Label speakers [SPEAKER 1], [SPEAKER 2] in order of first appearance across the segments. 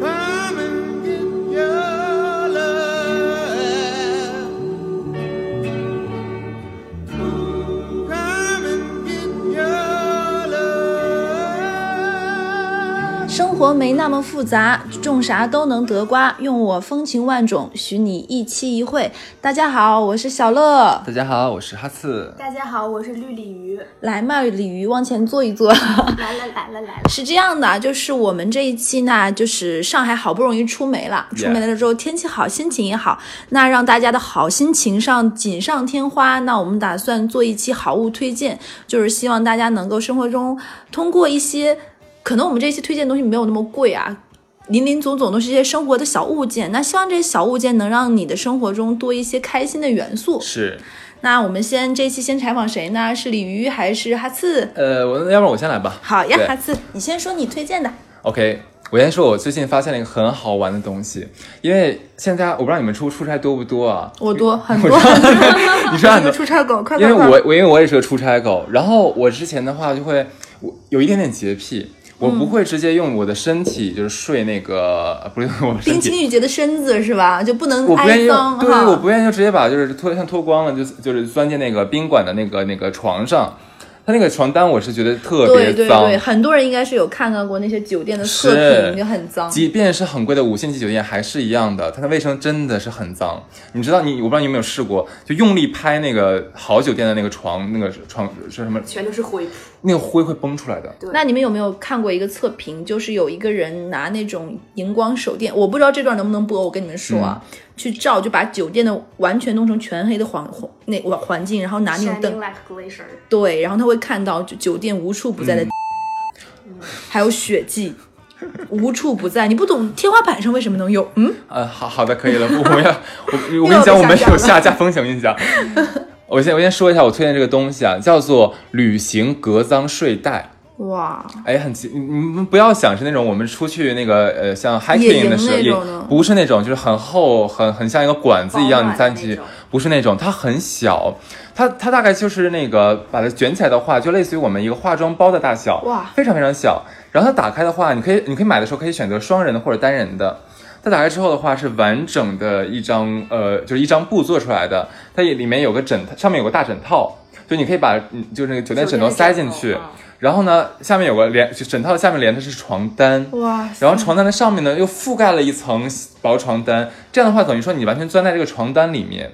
[SPEAKER 1] Come and get your love. Come and get your love.
[SPEAKER 2] 生活没那么复杂，种啥都能得瓜。用我风情万种，许你一期一会。大家好，我是小乐。
[SPEAKER 3] 大家好，我是哈刺。
[SPEAKER 4] 大家好，我是绿鲤鱼，
[SPEAKER 2] 来嘛，鲤鱼往前坐一坐。
[SPEAKER 4] 来了来了来了，
[SPEAKER 2] 是这样的，啊就是我们这一期呢，就是上海好不容易出梅了，
[SPEAKER 3] Yeah
[SPEAKER 2] 出梅了之后天气好，心情也好，那让大家的好心情上锦上添花。那我们打算做一期好物推荐，就是希望大家能够生活中通过一些，可能我们这期推荐的东西没有那么贵啊。林林总总都是一些生活的小物件，那希望这些小物件能让你的生活中多一些开心的元素。
[SPEAKER 3] 是，
[SPEAKER 2] 那我们先这期先采访谁呢？是鲤鱼还是哈刺？
[SPEAKER 3] 呃，我要不然我先来吧。
[SPEAKER 2] 好呀，
[SPEAKER 3] 对
[SPEAKER 2] 哈刺，你先说你推荐的。
[SPEAKER 3] OK，我先说，我最近发现了一个很好玩的东西，因为现在我不知道你们出出差多不多啊？
[SPEAKER 2] 我多很多， 啊
[SPEAKER 3] 你知道
[SPEAKER 4] 你
[SPEAKER 3] 你
[SPEAKER 4] 个，出差狗，快
[SPEAKER 3] 因
[SPEAKER 4] 快
[SPEAKER 3] 为
[SPEAKER 4] 快！
[SPEAKER 3] 我我因为我也是个出差狗，然后我之前的话就会我有一点点洁癖，我不会直接用我的身体就是睡那个，呃不是用我身
[SPEAKER 2] 冰清
[SPEAKER 3] 体。
[SPEAKER 2] 玉洁的身子是吧？就不能
[SPEAKER 3] 我不愿
[SPEAKER 2] 哀
[SPEAKER 3] 意
[SPEAKER 2] 伤
[SPEAKER 3] 用，对，我
[SPEAKER 2] 哈。
[SPEAKER 3] 不愿意就直接把就是脱像脱光了，就就是钻进那个宾馆的那个那个床上，他那个床单我是觉得特别
[SPEAKER 2] 对对
[SPEAKER 3] 脏，
[SPEAKER 2] 对，很多人应该是有看到过那些酒店的测
[SPEAKER 3] 是
[SPEAKER 2] 评，就很
[SPEAKER 4] 嗯
[SPEAKER 2] 脏。
[SPEAKER 3] 即便是很贵的五星级酒店还是一样的，它的卫生真的是很脏。你知道你我不知道你有没有试过，就用力拍那个好酒店的那个床，那个床是什么？
[SPEAKER 4] 全都是灰，
[SPEAKER 3] 那个灰会崩出来的。
[SPEAKER 2] 那你们有没有看过一个测评？就是有一个人拿那种荧光手电，我不知道这段能不能播，我跟你们说啊，
[SPEAKER 3] 嗯
[SPEAKER 2] 去照就把酒店的完全弄成全黑的环环那环环境，然后拿那种
[SPEAKER 4] shining
[SPEAKER 2] 灯，
[SPEAKER 4] like glacier，
[SPEAKER 2] 对，然后他会看到酒酒店无处不在的，
[SPEAKER 3] 嗯
[SPEAKER 2] 还有血迹，无处不在。你不懂天花板上为什么能有？嗯，
[SPEAKER 3] 呃，好好的，可以了。不我要 我我跟你讲，
[SPEAKER 2] 又要被
[SPEAKER 3] 我们
[SPEAKER 2] 下架了
[SPEAKER 3] 有下架风险。我跟你讲，我先我先说一下我推荐这个东西啊，叫做旅行隔脏睡袋。
[SPEAKER 2] 哇，
[SPEAKER 3] 哎，很奇，你你们不要想是那种我们出去那个呃，像
[SPEAKER 2] 野营
[SPEAKER 3] hiking 的时候，
[SPEAKER 2] 那
[SPEAKER 3] 也
[SPEAKER 2] 种呢
[SPEAKER 3] 不是那种，就是很厚，很很像一个管子一样，
[SPEAKER 4] 保暖
[SPEAKER 3] 你塞
[SPEAKER 4] 的
[SPEAKER 3] 进
[SPEAKER 4] 那
[SPEAKER 3] 去
[SPEAKER 4] 种，
[SPEAKER 3] 不是那种，它很小，它它大概就是那个把它卷起来的话，就类似于我们一个化妆包的大小，
[SPEAKER 2] 哇
[SPEAKER 3] 非常非常小。然后它打开的话，你可以你可以买的时候可以选择双人的或者单人的。它打开之后的话是完整的一张，呃，就是一张布做出来的，它也里面有个枕，上面有个大枕套，就你可以把嗯就是那个酒店枕头塞进去，然后呢，下面有个连就枕套的下面连的是床单，
[SPEAKER 2] 哇
[SPEAKER 3] 然后床单的上面呢又覆盖了一层薄床单，这样的话等于说你完全钻在这个床单里面，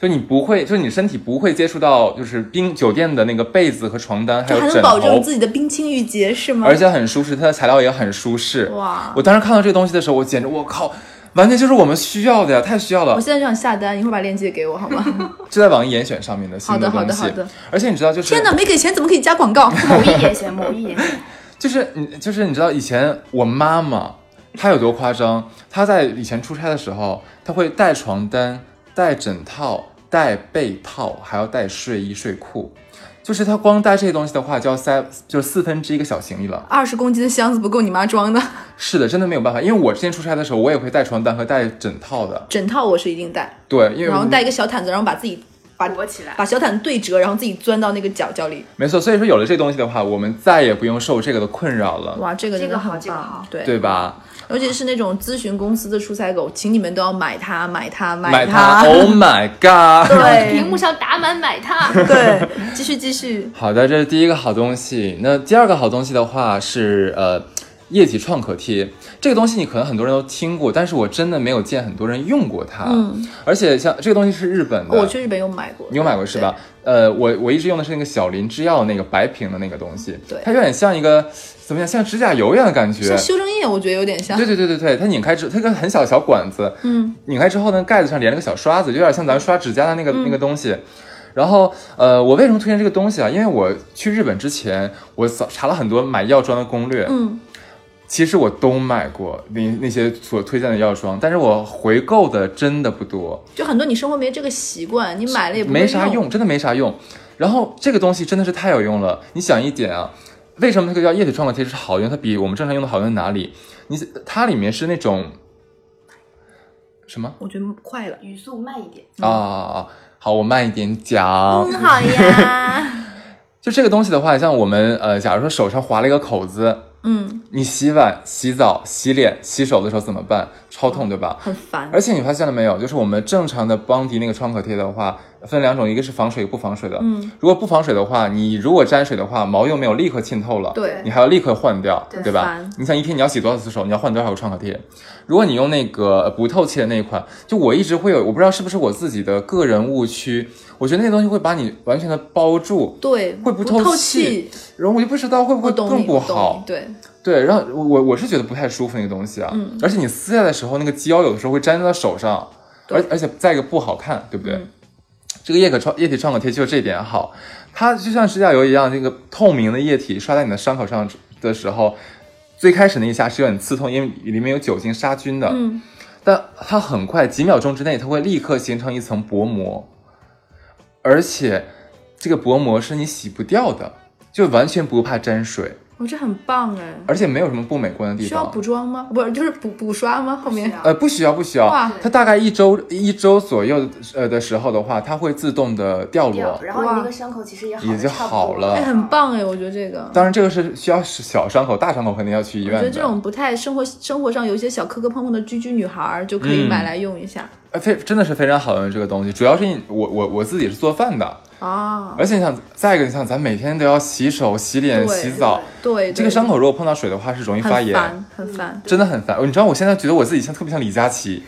[SPEAKER 3] 就你不会，就是你身体不会接触到就是冰酒店的那个被子和床单还
[SPEAKER 2] 就
[SPEAKER 3] 有
[SPEAKER 2] 还
[SPEAKER 3] 枕
[SPEAKER 2] 能保证
[SPEAKER 3] 头，
[SPEAKER 2] 自己的冰清玉洁是吗？
[SPEAKER 3] 而且很舒适，它的材料也很舒适。
[SPEAKER 2] 哇，
[SPEAKER 3] 我当时看到这个东西的时候，我简直我靠，完全就是我们需要的呀，太需要了
[SPEAKER 2] 我。现在就想下单，一会儿把链接给我好 吗？
[SPEAKER 3] 就在网易严选上面的新
[SPEAKER 2] 好的，好
[SPEAKER 3] 东
[SPEAKER 2] 的，
[SPEAKER 3] 西。
[SPEAKER 2] 好的。
[SPEAKER 3] 而且你知道就是
[SPEAKER 2] 天哪，没给钱怎么可以加广告？
[SPEAKER 4] 某一 眼线，某一眼线，
[SPEAKER 3] 就是你，就是你知道以前我妈妈她有多夸张？她在以前出差的时候，她会带床单、带枕套、带被套，还要带睡衣睡裤。就是她光带这些东西的话，就要塞就是四分之一个小行李了。
[SPEAKER 2] 二十公斤的箱子不够你妈装的，
[SPEAKER 3] 是的，真的没有办法，因为我之前出差的时候，我也会带床单和带枕套的。
[SPEAKER 2] 枕套我是一定带，
[SPEAKER 3] 对，因为嗯
[SPEAKER 2] 然后带一个小毯子，然后把自己把
[SPEAKER 4] 裹起来。
[SPEAKER 2] 把小毯对折，然后自己钻到那个角角里。
[SPEAKER 3] 没错，所以说有了这东西的话，我们再也不用受这个的困扰了，
[SPEAKER 2] 哇，这个真的
[SPEAKER 4] 这个好
[SPEAKER 2] 很
[SPEAKER 4] 这个
[SPEAKER 2] 棒
[SPEAKER 4] 好，
[SPEAKER 2] 对
[SPEAKER 3] 对吧？
[SPEAKER 2] 尤其是那种咨询公司的出差狗，请你们都要买它，买它，
[SPEAKER 3] 买
[SPEAKER 2] 它。
[SPEAKER 3] ，Oh my god！
[SPEAKER 2] 对，
[SPEAKER 4] 屏幕上打满买 它，
[SPEAKER 2] 对，继续继续。
[SPEAKER 3] 好的，这是第一个好东西。那第二个好东西的话是呃，液体创可贴。这个东西你可能很多人都听过，但是我真的没有见很多人用过它。
[SPEAKER 2] 嗯，
[SPEAKER 3] 而且像这个东西是日本的，
[SPEAKER 2] 哦我去日本有买过，
[SPEAKER 3] 你有买过是吧？呃，我我一直用的是那个小林制药那个白瓶的那个东西，
[SPEAKER 2] 对
[SPEAKER 3] 它有点像一个怎么样，像指甲油一样的感觉
[SPEAKER 2] 像。啊修正液，我觉得有点像
[SPEAKER 3] 对。对对对对，它拧开之，它一个很小的小管子，
[SPEAKER 2] 嗯，
[SPEAKER 3] 拧开之后呢，盖子上连了个小刷子，有点像咱们刷指甲的那
[SPEAKER 2] 嗯
[SPEAKER 3] 个、那个东西。然后，呃，我为什么推荐这个东西啊？因为我去日本之前，我扫查了很多买药妆的攻略，
[SPEAKER 2] 嗯，
[SPEAKER 3] 其实我都买过那那些所推荐的药妆，但是我回购的真的不多，
[SPEAKER 2] 就很多你生活没这个习惯，你买了也不会
[SPEAKER 3] 没啥用，真的没啥用。然后这个东西真的是太有用了。你想一点啊，为什么这个叫液体创可贴是好用？它比我们正常用的好用在哪里？你它里面是那种什么？
[SPEAKER 2] 我觉得快了，
[SPEAKER 4] 语速慢一点，
[SPEAKER 3] 啊，好，我慢一点讲。
[SPEAKER 2] 嗯，好呀，
[SPEAKER 3] 就这个东西的话，像我们呃，假如说手上划了一个口子，
[SPEAKER 2] 嗯，
[SPEAKER 3] 你洗碗、洗澡、洗脸、洗手的时候怎么办？超痛，对 吧？
[SPEAKER 2] 很烦。
[SPEAKER 3] 而且你发现了没有，就是我们正常的邦迪那个创可贴的话，分两种，一个是防水，一个不防水的。
[SPEAKER 2] 嗯，
[SPEAKER 3] 如果不防水的话，你如果沾水的话，毛又没有立刻浸透了，
[SPEAKER 2] 对
[SPEAKER 3] 你还要立刻换掉，
[SPEAKER 4] 对
[SPEAKER 3] 对吧
[SPEAKER 2] 烦？
[SPEAKER 3] 你想一天你要洗多少次手，你要换多少个创可贴？如果你用那个呃不透气的那一款，就我一直会有，我不知道是不是我自己的个人误区，我觉得那东西会把你完全的包住，
[SPEAKER 2] 对，
[SPEAKER 3] 会不
[SPEAKER 2] 不
[SPEAKER 3] 透
[SPEAKER 2] 气，
[SPEAKER 3] 然后我就不知道会不
[SPEAKER 2] 我
[SPEAKER 3] 会
[SPEAKER 2] 懂
[SPEAKER 3] 更
[SPEAKER 2] 你，
[SPEAKER 3] 不
[SPEAKER 2] 我懂
[SPEAKER 3] 好啊
[SPEAKER 2] 你。。对，
[SPEAKER 3] 对，然后我我我是觉得不太舒服那个东西啊，
[SPEAKER 2] 嗯
[SPEAKER 3] 而且你撕下来的时候，那个胶有的时候会粘到手上，
[SPEAKER 2] 对
[SPEAKER 3] 而而且再一个不好看，对不对？
[SPEAKER 2] 嗯
[SPEAKER 3] 这个液可创液体创可贴就这一点好，它就像指甲油一样，那个透明的液体刷在你的伤口上的时候，最开始那一下是有点刺痛，因为里面有酒精杀菌的，
[SPEAKER 2] 嗯，
[SPEAKER 3] 但它很快几秒钟之内，它会立刻形成一层薄膜，而且这个薄膜是你洗不掉的，就完全不怕沾水，
[SPEAKER 2] 我这很棒哎。
[SPEAKER 3] 而且没有什么不美观的地方。
[SPEAKER 2] 需要补妆吗？不是，就是补补刷吗？后面
[SPEAKER 4] 需要
[SPEAKER 3] 呃，不需要，不需要
[SPEAKER 2] 哇。
[SPEAKER 3] 它大概一周一周左右呃的时候的话，它会自动的掉落
[SPEAKER 4] 掉，。然后你那
[SPEAKER 2] 哇
[SPEAKER 4] 个伤口其实也好
[SPEAKER 3] 也
[SPEAKER 4] 得
[SPEAKER 3] 就
[SPEAKER 4] 差不
[SPEAKER 3] 好
[SPEAKER 4] 多嗯
[SPEAKER 3] 了
[SPEAKER 2] 哎，很棒哎，我觉得这个。
[SPEAKER 3] 当然，这个是需要小伤口，大伤口肯定要去医
[SPEAKER 2] 我
[SPEAKER 3] 院
[SPEAKER 2] 觉
[SPEAKER 3] 的。
[SPEAKER 2] 得这种不太生活生活上有一些小磕磕碰碰的居居女孩儿就可以
[SPEAKER 3] 嗯
[SPEAKER 2] 买来用一下、
[SPEAKER 3] 呃非真的是非常好用这个东西，主要是你我我我自己是做饭的，
[SPEAKER 2] 啊。
[SPEAKER 3] 而且你想再一个，你想咱每天都要洗手、洗脸、
[SPEAKER 2] 对
[SPEAKER 3] 洗澡，
[SPEAKER 2] 对，对
[SPEAKER 3] 这个伤口如果碰到水的话是容易
[SPEAKER 2] 很
[SPEAKER 3] 发炎，
[SPEAKER 2] 烦，很烦。
[SPEAKER 3] 真的很烦。你知道我现在觉得我自己像特别像李佳琦，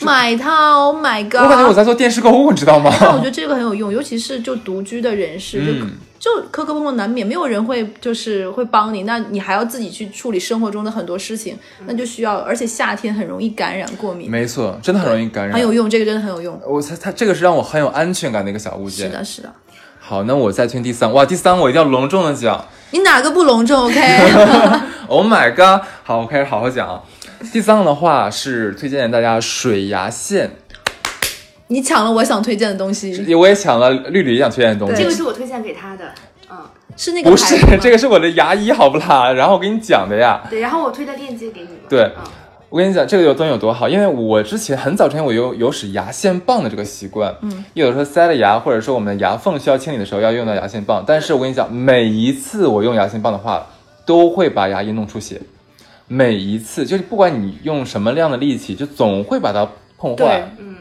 [SPEAKER 2] 买它，Oh my god！
[SPEAKER 3] 我感觉我在做电视购物，你知道吗？
[SPEAKER 2] 但我觉得这个很有用，尤其是就独居的人士，
[SPEAKER 3] 嗯
[SPEAKER 2] 就就磕磕碰碰难免，没有人会就是会帮你，那你还要自己去处理生活中的很多事情，那就需要，而且夏天很容易感染过敏，
[SPEAKER 3] 嗯没错，真的很容易感染。
[SPEAKER 2] 很有用，这个真的很有用。
[SPEAKER 3] 我它它这个是让我很有安全感的一个小物件。
[SPEAKER 2] 是的，是的，
[SPEAKER 3] 好，那我再听第三，哇，第三我一定要隆重的讲
[SPEAKER 2] 你哪个不隆重？OK，
[SPEAKER 3] ，Oh my god！好，我开始好好讲啊。第三个的话是推荐大家水牙线，
[SPEAKER 2] 你抢了我想推荐的东西，
[SPEAKER 3] 我也抢了绿绿也想推荐的东
[SPEAKER 4] 这
[SPEAKER 3] 西
[SPEAKER 4] 个，是我推荐给他的，嗯，
[SPEAKER 2] 是那个
[SPEAKER 3] 不
[SPEAKER 2] 牌
[SPEAKER 3] 是
[SPEAKER 2] 子吗
[SPEAKER 3] 这个是我的牙医好不啦？然后我给你讲的呀，
[SPEAKER 4] 对，然后我推的链接给你们，
[SPEAKER 3] 对
[SPEAKER 4] 嗯，
[SPEAKER 3] 我跟你讲这个有东西有多好，因为我之前很早之前我有有使牙线棒的这个习惯，嗯，有的时候塞了牙或者说我们的牙缝需要清理的时候要用到牙线棒，但是我跟你讲，每一次我用牙线棒的话，都会把牙龈弄出血，每一次就是不管你用什么量的力气，就总会把它碰
[SPEAKER 2] 对
[SPEAKER 3] 坏。
[SPEAKER 4] 嗯，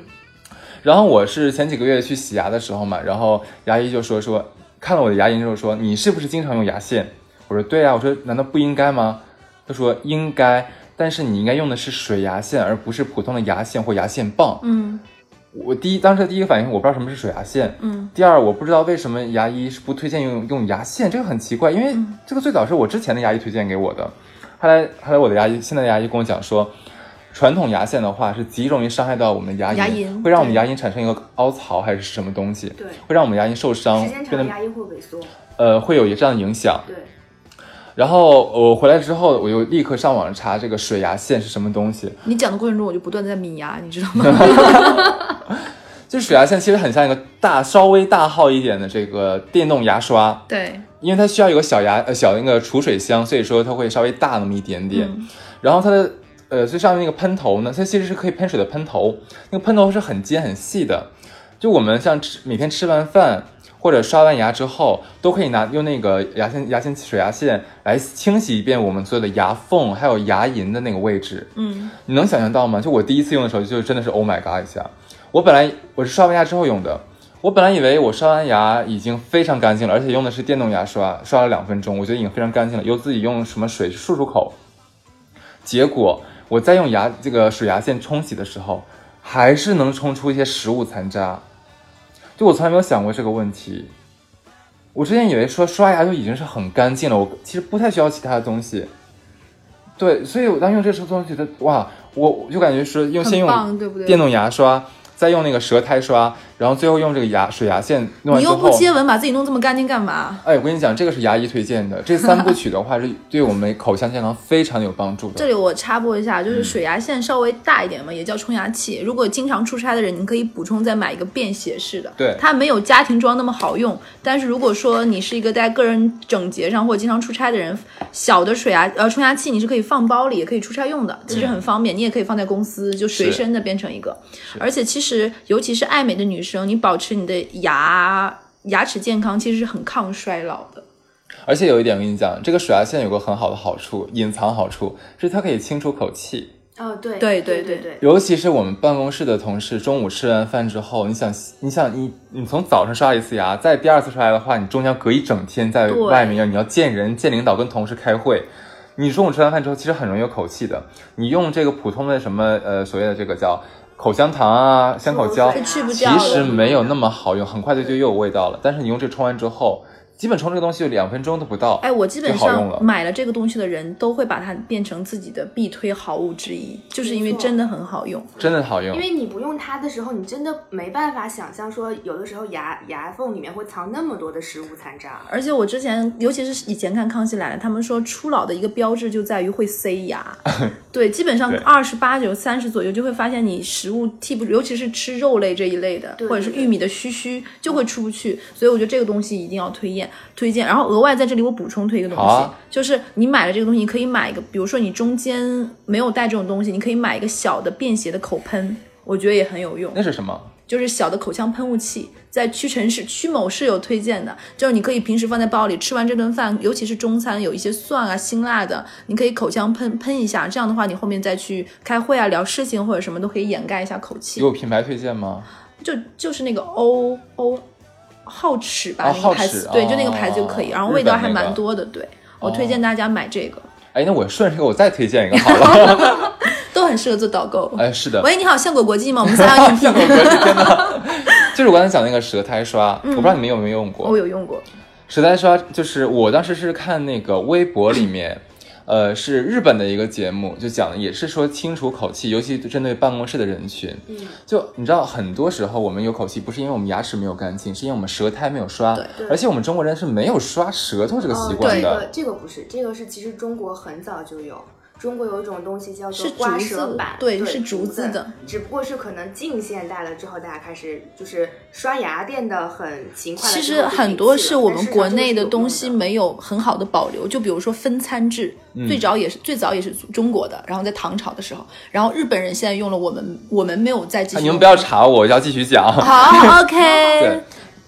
[SPEAKER 3] 然后我是前几个月去洗牙的时候嘛，然后牙医就说说看了我的牙龈之后说你是不是经常用牙线？我说对啊，我说难道不应该吗？他说应该，但是你应该用的是水牙线，而不是普通的牙线或牙线棒。
[SPEAKER 2] 嗯
[SPEAKER 3] 我第一当时的第一个反应，我不知道什么是水牙线。
[SPEAKER 2] 嗯，
[SPEAKER 3] 第二，我不知道为什么牙医是不推荐用用牙线，这个很奇怪，因为这个最早是我之前的牙医推荐给我的，后来后来我的牙医现在的牙医跟我讲说，传统牙线的话是极容易伤害到我们的牙龈，
[SPEAKER 2] 牙龈
[SPEAKER 3] 会让我们
[SPEAKER 2] 对
[SPEAKER 3] 牙龈产生一个凹槽还是什么东西，
[SPEAKER 4] 对
[SPEAKER 3] 会让我们牙龈受伤
[SPEAKER 4] 时间，长
[SPEAKER 3] 变
[SPEAKER 4] 了
[SPEAKER 3] 得
[SPEAKER 4] 牙龈会萎缩，
[SPEAKER 3] 呃会有一这样的影响。
[SPEAKER 4] 对，
[SPEAKER 3] 然后呃我回来之后，我就立刻上网查这个水牙线是什么东西，
[SPEAKER 2] 你讲的过程中我就不断的在抿牙，你知道 吗？
[SPEAKER 3] 就是水牙线其实很像一个大稍微大号一点的这个电动牙刷。
[SPEAKER 2] 对，
[SPEAKER 3] 因为它需要有个小牙呃小那个储水箱，所以说它会稍微大那么一点点。
[SPEAKER 2] 嗯
[SPEAKER 3] 然后它的呃最上面那个喷头呢，它其实是可以喷水的喷头，那个喷头是很尖很细的。就我们像吃每天吃完饭或者刷完牙之后，都可以拿用那个牙线牙线水牙线来清洗一遍我们所有的牙缝还有牙龈的那个位置。
[SPEAKER 2] 嗯，
[SPEAKER 3] 你能想象到吗？就我第一次用的时候，就真的是 Oh my God 一下。我本来我是刷完牙之后用的，我本来以为我刷完牙已经非常干净了，而且用的是电动牙刷，刷了两分钟，我觉得已经非常干净了，又自己用什么水漱漱口。结果我在用牙这个水牙线冲洗的时候，还是能冲出一些食物残渣。就我从来没有想过这个问题。我之前以为说刷牙就已经是很干净了，我其实不太需要其他的东西。对，所以我当用这个东西觉得哇，我我就感觉是用先
[SPEAKER 2] 很棒，
[SPEAKER 3] 用
[SPEAKER 2] 对不对？
[SPEAKER 3] 电动牙刷，再用那个舌苔刷，然后最后用这个牙水牙线弄完
[SPEAKER 2] 你
[SPEAKER 3] 之
[SPEAKER 2] 又
[SPEAKER 3] 后，
[SPEAKER 2] 不接吻，把自己弄这么干净干嘛？
[SPEAKER 3] 哎，我跟你讲，这个是牙医推荐的，这三部曲的话是对我们口腔健康非常有帮助
[SPEAKER 2] 这
[SPEAKER 3] 的。
[SPEAKER 2] 里我插播一下，就是水牙线稍微大一点嘛，也叫冲牙器。如果经常出差的人，你可以补充再买一个便携式的。
[SPEAKER 3] 对
[SPEAKER 2] 它没有家庭装那么好用。但是如果说你是一个在个人整洁上或者经常出差的人，小的水牙呃冲牙器你是可以放包里，也可以出差用的，其实很方便。你也可以放在公司，就随身的变成一个。而且其实尤其是爱美的女生，你保持你的牙牙齿健康，其实是很抗衰老的。
[SPEAKER 3] 而且有一点，我跟你讲，这个水牙线有个很好的好处，隐藏好处是它可以清除口气。
[SPEAKER 4] 哦，对
[SPEAKER 2] 对
[SPEAKER 4] 对
[SPEAKER 2] 对
[SPEAKER 4] 对，
[SPEAKER 3] 尤其是我们办公室的同事，中午吃完饭之后，你想，你想，你你从早上刷一次牙，再第二次刷牙的话，你中间要隔一整天在
[SPEAKER 2] 对
[SPEAKER 3] 外面要你要见人、见领导、跟同事开会。你中午吃完饭之后，其实很容易有口气的。你用这个普通的什么呃所谓的这个叫口香糖啊、香口胶，
[SPEAKER 4] 是
[SPEAKER 2] 是去不
[SPEAKER 3] 其
[SPEAKER 2] 掉
[SPEAKER 3] 实
[SPEAKER 2] 了。
[SPEAKER 3] 没有那么好用，很快就就又有味道了。但是你用这个冲完之后，基本冲这个东西就两分钟都不到。
[SPEAKER 2] 哎，我基本
[SPEAKER 3] 就好用了
[SPEAKER 2] 上买了这个东西的人都会把它变成自己的必推好物之一，就是因为
[SPEAKER 4] 没错
[SPEAKER 2] 真的很好用。
[SPEAKER 3] 真的好用
[SPEAKER 4] 因。为你不用它的时候，你真的没办法想象说，有的时候牙牙缝里面会藏那么多的食物残渣。
[SPEAKER 2] 而且我之前，尤其是以前看《康熙来了》，他们说初老的一个标志就在于会塞 牙。对，基本上
[SPEAKER 3] 对
[SPEAKER 2] 二十八九、三十左右就会发现你食物剔不，尤其是吃肉类这一类的，
[SPEAKER 4] 对
[SPEAKER 2] 或者是
[SPEAKER 4] 对对
[SPEAKER 2] 玉米的须须就会出不去。所以我觉得这个东西一定要推荐推荐。然后额外在这里我补充推一个东西，
[SPEAKER 3] 好啊
[SPEAKER 2] 就是你买了这个东西，你可以买一个，比如说你中间没有带这种东西，你可以买一个小的便携的口喷，我觉得也很有用。
[SPEAKER 3] 那是什么？
[SPEAKER 2] 就是小的口腔喷雾器，在屈臣氏、屈某是有推荐的，就是你可以平时放在包里，吃完这顿饭，尤其是中餐，有一些蒜啊、辛辣的，你可以口腔喷喷一下，这样的话，你后面再去开会啊、聊事情或者什么都可以掩盖一下口气
[SPEAKER 3] 有。品牌推荐吗？
[SPEAKER 2] 就就是那个欧欧皓齿吧，
[SPEAKER 3] 哦
[SPEAKER 2] 那个牌
[SPEAKER 3] 皓齿
[SPEAKER 2] 子，对，
[SPEAKER 3] 哦
[SPEAKER 2] 就那个牌子就可以，然后味道还蛮多的，对。我推荐大家买这个，
[SPEAKER 3] 哎，那我顺着这个我再推荐一个 好了。
[SPEAKER 2] 都很适合做导购。
[SPEAKER 3] 哎，是的，
[SPEAKER 2] 喂，你好，橡果国际吗？我们三幺应
[SPEAKER 3] 我
[SPEAKER 2] 聘，
[SPEAKER 3] 的天哪！就是我刚才讲那个舌苔刷，我不知道你们有没有用过。
[SPEAKER 2] 嗯我有用过。
[SPEAKER 3] 舌苔刷就是我当时是看那个微博里面，呃，是日本的一个节目，就讲的也是说清除口气，尤其针对办公室的人群。
[SPEAKER 4] 嗯，
[SPEAKER 3] 就你知道，很多时候我们有口气，不是因为我们牙齿没有干净，是因为我们舌苔没有刷
[SPEAKER 2] 对哦
[SPEAKER 4] 对，
[SPEAKER 3] 而且我们中国人是没有刷舌头这个习
[SPEAKER 4] 嗯，
[SPEAKER 3] 惯
[SPEAKER 4] 这
[SPEAKER 3] 的。啊
[SPEAKER 4] 个这个不是，这个是其实中国很早就有。中国有一种东西叫做
[SPEAKER 2] 是
[SPEAKER 4] 刮
[SPEAKER 2] 竹子
[SPEAKER 4] 舌板，
[SPEAKER 2] 对
[SPEAKER 4] 对，
[SPEAKER 2] 是竹子的，
[SPEAKER 4] 只不过是可能近现代了之后，大家开始就是刷牙变得很勤快了
[SPEAKER 2] 其
[SPEAKER 4] 之后就摒弃
[SPEAKER 2] 实
[SPEAKER 4] 了。
[SPEAKER 2] 很多是我们国内
[SPEAKER 4] 的
[SPEAKER 2] 的东西没有很好的保留，就比如说分餐制，
[SPEAKER 3] 嗯
[SPEAKER 2] 最早也是最早也是中国的，然后在唐朝的时候，然后日本人现在用了我们，我们没有再继
[SPEAKER 3] 啊
[SPEAKER 2] 续。
[SPEAKER 3] 你们不要。查我，我要继续 讲。
[SPEAKER 2] 好
[SPEAKER 3] 对
[SPEAKER 2] ，OK。，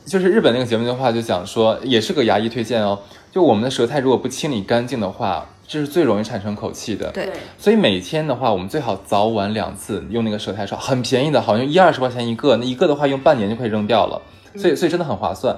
[SPEAKER 3] 就是日本那个节目的话，就讲说也是个牙医推荐哦。就我们的舌苔如果不清理干净的话，这是最容易产生口气的。
[SPEAKER 2] 对
[SPEAKER 4] 对，
[SPEAKER 3] 所以每天的话，我们最好早晚两次用那个舌苔刷，很便宜的，好像一二十块钱一个，那一个的话用半年就可以扔掉了，
[SPEAKER 2] 嗯
[SPEAKER 3] 所以所以真的很划算。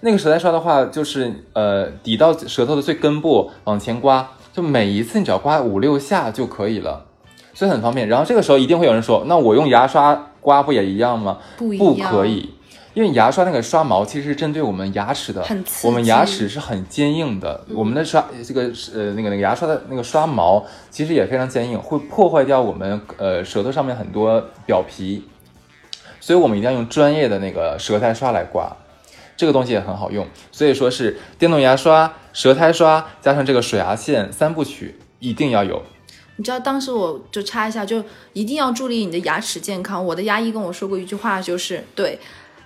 [SPEAKER 3] 那个舌苔刷的话，就是呃抵到舌头的最根部往前刮，就每一次你只要刮五六下就可以了，所以很方便。然后这个时候一定会有人说，那我用牙刷刮不也一样吗？
[SPEAKER 2] 不一
[SPEAKER 3] 不
[SPEAKER 2] 样
[SPEAKER 3] 可以。因为牙刷那个刷毛其实是针对我们牙齿的，
[SPEAKER 2] 很刺激
[SPEAKER 3] 我们牙齿是很坚硬的，嗯我们的刷这个呃那个那个牙刷的那个刷毛其实也非常坚硬，会破坏掉我们呃舌头上面很多表皮，所以我们一定要用专业的那个舌苔刷来刮，这个东西也很好用，所以说是电动牙刷、舌苔刷加上这个水牙线三部曲一定要有。
[SPEAKER 2] 你知道当时我就插一下，就一定要注意你的牙齿健康。我的牙医跟我说过一句话，就是对，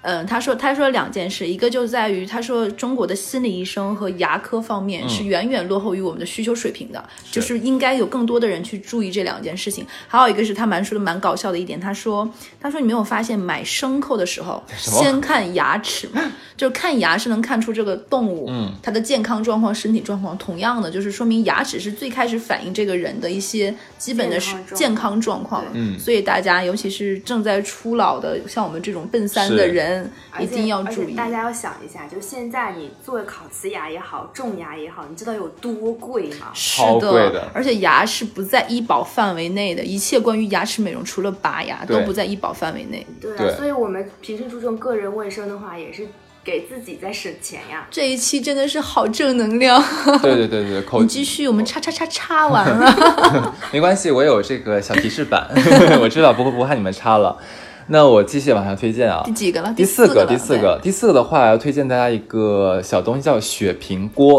[SPEAKER 2] 嗯，他说他说两件事，一个就在于他说中国的心理医生和牙科方
[SPEAKER 3] 嗯
[SPEAKER 2] 面是远远落后于我们的需求水平的，就是应该有更多的人去注意这两件事情。还有一个是他蛮说的蛮搞笑的一点，他说他说你没有发现买牲口的时候
[SPEAKER 3] 什么
[SPEAKER 2] 先看牙齿吗？就是看牙是能看出这个动物
[SPEAKER 3] 嗯
[SPEAKER 2] 它的健康状况、身体状况。同样的，就是说明牙齿是最开始反映这个人的一些基本的
[SPEAKER 4] 健康状况
[SPEAKER 2] 健康状况
[SPEAKER 4] 对。
[SPEAKER 3] 嗯
[SPEAKER 2] 所以大家，尤其是正在初老的，像我们这种奔三的
[SPEAKER 3] 是
[SPEAKER 2] 人，
[SPEAKER 4] 而
[SPEAKER 2] 一
[SPEAKER 4] 且
[SPEAKER 2] 定要
[SPEAKER 4] 而且
[SPEAKER 2] 注意。
[SPEAKER 4] 大家要想一下，就现在你做烤瓷牙也好，种牙也好，你知道有多贵吗？
[SPEAKER 2] 是
[SPEAKER 3] 超
[SPEAKER 2] 的，
[SPEAKER 3] 贵的
[SPEAKER 2] 而且牙是不在医保范围内的，一切关于牙齿美容，除了拔牙，
[SPEAKER 3] 对
[SPEAKER 2] 都不在医保范围内。
[SPEAKER 4] 对啊，
[SPEAKER 3] 对
[SPEAKER 4] 所以我们平时注重个人卫生的话，也是给自己在省钱呀。
[SPEAKER 2] 这一期真的是好正能量，
[SPEAKER 3] 对对对对，口
[SPEAKER 2] 你 继续，我们叉叉叉叉完 了。
[SPEAKER 3] 没关系，我有这个小提示板， 我知道不会不会害你们差了。那我继续往下推荐啊
[SPEAKER 2] 第，几个了？
[SPEAKER 3] 第
[SPEAKER 2] 四
[SPEAKER 3] 四
[SPEAKER 2] 个
[SPEAKER 3] 个，
[SPEAKER 2] 了，
[SPEAKER 3] 第四
[SPEAKER 2] 对。
[SPEAKER 3] 个，第四个的话，要推荐大家一个小东西叫雪平锅。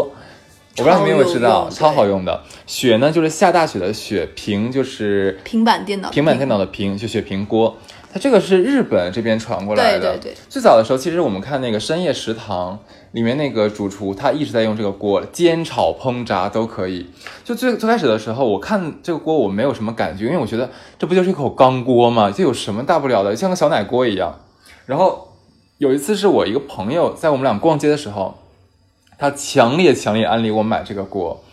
[SPEAKER 3] 我不知道你们有没有知
[SPEAKER 2] 超有
[SPEAKER 3] 道，
[SPEAKER 2] 用
[SPEAKER 3] 超好用的。雪呢，就是下大雪的雪；平就是
[SPEAKER 2] 平板电脑，
[SPEAKER 3] 平板电脑的平，就雪平锅。它这个是日本这边传过来的。
[SPEAKER 2] 对对对
[SPEAKER 3] 最早的时候，其实我们看那个《深夜食堂》里面那个主厨，他一直在用这个锅煎、炒、烹、炸都可以。就最最开始的时候，我看这个锅我没有什么感觉，因为我觉得这不就是一口钢锅吗？这有什么大不了的，像个小奶锅一样。然后有一次是我一个朋友在我们俩逛街的时候，他强烈强烈安利我买这个锅，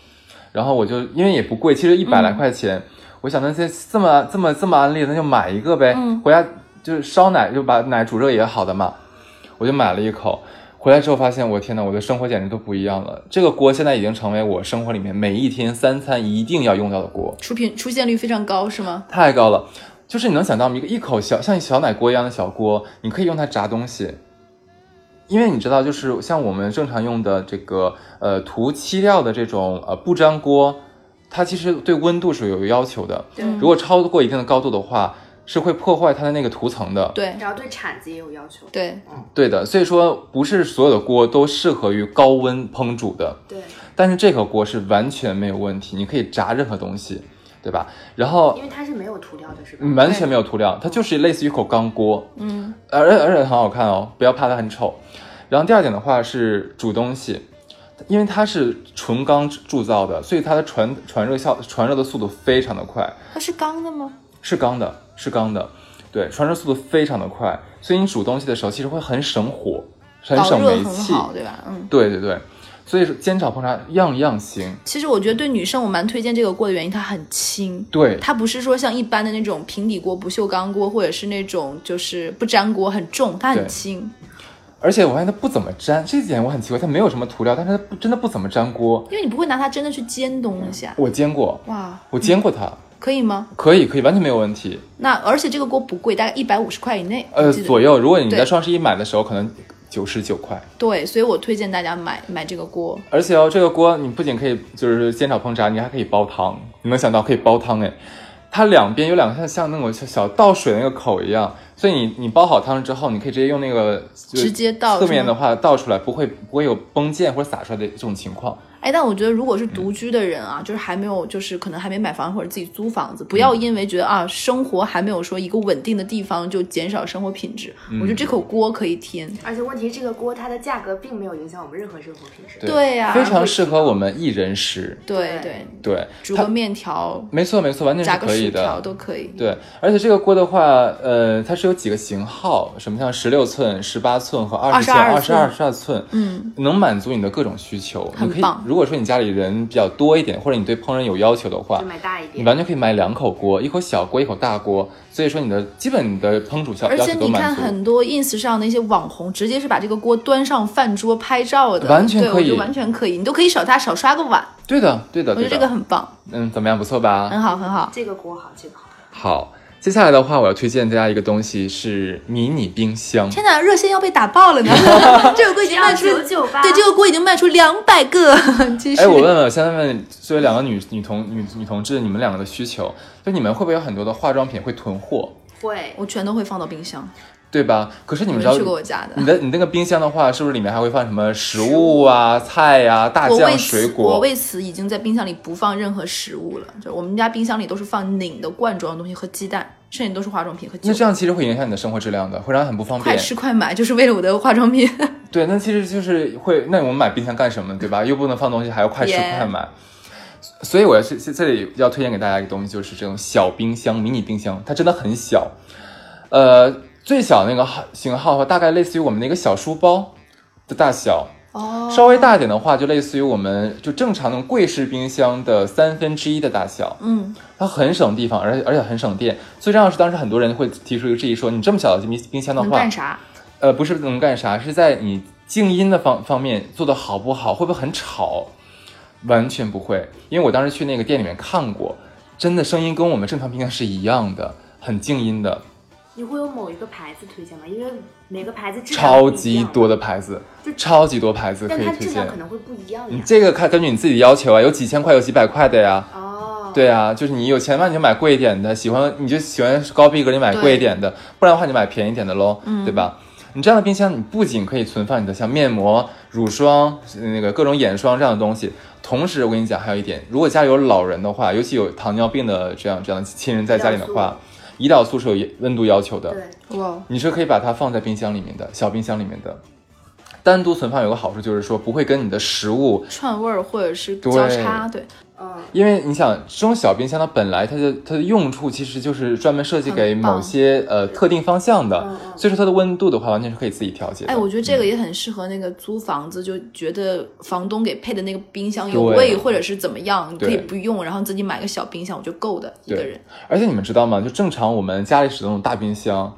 [SPEAKER 3] 然后我就因为也不贵，其实一百
[SPEAKER 2] 嗯
[SPEAKER 3] 来块钱，我想那些这么这么这么安利，那就买一个呗，
[SPEAKER 2] 嗯
[SPEAKER 3] 回家就是烧奶就把奶煮热也好的嘛，我就买了一口。回来之后发现，我天呐，我的生活简直都不一样了。这个锅现在已经成为我生活里面每一天三餐一定要用到的锅。
[SPEAKER 2] 出品出现率非常高是吗？
[SPEAKER 3] 太高了。就是你能想到一个一口小像小奶锅一样的小锅，你可以用它炸东西，因为你知道，就是像我们正常用的这个呃涂漆料的这种呃不粘锅，它其实对温度是有要求的。
[SPEAKER 4] 对
[SPEAKER 2] 嗯
[SPEAKER 3] 如果超过一定的高度的话，是会破坏它的那个涂层的。
[SPEAKER 2] 对
[SPEAKER 4] 然后对铲子也有要求。嗯
[SPEAKER 2] 对，
[SPEAKER 3] 对的，所以说不是所有的锅都适合于高温烹煮的。
[SPEAKER 4] 对，
[SPEAKER 3] 但是这个锅是完全没有问题，你可以炸任何东西，对吧？然后
[SPEAKER 4] 因为它是没有涂料的，是吧？
[SPEAKER 3] 完全没有涂料，它就是类似于一口钢锅，
[SPEAKER 2] 嗯
[SPEAKER 3] 而且而且很好看哦，不要怕它很丑。然后第二点的话是煮东西，因为它是纯钢铸造的，所以它的传传热效传热的速度非常的快，
[SPEAKER 2] 它是钢的吗？
[SPEAKER 3] 是钢的，是钢的，对，传热速度非常的快，所以你煮东西的时候其实会很省火，很
[SPEAKER 2] 导
[SPEAKER 3] 省
[SPEAKER 2] 热很
[SPEAKER 3] 煤气，
[SPEAKER 2] 好，对吧？嗯，
[SPEAKER 3] 对对对，所以说煎炒烹炸样样行，
[SPEAKER 2] 其实我觉得对女生我蛮推荐这个锅的原因，它很轻。
[SPEAKER 3] 对
[SPEAKER 2] 它不是说像一般的那种平底锅、不锈钢锅，或者是那种就是不粘锅很重，它很
[SPEAKER 3] 对
[SPEAKER 2] 轻，
[SPEAKER 3] 而且我发现它不怎么粘，这一点我很奇怪，它没有什么涂料，但是它不真的不怎么粘锅。
[SPEAKER 2] 因为你不会拿它真的去煎东西啊。
[SPEAKER 3] 我煎过，
[SPEAKER 2] 哇，
[SPEAKER 3] 我煎过它，
[SPEAKER 2] 可以吗？
[SPEAKER 3] 可以可以，完全没有问题。
[SPEAKER 2] 那而且这个锅不贵，大概一百五十块以内，
[SPEAKER 3] 呃，
[SPEAKER 2] 我记得
[SPEAKER 3] 左右，如果你
[SPEAKER 2] 对
[SPEAKER 3] 在双十一买的时候，可能九十九块。
[SPEAKER 2] 对，所以我推荐大家买买这个锅。
[SPEAKER 3] 而且哦，这个锅你不仅可以就是煎炒烹炸，你还可以煲汤。你能想到可以煲汤哎？它两边有两个像像那种小小倒水的那个口一样，所以你你煲好汤之后，你可以直接用那个就
[SPEAKER 2] 直接倒
[SPEAKER 3] 侧
[SPEAKER 2] 是
[SPEAKER 3] 面
[SPEAKER 2] 吗
[SPEAKER 3] 的话倒出来，不会不会有崩溅或者洒出来的这种情况。
[SPEAKER 2] 哎，但我觉得如果是独居的人啊，就是还没有，就是可能还没买房或者自己租房子，不要
[SPEAKER 3] 嗯
[SPEAKER 2] 因为觉得啊生活还没有说一个稳定的地方就减少生活品质。我觉得这
[SPEAKER 3] 嗯
[SPEAKER 2] 口锅可以添。
[SPEAKER 4] 而且问题是这个锅它的价格并没有影响我们任何生活品质。
[SPEAKER 2] 对呀、
[SPEAKER 3] 非常适合我们一人食。
[SPEAKER 2] 对
[SPEAKER 4] 对
[SPEAKER 2] 对，
[SPEAKER 3] 对，
[SPEAKER 2] 煮
[SPEAKER 3] 它
[SPEAKER 2] 个面条，
[SPEAKER 3] 没错没错，完全
[SPEAKER 2] 炸
[SPEAKER 3] 是
[SPEAKER 2] 个
[SPEAKER 3] 可以
[SPEAKER 2] 薯
[SPEAKER 3] 的。
[SPEAKER 2] 条都可以。
[SPEAKER 3] 对，而且这个锅的话，呃，它是有几个型号，什么像十六寸、十八寸和二十寸、
[SPEAKER 2] 22
[SPEAKER 3] 二十
[SPEAKER 2] 寸
[SPEAKER 3] 二、十二寸，
[SPEAKER 2] 嗯，
[SPEAKER 3] 能满足你的各种需求。
[SPEAKER 2] 很
[SPEAKER 3] 你可以
[SPEAKER 2] 棒，
[SPEAKER 3] 如果说你家里人比较多一点，或者你对烹饪有要求的话
[SPEAKER 4] 就，买大一
[SPEAKER 3] 你
[SPEAKER 4] 点。
[SPEAKER 3] 完全可以买两口锅，一口小锅，一口大锅。所以说你的基本的烹煮效
[SPEAKER 2] 而
[SPEAKER 3] 要
[SPEAKER 2] 且
[SPEAKER 3] 求都
[SPEAKER 2] 你看
[SPEAKER 3] 满足。
[SPEAKER 2] 很多 ins 上那些网红，直接是把这个锅端上饭桌拍照的，
[SPEAKER 3] 完全
[SPEAKER 2] 对
[SPEAKER 3] 可
[SPEAKER 2] 我觉
[SPEAKER 3] 以
[SPEAKER 2] 得完全可以，你都可以少它少刷个碗，
[SPEAKER 3] 对的，对的，
[SPEAKER 2] 我觉
[SPEAKER 3] 对
[SPEAKER 2] 得这个
[SPEAKER 3] 的。
[SPEAKER 2] 很棒，
[SPEAKER 3] 嗯，怎么样？不错吧？
[SPEAKER 2] 很好很好。
[SPEAKER 4] 这个锅好，这个好。
[SPEAKER 3] 好，接下来的话，我要推荐大家一个东西是迷你冰箱。
[SPEAKER 2] 天哪，热线要被打爆 了呢！这个锅已经卖出，
[SPEAKER 4] 只要998
[SPEAKER 2] 对，这个锅已经卖出两百个， 其实。
[SPEAKER 3] 哎，我问问，现在问作为两个女女同女女同志，你们两个的需求，就你们会不会有很多的化妆品会囤货，
[SPEAKER 4] 会，
[SPEAKER 2] 我全都会放到冰箱。
[SPEAKER 3] 对吧？可是你
[SPEAKER 2] 有
[SPEAKER 3] 们知
[SPEAKER 2] 人
[SPEAKER 3] 道，
[SPEAKER 2] 去过我家的
[SPEAKER 3] 你，的你那个冰箱的话，是不是里面还会放什么食物啊、菜呀、大
[SPEAKER 2] 我为
[SPEAKER 3] 酱、水
[SPEAKER 2] 此
[SPEAKER 3] 果？
[SPEAKER 2] 我为此已经在冰箱里不放任何食物了，就我们家冰箱里都是放拧的罐装的东西和鸡蛋，剩下都是化妆品和酒
[SPEAKER 3] 那。这样其实会影响你的生活质量的，会让你很不方
[SPEAKER 2] 快
[SPEAKER 3] 便。
[SPEAKER 2] 吃快买，就是为了我的化妆 品。
[SPEAKER 3] 对，那其实就是会，那我们买冰箱干什么，对吧？又不能放东西，还要快吃
[SPEAKER 2] Yeah
[SPEAKER 3] 快买。所以我要是这这里要推荐给大家一个东西，就是这种小冰箱、迷你冰箱，它真的很小。呃，最小那个号型号的话，大概类似于我们的一个小书包的大小。
[SPEAKER 2] 哦
[SPEAKER 3] 稍微大一点的话，就类似于我们就正常的柜式冰箱的三分之一的大小。
[SPEAKER 2] 嗯，
[SPEAKER 3] 它很省地方，而且而且很省电。最重要的是，当时很多人会提出一个质疑说，你这么小的冰冰箱的
[SPEAKER 2] 能
[SPEAKER 3] 话，
[SPEAKER 2] 干啥？
[SPEAKER 3] 呃，不是能干啥，是在你静音的方方面做的好不好，会不会很吵？完全不会，因为我当时去那个店里面看过，真的声音跟我们正常冰箱是一样的，很静音的，
[SPEAKER 4] 你会有某一个牌子推荐吗？因为每个牌子质量
[SPEAKER 3] 超
[SPEAKER 4] 不一
[SPEAKER 3] 级
[SPEAKER 4] 样
[SPEAKER 3] 多，的牌子
[SPEAKER 4] 就，
[SPEAKER 3] 超级多牌子可
[SPEAKER 4] 但
[SPEAKER 3] 以
[SPEAKER 4] 它
[SPEAKER 3] 推
[SPEAKER 4] 质量可
[SPEAKER 3] 荐。
[SPEAKER 4] 能会不一样
[SPEAKER 3] 你
[SPEAKER 4] 呀。
[SPEAKER 3] 这个看根据你自己的要求啊，有几千块，有几百块的呀。
[SPEAKER 4] 哦，，
[SPEAKER 3] 对啊，就是你有钱嘛，你就买贵一点的；喜欢你就喜欢高逼格，你买贵一点的；不然的话，你买便宜一点的喽，对吧？你这样的冰箱，你不仅可以存放你的像面膜、乳霜、那个各种眼霜这样的东西，同时我跟你讲，还有一点，如果家里有老人的话，尤其有糖尿病的这样这样的亲人在家里的话，胰岛素是有温度要求的，
[SPEAKER 4] 对，
[SPEAKER 2] 哇，
[SPEAKER 3] 你是可以把它放在冰箱里面的小冰箱里面的。单独存放有个好处就是说不会跟你的食物
[SPEAKER 2] 串味儿或者是
[SPEAKER 3] 对
[SPEAKER 2] 交叉，对。
[SPEAKER 4] 嗯，
[SPEAKER 3] 因为你想，这种小冰箱它本来它的它的用处其实就是专门设计给
[SPEAKER 2] 很棒
[SPEAKER 3] 某些呃特定方向的，
[SPEAKER 4] 嗯嗯
[SPEAKER 3] 所以说它的温度的话完全是可以自己调节的。
[SPEAKER 2] 哎，我觉得这个也很适合那个租房子，就觉得房东给配的那个冰箱有
[SPEAKER 3] 对
[SPEAKER 2] 味或者是怎么样，你可以
[SPEAKER 3] 对
[SPEAKER 2] 不用，然后自己买个小冰箱，我就够的一
[SPEAKER 3] 对
[SPEAKER 2] 个人。
[SPEAKER 3] 而且你们知道吗？就正常我们家里使用的大冰箱，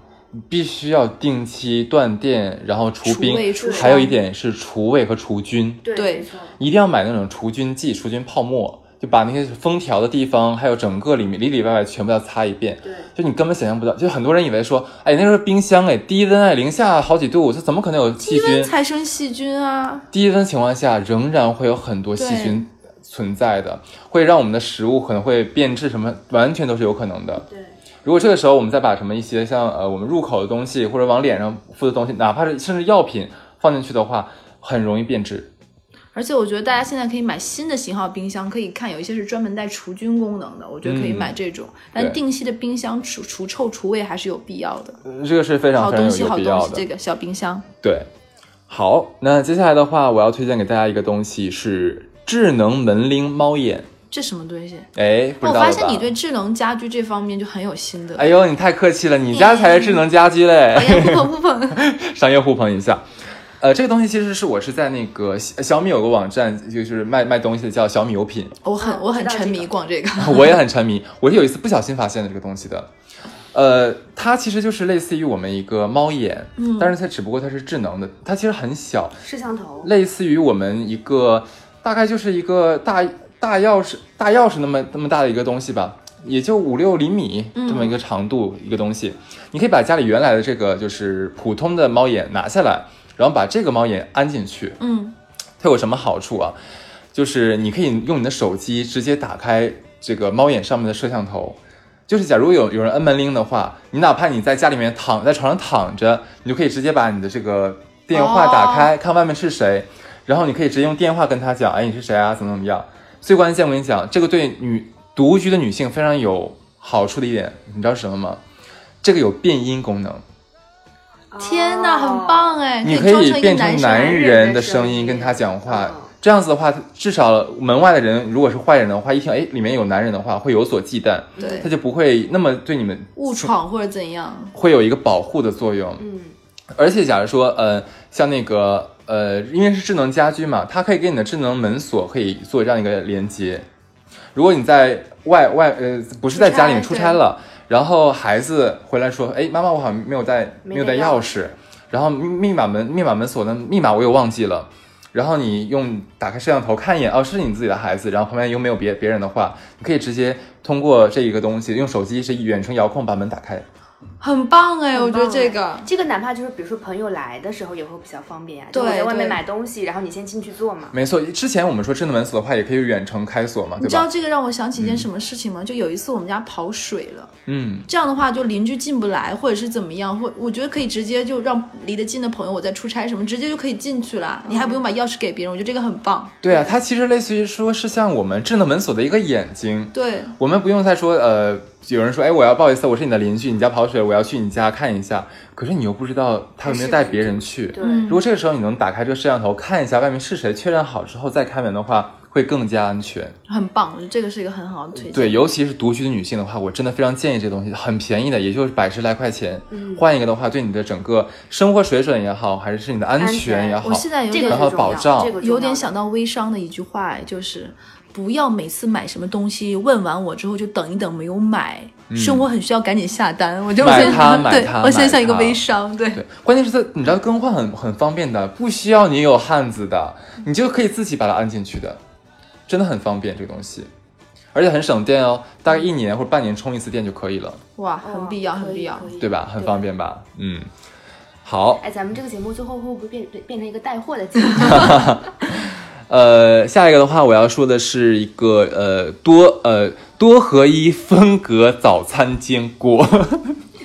[SPEAKER 3] 必须要定期断电，然后除
[SPEAKER 2] 除味
[SPEAKER 3] 冰
[SPEAKER 2] 除，
[SPEAKER 3] 还有
[SPEAKER 2] 伤
[SPEAKER 3] 一点是除味和除菌。
[SPEAKER 4] 对
[SPEAKER 2] 对
[SPEAKER 4] 没错
[SPEAKER 3] 一定要买那种除菌剂、除菌泡沫，就把那些封条的地方，还有整个里面里里外外全部要擦一遍。
[SPEAKER 4] 对
[SPEAKER 3] 就你根本想象不到，就很多人以为说，哎，那时候冰箱哎，低温哎，零下好几度，这怎么可能有细菌？
[SPEAKER 2] 才生细菌啊！
[SPEAKER 3] 低温情况下仍然会有很多细菌存在的，会让我们的食物可能会变质，什么完全都是有可能的。
[SPEAKER 4] 对
[SPEAKER 3] 如果这个时候我们再把什么一些像呃我们入口的东西，或者往脸上敷的东西，哪怕是甚至药品放进去的话，很容易变质。
[SPEAKER 2] 而且我觉得大家现在可以买新的型号冰箱，可以看有一些是专门带除菌功能的，我觉得可以
[SPEAKER 3] 嗯
[SPEAKER 2] 买这种。但
[SPEAKER 3] 对
[SPEAKER 2] 定期的冰箱除除臭除味还是有必要的。
[SPEAKER 3] 呃这个是非常
[SPEAKER 2] 好
[SPEAKER 3] 非常
[SPEAKER 2] 东
[SPEAKER 3] 有
[SPEAKER 2] 西，
[SPEAKER 3] 有
[SPEAKER 2] 好
[SPEAKER 3] 必
[SPEAKER 2] 东
[SPEAKER 3] 要
[SPEAKER 2] 西，
[SPEAKER 3] 的。
[SPEAKER 2] 这个小冰箱。
[SPEAKER 3] 对，好，那接下来的话，我要推荐给大家一个东西是智能门铃猫眼。
[SPEAKER 2] 这什么东西？哦
[SPEAKER 3] 哎，不
[SPEAKER 2] 我
[SPEAKER 3] 知道了吧
[SPEAKER 2] 发现你对智能家居这方面就很有心得。
[SPEAKER 3] 哎呦，你太客气了，你家才是智能家居
[SPEAKER 2] 哎
[SPEAKER 3] 嘞，
[SPEAKER 2] 呀，不捧不捧。
[SPEAKER 3] 商业互捧一下。呃，这个东西其实是我是在那个小小米有个网站，就是卖卖东西的，叫小米 有品，
[SPEAKER 2] 我很我很
[SPEAKER 4] 知道
[SPEAKER 2] 沉
[SPEAKER 4] 这
[SPEAKER 2] 迷
[SPEAKER 4] 个
[SPEAKER 2] 逛这个。
[SPEAKER 3] 我也很沉迷。我是有一次不小心发现了这个东西的。呃，它其实就是类似于我们一个猫眼，嗯，但是它只不过它是智能的，它其实很小，
[SPEAKER 4] 摄像头，
[SPEAKER 3] 类似于我们一个大概就是一个大大钥匙大钥匙那么那么大的一个东西吧，也就五六厘米这么一个长度一个东西，你可以把家里原来的这个就是普通的猫眼拿下来，然后把这个猫眼安进去，
[SPEAKER 2] 嗯，
[SPEAKER 3] 它有什么好处啊？就是你可以用你的手机直接打开这个猫眼上面的摄像头。就是假如有有人摁门铃的话，你哪怕你在家里面躺在床上躺着，你就可以直接把你的这个电话打开，看外面是谁，然后你可以直接用电话跟他讲，哎，你是谁啊？怎么怎么样？最关键我跟你讲，这个对女独居的女性非常有好处的一点，你知道是什么吗？这个有变音功能。
[SPEAKER 2] 天哪，
[SPEAKER 4] 哦
[SPEAKER 2] 很！棒哎！
[SPEAKER 3] 你
[SPEAKER 2] 可
[SPEAKER 3] 可
[SPEAKER 2] 以装
[SPEAKER 3] 以
[SPEAKER 2] 成一个
[SPEAKER 3] 变成
[SPEAKER 2] 生。啊
[SPEAKER 3] 男人的声
[SPEAKER 4] 男人的声音
[SPEAKER 3] 音跟他讲话
[SPEAKER 4] 嗯，
[SPEAKER 3] 这样子的话，至少门外的人如果是坏人的话，一听哎里面有男人的话，会有所忌惮，
[SPEAKER 2] 对
[SPEAKER 3] 他，就不会那么对你们
[SPEAKER 2] 误闯或者怎样，
[SPEAKER 3] 会有一个保护的作用。
[SPEAKER 4] 嗯，
[SPEAKER 3] 而且假如说呃像那个呃，因为是智能家居嘛，它可以跟你的智能门锁可以做这样一个连接。如果你在外外呃不是在家里面
[SPEAKER 2] 出
[SPEAKER 3] 出
[SPEAKER 2] 差
[SPEAKER 3] 差了，然后孩子回来说，哎，妈妈，我好像没有带
[SPEAKER 4] 没
[SPEAKER 3] 没有带
[SPEAKER 4] 带
[SPEAKER 3] 钥
[SPEAKER 4] 钥
[SPEAKER 3] 匙，然后密密码门密码门锁的密码我也忘记了。然后你用打开摄像头看一眼，哦，是你自己的孩子，然后旁边又没有别别人的话，你可以直接通过这一个东西，用手机是远程遥控把门打开。
[SPEAKER 2] 很棒哎！
[SPEAKER 4] 很
[SPEAKER 2] 我觉得
[SPEAKER 4] 棒
[SPEAKER 2] 这
[SPEAKER 4] 哎
[SPEAKER 2] 个
[SPEAKER 4] 这个哪怕就是比如说朋友来的时候也会比较方便啊，就
[SPEAKER 2] 对
[SPEAKER 4] 我在外
[SPEAKER 2] 对
[SPEAKER 4] 面买东西，然后你先进去做嘛。
[SPEAKER 3] 没错，之前我们说智能门锁的话，也可以远程开锁嘛，
[SPEAKER 2] 你
[SPEAKER 3] 对
[SPEAKER 2] 知道
[SPEAKER 3] 吧？
[SPEAKER 2] 这个让我想起一件什么事情吗？就有一次我们家跑水了，
[SPEAKER 3] 嗯，
[SPEAKER 2] 这样的话就邻居进不来，或者是怎么样，或我觉得可以直接就让离得近的朋友，我在出差什么，直接就可以进去了，
[SPEAKER 3] 嗯
[SPEAKER 2] 你还不用把钥匙给别人，我觉得这个很棒。
[SPEAKER 3] 对啊，它其实类似于说是像我们智能门锁的一个眼睛，
[SPEAKER 2] 对，
[SPEAKER 3] 我们不用再说呃，有人说哎，我要不好意思，我是你的邻居，你家跑水，我要去你家看一下，可是你又不知道他有没有带别人去。
[SPEAKER 4] 对，
[SPEAKER 2] 嗯
[SPEAKER 3] 如果这个时候你能打开这个摄像头看一下外面是谁，确认好之后再开门的话，会更加安全。
[SPEAKER 2] 很棒，我觉得这个是一个很好的推荐。
[SPEAKER 3] 对，尤其是独居的女性的话，我真的非常建议这东西，很便宜的，也就是百十来块钱。
[SPEAKER 4] 嗯
[SPEAKER 3] 换一个的话，对你的整个生活水准也好，还是你的安
[SPEAKER 4] 安
[SPEAKER 3] 全
[SPEAKER 4] 全
[SPEAKER 3] 也好，
[SPEAKER 2] 我现在有
[SPEAKER 4] 这
[SPEAKER 2] 点
[SPEAKER 4] 个
[SPEAKER 3] 然
[SPEAKER 4] 很
[SPEAKER 3] 后
[SPEAKER 4] 重
[SPEAKER 3] 保
[SPEAKER 4] 要，
[SPEAKER 3] 障
[SPEAKER 4] 这个重
[SPEAKER 2] 有点
[SPEAKER 4] 要
[SPEAKER 2] 想到微商的一句话，哎就是不要每次买什么东西问完我之后就等一等没有买，生活很需要赶紧下单。我觉得我
[SPEAKER 3] 买
[SPEAKER 2] 现
[SPEAKER 3] 它
[SPEAKER 2] 在
[SPEAKER 3] 买
[SPEAKER 2] 对
[SPEAKER 3] 它，
[SPEAKER 2] 我现在像一个
[SPEAKER 3] 买它
[SPEAKER 2] 微商，对
[SPEAKER 3] 对，关键是在你知道更换很很方便的，不需要你有汉字的，你就可以自己把它按进去的，真的很方便这个东西，而且很省电哦，大概一年或者半年充一次电就可以了，
[SPEAKER 2] 哇，
[SPEAKER 4] 哦
[SPEAKER 2] 很必要，
[SPEAKER 4] 可
[SPEAKER 2] 很
[SPEAKER 4] 以
[SPEAKER 2] 必要
[SPEAKER 4] 可。以
[SPEAKER 3] 对吧？很方便吧？嗯，好，
[SPEAKER 4] 哎，咱们这个节目最后会不会变变成一个带货的 节目？
[SPEAKER 3] 呃，下一个的话我要说的是一个呃多呃多合一分隔早餐煎锅，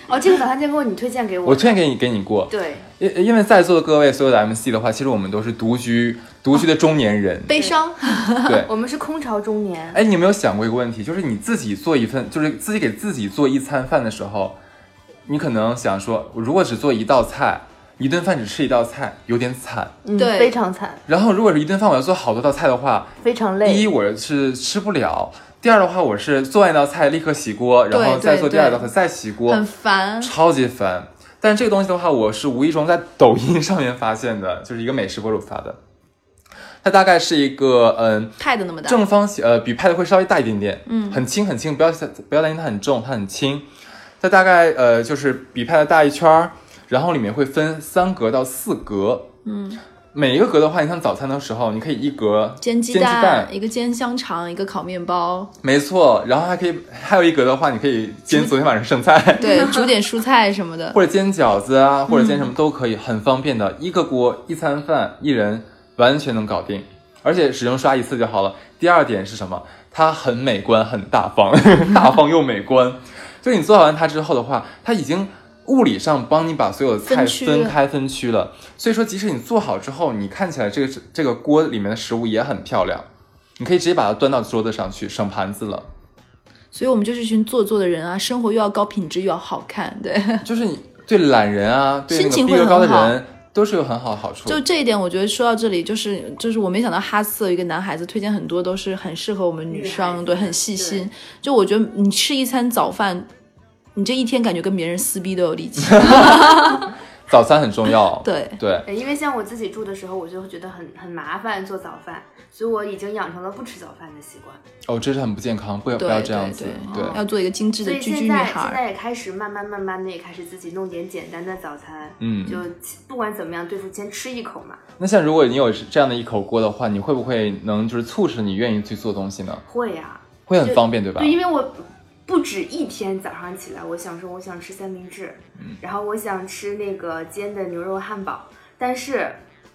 [SPEAKER 4] 哦，这个早餐煎锅你推荐给我，
[SPEAKER 3] 我推荐给你给你过，
[SPEAKER 4] 对，
[SPEAKER 3] 因因为在座的各位所有的 MC 的话，其实我们都是独居独居的中年人，
[SPEAKER 2] 悲伤，
[SPEAKER 3] 对。
[SPEAKER 4] 我们是空巢中年，
[SPEAKER 3] 哎，你有没有想过一个问题，就是你自己做一份，就是自己给自己做一餐饭的时候，你可能想说，如果只做一道菜，一顿饭只吃一道菜，有点惨。
[SPEAKER 5] 嗯
[SPEAKER 2] 对
[SPEAKER 5] 非常惨，
[SPEAKER 3] 然后如果是一顿饭我要做好多道菜的话，
[SPEAKER 5] 非常
[SPEAKER 3] 第一
[SPEAKER 5] 累。
[SPEAKER 3] 我是吃不了，第二的话我是做完一道菜立刻洗锅，然后
[SPEAKER 2] 对
[SPEAKER 3] 再
[SPEAKER 2] 对
[SPEAKER 3] 做第二
[SPEAKER 2] 对
[SPEAKER 3] 道菜再洗锅，
[SPEAKER 2] 很烦。
[SPEAKER 3] 超级烦。但是这个东西的话，我是无意中在抖音 上面发现的，就是一个美食博主发的。它大概是一个嗯
[SPEAKER 2] 派的那么大，
[SPEAKER 3] 正方形，呃，比派的会稍微大一点点，
[SPEAKER 2] 嗯
[SPEAKER 3] 很轻很轻，不要不要担心它很重，它很轻。它大概呃就是比派的大一圈儿，然后里面会分三格到四格，
[SPEAKER 2] 嗯，
[SPEAKER 3] 每一个格的话，你像早餐的时候，你可以一格
[SPEAKER 2] 煎
[SPEAKER 3] 鸡
[SPEAKER 2] 鸡蛋，一个煎香肠，一个烤面 包，
[SPEAKER 3] 没错，然后还可以还有一格的话，你可以煎昨天晚上剩菜，
[SPEAKER 2] 对，煮点蔬菜什么的。
[SPEAKER 3] 或者煎饺子啊，或者煎什
[SPEAKER 2] 嗯
[SPEAKER 3] 么都可以，很方便的，一个锅一餐饭，一人完全能搞定，而且只用刷一次就好了。第二点是什么？它很美观，很大方， 大方又美观。就是你做完它之后的话，它已经物理上帮你把所有的菜
[SPEAKER 2] 分区
[SPEAKER 3] 分开分区了，所以说即使你做好之后，你看起来这个这个锅里面的食物也很漂亮，你可以直接把它端到桌子上去，省盘子了。
[SPEAKER 2] 所以我们就是一群做作的人啊，生活又要高品质又要好看，对。
[SPEAKER 3] 就是你对懒人啊，对那
[SPEAKER 2] 心
[SPEAKER 3] 个
[SPEAKER 2] 情
[SPEAKER 3] 逼
[SPEAKER 2] 会
[SPEAKER 3] 格
[SPEAKER 2] 很
[SPEAKER 3] 高的
[SPEAKER 2] 好
[SPEAKER 3] 人，都是有很好的好处。
[SPEAKER 2] 就这一点，我觉得说到这里，就是就是我没想到哈斯有一个男孩子推荐很多都是很适合我们女
[SPEAKER 4] 女孩
[SPEAKER 2] 生，
[SPEAKER 4] 子
[SPEAKER 2] 对，很细心
[SPEAKER 4] 对。
[SPEAKER 2] 就我觉得你吃一餐早饭，你这一天感觉跟别人撕逼都有力 气。。
[SPEAKER 3] 早餐很重要
[SPEAKER 2] 对，
[SPEAKER 3] 对，
[SPEAKER 4] 对哎因为像我自己住的时候，我就会觉得很很麻烦做早饭，所以我已经养成了不吃早饭的习惯。
[SPEAKER 3] 哦，这是很不健康，不要不
[SPEAKER 2] 对
[SPEAKER 3] 要这样子
[SPEAKER 2] 对。
[SPEAKER 3] 对，
[SPEAKER 2] 要做一个精致
[SPEAKER 4] 所
[SPEAKER 2] 的
[SPEAKER 4] 以
[SPEAKER 2] 居居
[SPEAKER 4] 现
[SPEAKER 2] 女
[SPEAKER 4] 在
[SPEAKER 2] 孩
[SPEAKER 4] 现
[SPEAKER 2] 儿。
[SPEAKER 4] 在也开始慢慢慢慢的也开始自己弄点简单的早餐，
[SPEAKER 3] 嗯
[SPEAKER 4] 就不管怎么样对付先吃一口嘛，
[SPEAKER 3] 那像如果你有这样的一口锅的话，你会不会能就是促使你愿意去做东西呢？
[SPEAKER 4] 会啊呀、
[SPEAKER 3] 会很方便，对吧？
[SPEAKER 4] 对，因为我不止一天早上起来，我想说我想吃三明治，
[SPEAKER 3] 嗯
[SPEAKER 4] 然后我想吃那个煎的牛肉汉堡，但是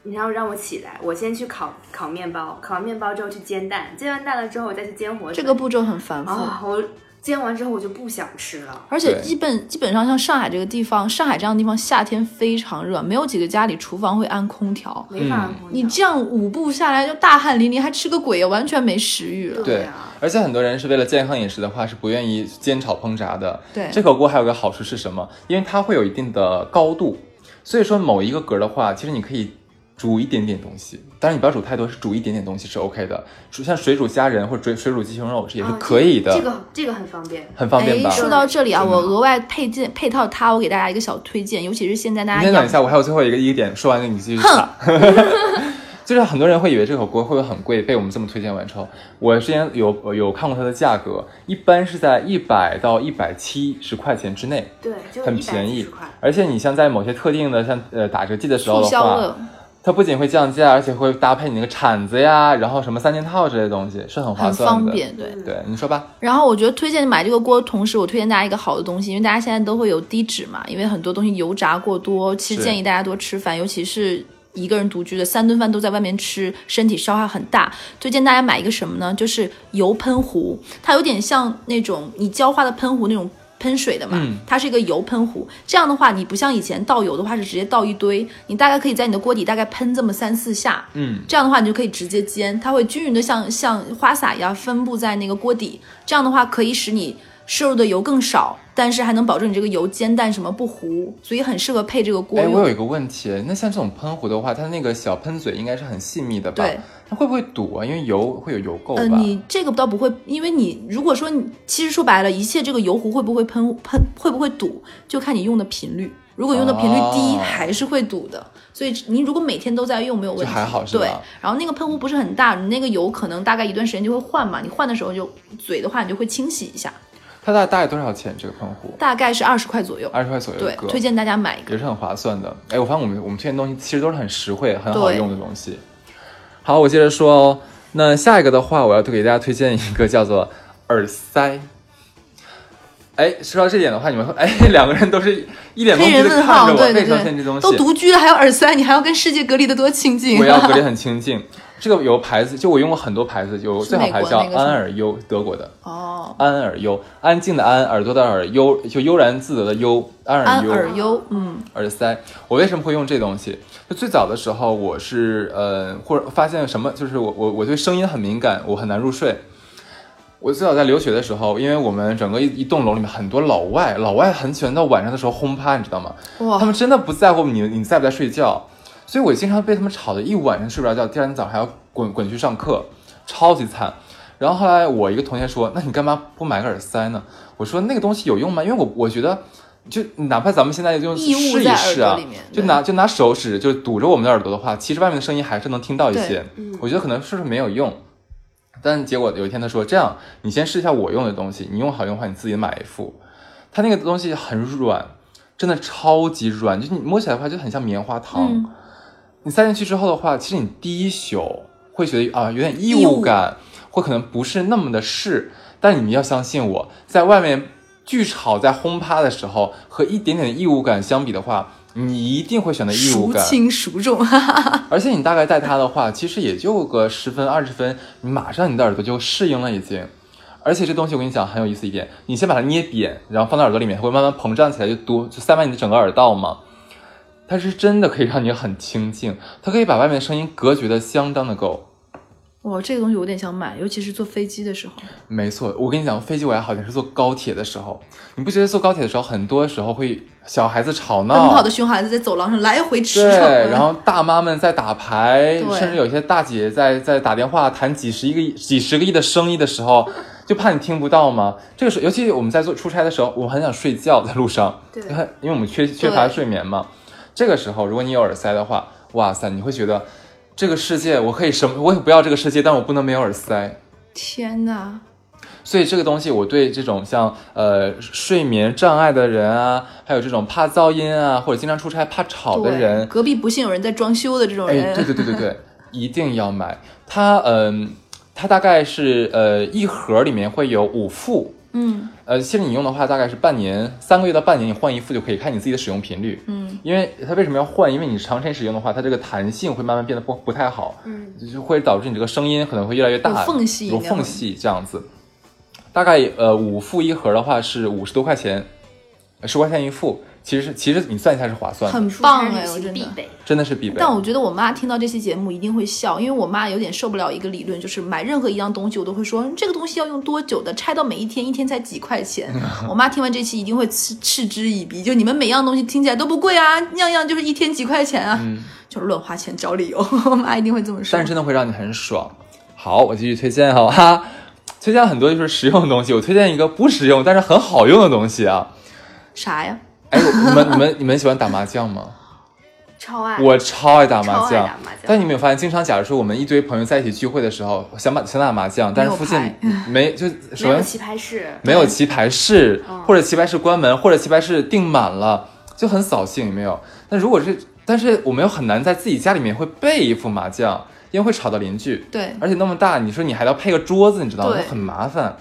[SPEAKER 4] 你要让我起来，我先去烤烤面包，烤完面包之后去煎蛋，煎完蛋了之后我再去煎火腿。
[SPEAKER 2] 这个步骤很繁复。
[SPEAKER 4] 啊、我煎完之后我就不想吃了。
[SPEAKER 2] 而且
[SPEAKER 3] 对
[SPEAKER 2] 基本基本上像上海这个地方，上海这样的地方夏天非常热，没有几个家里厨房会安空调。
[SPEAKER 4] 没法
[SPEAKER 3] 嗯
[SPEAKER 4] 空
[SPEAKER 2] 你
[SPEAKER 4] 调
[SPEAKER 2] 这样五步下来就大汗淋漓，还吃个鬼呀，完全没食欲了。
[SPEAKER 3] 对
[SPEAKER 4] 对啊
[SPEAKER 3] 而且很多人是为了健康饮食的话，是不愿意煎炒烹炸的。
[SPEAKER 2] 对
[SPEAKER 3] 这口锅还有个好处是什么？因为它会有一定的高度，所以说某一个格的话，其实你可以煮一点点东西，当然你不要煮太多，是煮一点点东西是 OK 的。煮像水煮虾仁或者水水煮鸡胸肉这也是
[SPEAKER 4] 啊
[SPEAKER 3] 可以的，
[SPEAKER 4] 这个这个很方便。
[SPEAKER 3] 很方便吧？
[SPEAKER 2] 说到这里啊，
[SPEAKER 3] 真
[SPEAKER 2] 我
[SPEAKER 3] 的
[SPEAKER 2] 额外配件配套它，我给大家一个小推荐，尤其是现在大
[SPEAKER 3] 你
[SPEAKER 2] 家
[SPEAKER 3] 先等
[SPEAKER 2] 养
[SPEAKER 3] 一下，我还有最后一个一个点，说完了你继续打。 就是很多人会以为这口锅会不会很贵，被我们这么推荐完之后，我之前有呃有看过它的价格，一般是在一百到一百七十块钱之内，
[SPEAKER 4] 对，就
[SPEAKER 3] 很
[SPEAKER 4] 一百
[SPEAKER 3] 便
[SPEAKER 4] 几
[SPEAKER 3] 宜
[SPEAKER 4] 十块。。
[SPEAKER 3] 而且你像在某些特定的像呃打折季的时候
[SPEAKER 2] 促
[SPEAKER 3] 的
[SPEAKER 2] 销
[SPEAKER 3] 话，
[SPEAKER 2] 了，
[SPEAKER 3] 它不仅会降价，而且会搭配你那个铲子呀，然后什么三件套之类的东西，是很划
[SPEAKER 2] 很
[SPEAKER 3] 算
[SPEAKER 2] 方。
[SPEAKER 3] 的。
[SPEAKER 2] 便。对，
[SPEAKER 4] 嗯
[SPEAKER 3] 对，你说吧。
[SPEAKER 2] 然后我觉得推荐买这个锅，同时我推荐大家一个好的东西，因为大家现在都会有低脂嘛，因为很多东西油炸过多，其实
[SPEAKER 3] 是
[SPEAKER 2] 建议大家多吃饭，尤其是。一个人独居的三顿饭都在外面吃，身体消耗很大。推荐大家买一个什么呢？就是油喷壶，它有点像那种你浇花的喷壶那种喷水的嘛，
[SPEAKER 3] 嗯
[SPEAKER 2] 它是一个油喷壶。这样的话，你不像以前倒油的话是直接倒一堆，你大概可以在你的锅底大概喷这么三四下，
[SPEAKER 3] 嗯，
[SPEAKER 2] 这样的话，你就可以直接煎，它会均匀的像像花洒一样分布在那个锅底。这样的话，可以使你摄入的油更少，但是还能保证你这个油煎蛋什么不糊，所以很适合配这个锅
[SPEAKER 3] 哎，我有
[SPEAKER 2] 用。
[SPEAKER 3] 一个问题，那像这种喷壶的话，它那个小喷嘴应该是很细密的吧？
[SPEAKER 2] 对，
[SPEAKER 3] 它会不会堵啊？因为油会有油垢吧？
[SPEAKER 2] 呃，你这个倒不会，因为你如果说你其实说白了，一切这个油壶会不会喷喷会不会堵，就看你用的频率。如果用的频率低，
[SPEAKER 3] 哦
[SPEAKER 2] 还是会堵的。所以您如果每天都在用，没有问题。
[SPEAKER 3] 就还好哦是吧
[SPEAKER 2] 对，然后那个喷壶不是很大，你那个油可能大概一段时间就会换嘛。你换的时候就嘴的话，你就会清洗一下。
[SPEAKER 3] 它大概大概多少钱？这个喷壶
[SPEAKER 2] 大概是二十块左右。
[SPEAKER 3] 二十块左右
[SPEAKER 2] 对
[SPEAKER 3] 一，个，
[SPEAKER 2] 推荐大家买一
[SPEAKER 3] 也
[SPEAKER 2] 个。
[SPEAKER 3] 是很划算的。哎，我发现我们我们推荐的东西其实都是很实惠、很好
[SPEAKER 2] 对
[SPEAKER 3] 用的东西。好，我接着说哦。那下一个的话，我要给大家推荐一个叫做耳塞。哎，说到这点的话，你们会哎，两个人都是一脸懵
[SPEAKER 2] 黑
[SPEAKER 3] 逼
[SPEAKER 2] 人
[SPEAKER 3] 的
[SPEAKER 2] 问
[SPEAKER 3] 看
[SPEAKER 2] 号，
[SPEAKER 3] 着我，
[SPEAKER 2] 对
[SPEAKER 3] 为
[SPEAKER 2] 对
[SPEAKER 3] 什么推荐这东
[SPEAKER 2] 对，
[SPEAKER 3] 西？
[SPEAKER 2] 都独居了还有耳塞，你还要跟世界隔离的多亲近。
[SPEAKER 3] 我要 隔离 很清静。这个有牌子，就我用过很多牌子，有
[SPEAKER 2] 是
[SPEAKER 3] 最好牌子叫
[SPEAKER 2] 美国那个是吗
[SPEAKER 3] 安尔优，德国的
[SPEAKER 2] 哦，
[SPEAKER 3] 安尔优，安静的安，耳朵的耳，悠就悠然自得的悠，安
[SPEAKER 2] 安
[SPEAKER 3] 尔优
[SPEAKER 2] 耳优，嗯，
[SPEAKER 3] 耳塞。我为什么会用这东西？就最早的时候，我是呃，或者发现什么，就是我我我对声音很敏感，我很难入睡。我最早在留学的时候，因为我们整个一一栋楼里面很多老外，老外很喜欢到晚上的时候轰趴，你知道吗？他
[SPEAKER 2] 哇，
[SPEAKER 3] 们真的不在乎你你在不在睡觉，所以我经常被他们吵得一晚上睡不着觉，第二天早上还要滚滚去上课，超级惨。然后后来我一个同学说：“那你干嘛不买个耳塞呢？”我说：“那个东西有用吗？因为我我觉得，就哪怕咱们现在就
[SPEAKER 2] 异
[SPEAKER 3] 试
[SPEAKER 2] 物
[SPEAKER 3] 一
[SPEAKER 2] 在
[SPEAKER 3] 试
[SPEAKER 2] 耳
[SPEAKER 3] 啊
[SPEAKER 2] 朵里面，
[SPEAKER 3] 就拿就拿手指就堵着我们的耳朵的话，其实外面的声音还是能听到一
[SPEAKER 2] 对
[SPEAKER 3] 些。我觉得可能是不是没有用。”但结果有一天他说：“这样，你先试一下我用的东西，你用好用的话，你自己买一副。”它那个东西很软，真的超级软，就你摸起来的话就很像棉花糖。
[SPEAKER 2] 嗯
[SPEAKER 3] 你塞进去之后的话，其实你第一宿会觉得啊、有点异
[SPEAKER 2] 异物
[SPEAKER 3] 物感，会可能不是那么的适。但你要相信我，在外面巨吵在轰趴的时候，和一点点的异物感相比的话，你一定会选择异物
[SPEAKER 2] 孰
[SPEAKER 3] 感。
[SPEAKER 2] 轻孰重？
[SPEAKER 3] 而且你大概戴它的话，其实也就个十分二十分，你马上你的耳朵就适应了已经。而且这东西我跟你讲很有意思一点，你先把它捏扁，然后放到耳朵里面，它会慢慢膨胀起来，就多就塞满你的整个耳道嘛。它是真的可以让你很清静，它可以把外面的声音隔绝的相当的够。
[SPEAKER 2] 哇，这个东西我有点想买，尤其是坐飞机的时候。
[SPEAKER 3] 没错，我跟你讲，飞机我还好点，是坐高铁的时候，你不觉得坐高铁的时候很多时候会小孩子吵闹，
[SPEAKER 2] 奔跑的熊孩子在走廊上来回驰 骋，嗯
[SPEAKER 3] 对，然后大妈们在打牌
[SPEAKER 2] 对，
[SPEAKER 3] 甚至有些大姐在在打电话谈几十一个亿、几十个亿的生意的 时候，就怕你听不到嘛。这个时候，尤其我们在做出差的时候，我很想睡觉，在路上，
[SPEAKER 4] 对
[SPEAKER 3] 因为因为我们缺缺乏
[SPEAKER 2] 对
[SPEAKER 3] 睡眠嘛。这个时候，如果你有耳塞的话，哇塞，你会觉得这个世界我可以什么，我也不要这个世界，但我不能没有耳塞。
[SPEAKER 2] 天哪，
[SPEAKER 3] 所以这个东西，我对这种像呃睡眠障碍的人啊，还有这种怕噪音啊，或者经常出差怕吵的
[SPEAKER 2] 对
[SPEAKER 3] 人，
[SPEAKER 2] 隔壁不幸有人在装修的这种人，
[SPEAKER 3] 哎，对对对对对，一定要买。它嗯、它大概是呃一盒里面会有五副，
[SPEAKER 2] 嗯
[SPEAKER 3] 呃，其实你用的话大概是半年、三个月到半年，你换一副就可以，看你自己的使用频率。
[SPEAKER 2] 嗯，
[SPEAKER 3] 因为它为什么要换？因为你长时间使用的话，它这个弹性会慢慢变得不不太好，
[SPEAKER 4] 嗯，
[SPEAKER 3] 就会导致你这个声音可能会越来越大，
[SPEAKER 2] 有缝隙
[SPEAKER 3] 有
[SPEAKER 2] 应该
[SPEAKER 3] 缝
[SPEAKER 2] 会
[SPEAKER 3] 隙这样子。大概呃五副一盒的话是五十多块钱，十块钱一副，其实是其实你算一下是划算的，
[SPEAKER 2] 很
[SPEAKER 4] 出
[SPEAKER 2] 棒
[SPEAKER 4] 差
[SPEAKER 2] 哎，
[SPEAKER 4] 旅
[SPEAKER 2] 我
[SPEAKER 4] 行
[SPEAKER 2] 真
[SPEAKER 4] 必
[SPEAKER 2] 的。
[SPEAKER 4] 备。
[SPEAKER 3] 真的是必备。
[SPEAKER 2] 但我觉得我妈听到这期节目一定会笑，因为我妈有点受不了一个理论，就是买任何一样东西，我都会说这个东西要用多久的，拆到每一天，一天才几块 钱。我妈听完这期一定会嗤嗤之以鼻，就你们每样东西听起来都不贵啊，样样就是一天几块钱啊， 就是乱花钱找理由。 我妈一定会这么说
[SPEAKER 3] 嗯但是。真的会让你很爽。好，我继续推荐好哈， 推荐很多就是实用的东西，我推荐一个不实用但是很好用的东西啊。
[SPEAKER 2] 啥呀？
[SPEAKER 3] 哎，我你们你们你们喜欢打麻将 吗？
[SPEAKER 4] 超爱
[SPEAKER 3] 我超爱打麻
[SPEAKER 4] 超爱
[SPEAKER 3] 将
[SPEAKER 4] 打麻将，
[SPEAKER 3] 但你有没有发现，经常假如说我们一堆朋友在一起聚会的时候，想把想打麻将，但是附近没就
[SPEAKER 4] 没
[SPEAKER 3] 首
[SPEAKER 4] 有
[SPEAKER 3] 先
[SPEAKER 4] 棋牌室，
[SPEAKER 3] 没有棋牌室
[SPEAKER 4] 嗯，
[SPEAKER 3] 或者棋牌室关门，或者棋牌室订满了，就很扫兴，有没有？那如果是，但是我们又很难在自己家里面会备一副麻将，因为会吵到邻居。
[SPEAKER 2] 对，
[SPEAKER 3] 而且那么大，你说你还要配个桌子，你知道吗？
[SPEAKER 2] 对
[SPEAKER 3] 就很麻烦。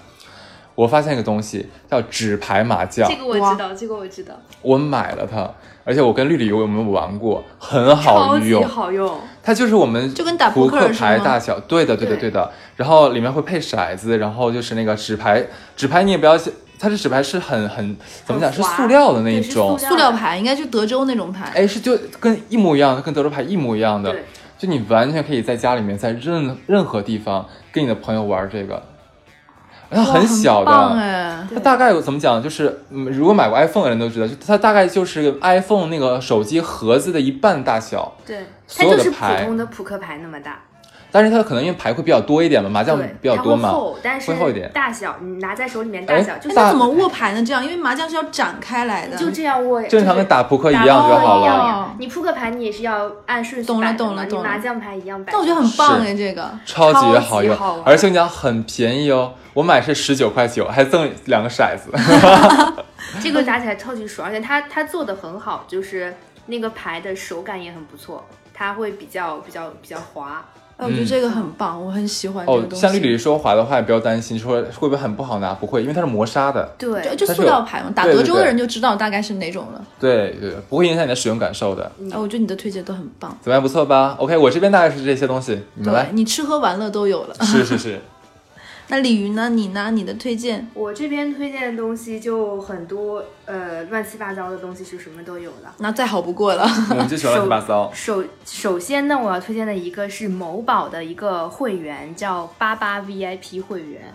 [SPEAKER 3] 我发现一个东西叫纸牌麻将
[SPEAKER 4] 这，个我
[SPEAKER 2] 哇
[SPEAKER 4] 知道，这个我知道，
[SPEAKER 3] 我买了它，而且我跟绿鲤鱼我们玩过，很好
[SPEAKER 4] 超级
[SPEAKER 3] 用。
[SPEAKER 4] 好用，
[SPEAKER 3] 它就是我们
[SPEAKER 2] 就跟打
[SPEAKER 3] 扑
[SPEAKER 2] 扑克
[SPEAKER 3] 克
[SPEAKER 2] 是
[SPEAKER 3] 牌
[SPEAKER 2] 吗
[SPEAKER 3] 大小，对的，对的，对
[SPEAKER 4] 对
[SPEAKER 3] 的。然后里面会配骰子，然后就是那个纸牌，纸牌你也不要，它的纸牌是很很怎么讲，是
[SPEAKER 4] 很滑
[SPEAKER 3] 塑料的那一
[SPEAKER 4] 对是
[SPEAKER 3] 种，
[SPEAKER 2] 塑料牌应该是德州那种牌。
[SPEAKER 3] 哎，是就跟一模一样，跟德州牌一模一样的
[SPEAKER 4] 对。
[SPEAKER 3] 就你完全可以在家里面，在任任何地方跟你的朋友玩这个，它
[SPEAKER 2] 哇
[SPEAKER 3] 很小
[SPEAKER 2] 棒
[SPEAKER 3] 的。
[SPEAKER 2] 哎，
[SPEAKER 3] 它大概有怎么讲？就是，嗯，如果买过 iPhone 的人都知道，就它大概就是 iPhone 那个手机盒子的一半大小，
[SPEAKER 4] 对，它
[SPEAKER 3] 所有的
[SPEAKER 4] 就是普
[SPEAKER 3] 牌
[SPEAKER 4] 通的扑克牌那么大，
[SPEAKER 3] 但是它可能因为牌会比较多一点嘛，麻将
[SPEAKER 4] 对，
[SPEAKER 3] 比较
[SPEAKER 4] 它
[SPEAKER 3] 多
[SPEAKER 4] 会
[SPEAKER 3] 嘛，
[SPEAKER 4] 厚，但是
[SPEAKER 3] 会厚一点
[SPEAKER 4] 大小你拿在手里面
[SPEAKER 3] 哎
[SPEAKER 4] 大小就是
[SPEAKER 2] 哎
[SPEAKER 3] 大
[SPEAKER 2] 那怎么握牌呢？这样，因为麻将是要展开来的。
[SPEAKER 4] 就这样握，
[SPEAKER 3] 正常
[SPEAKER 4] 就是
[SPEAKER 3] 跟打扑克一
[SPEAKER 4] 打
[SPEAKER 3] 样就
[SPEAKER 4] 扑克
[SPEAKER 3] 好
[SPEAKER 4] 一样
[SPEAKER 3] 了，
[SPEAKER 4] 呀你扑克牌你也是要按顺序
[SPEAKER 2] 哦懂了
[SPEAKER 4] 摆的
[SPEAKER 2] 懂
[SPEAKER 4] 嘛
[SPEAKER 2] 了
[SPEAKER 4] 你
[SPEAKER 2] 懂了
[SPEAKER 4] 麻将牌一样摆。
[SPEAKER 2] 但我觉得很棒
[SPEAKER 3] 是
[SPEAKER 2] 哎，这个
[SPEAKER 3] 超级
[SPEAKER 4] 超级
[SPEAKER 3] 好用
[SPEAKER 4] 好玩，
[SPEAKER 3] 而且我跟你讲很便宜哦，我买是十九块九，还赠两个骰 子，
[SPEAKER 4] 这个打起来超级爽，而且它它做的很好，就是那个牌的手感也很不错，它会比较比较比较滑。
[SPEAKER 2] 哎，我觉得
[SPEAKER 3] 嗯
[SPEAKER 2] 这个很棒，我很喜欢这个
[SPEAKER 3] 哦，
[SPEAKER 2] 东西。
[SPEAKER 3] 像绿鲤鱼说滑的话，也不要担心，说会不会很不好拿？不会，因为它是磨砂的。
[SPEAKER 2] 就
[SPEAKER 4] 对，
[SPEAKER 2] 就
[SPEAKER 3] 它是
[SPEAKER 2] 塑
[SPEAKER 3] 有
[SPEAKER 2] 料牌嘛，打
[SPEAKER 3] 对
[SPEAKER 2] 德
[SPEAKER 3] 对
[SPEAKER 2] 州的
[SPEAKER 3] 对
[SPEAKER 2] 人就知道大概是哪种了。
[SPEAKER 3] 对对，不会影响你的使用感受的，
[SPEAKER 4] 嗯
[SPEAKER 2] 哎，我觉得你的推荐都很棒，
[SPEAKER 3] 怎么样？不错吧？OK，我这边大概是这些东西，你们
[SPEAKER 2] 对
[SPEAKER 3] 来。
[SPEAKER 2] 你吃喝玩乐都有了。
[SPEAKER 3] 是是 是，
[SPEAKER 2] 那鲤鱼呢？你呢？你的推荐？
[SPEAKER 4] 我这边推荐的东西就很多，呃，乱七八糟的东西是什么都有了。
[SPEAKER 2] 那再好不过了。
[SPEAKER 3] 我们就喜欢乱七八糟。
[SPEAKER 4] 首首先呢，我要推荐的一个是某宝的一个会员，叫八八 VIP 会员。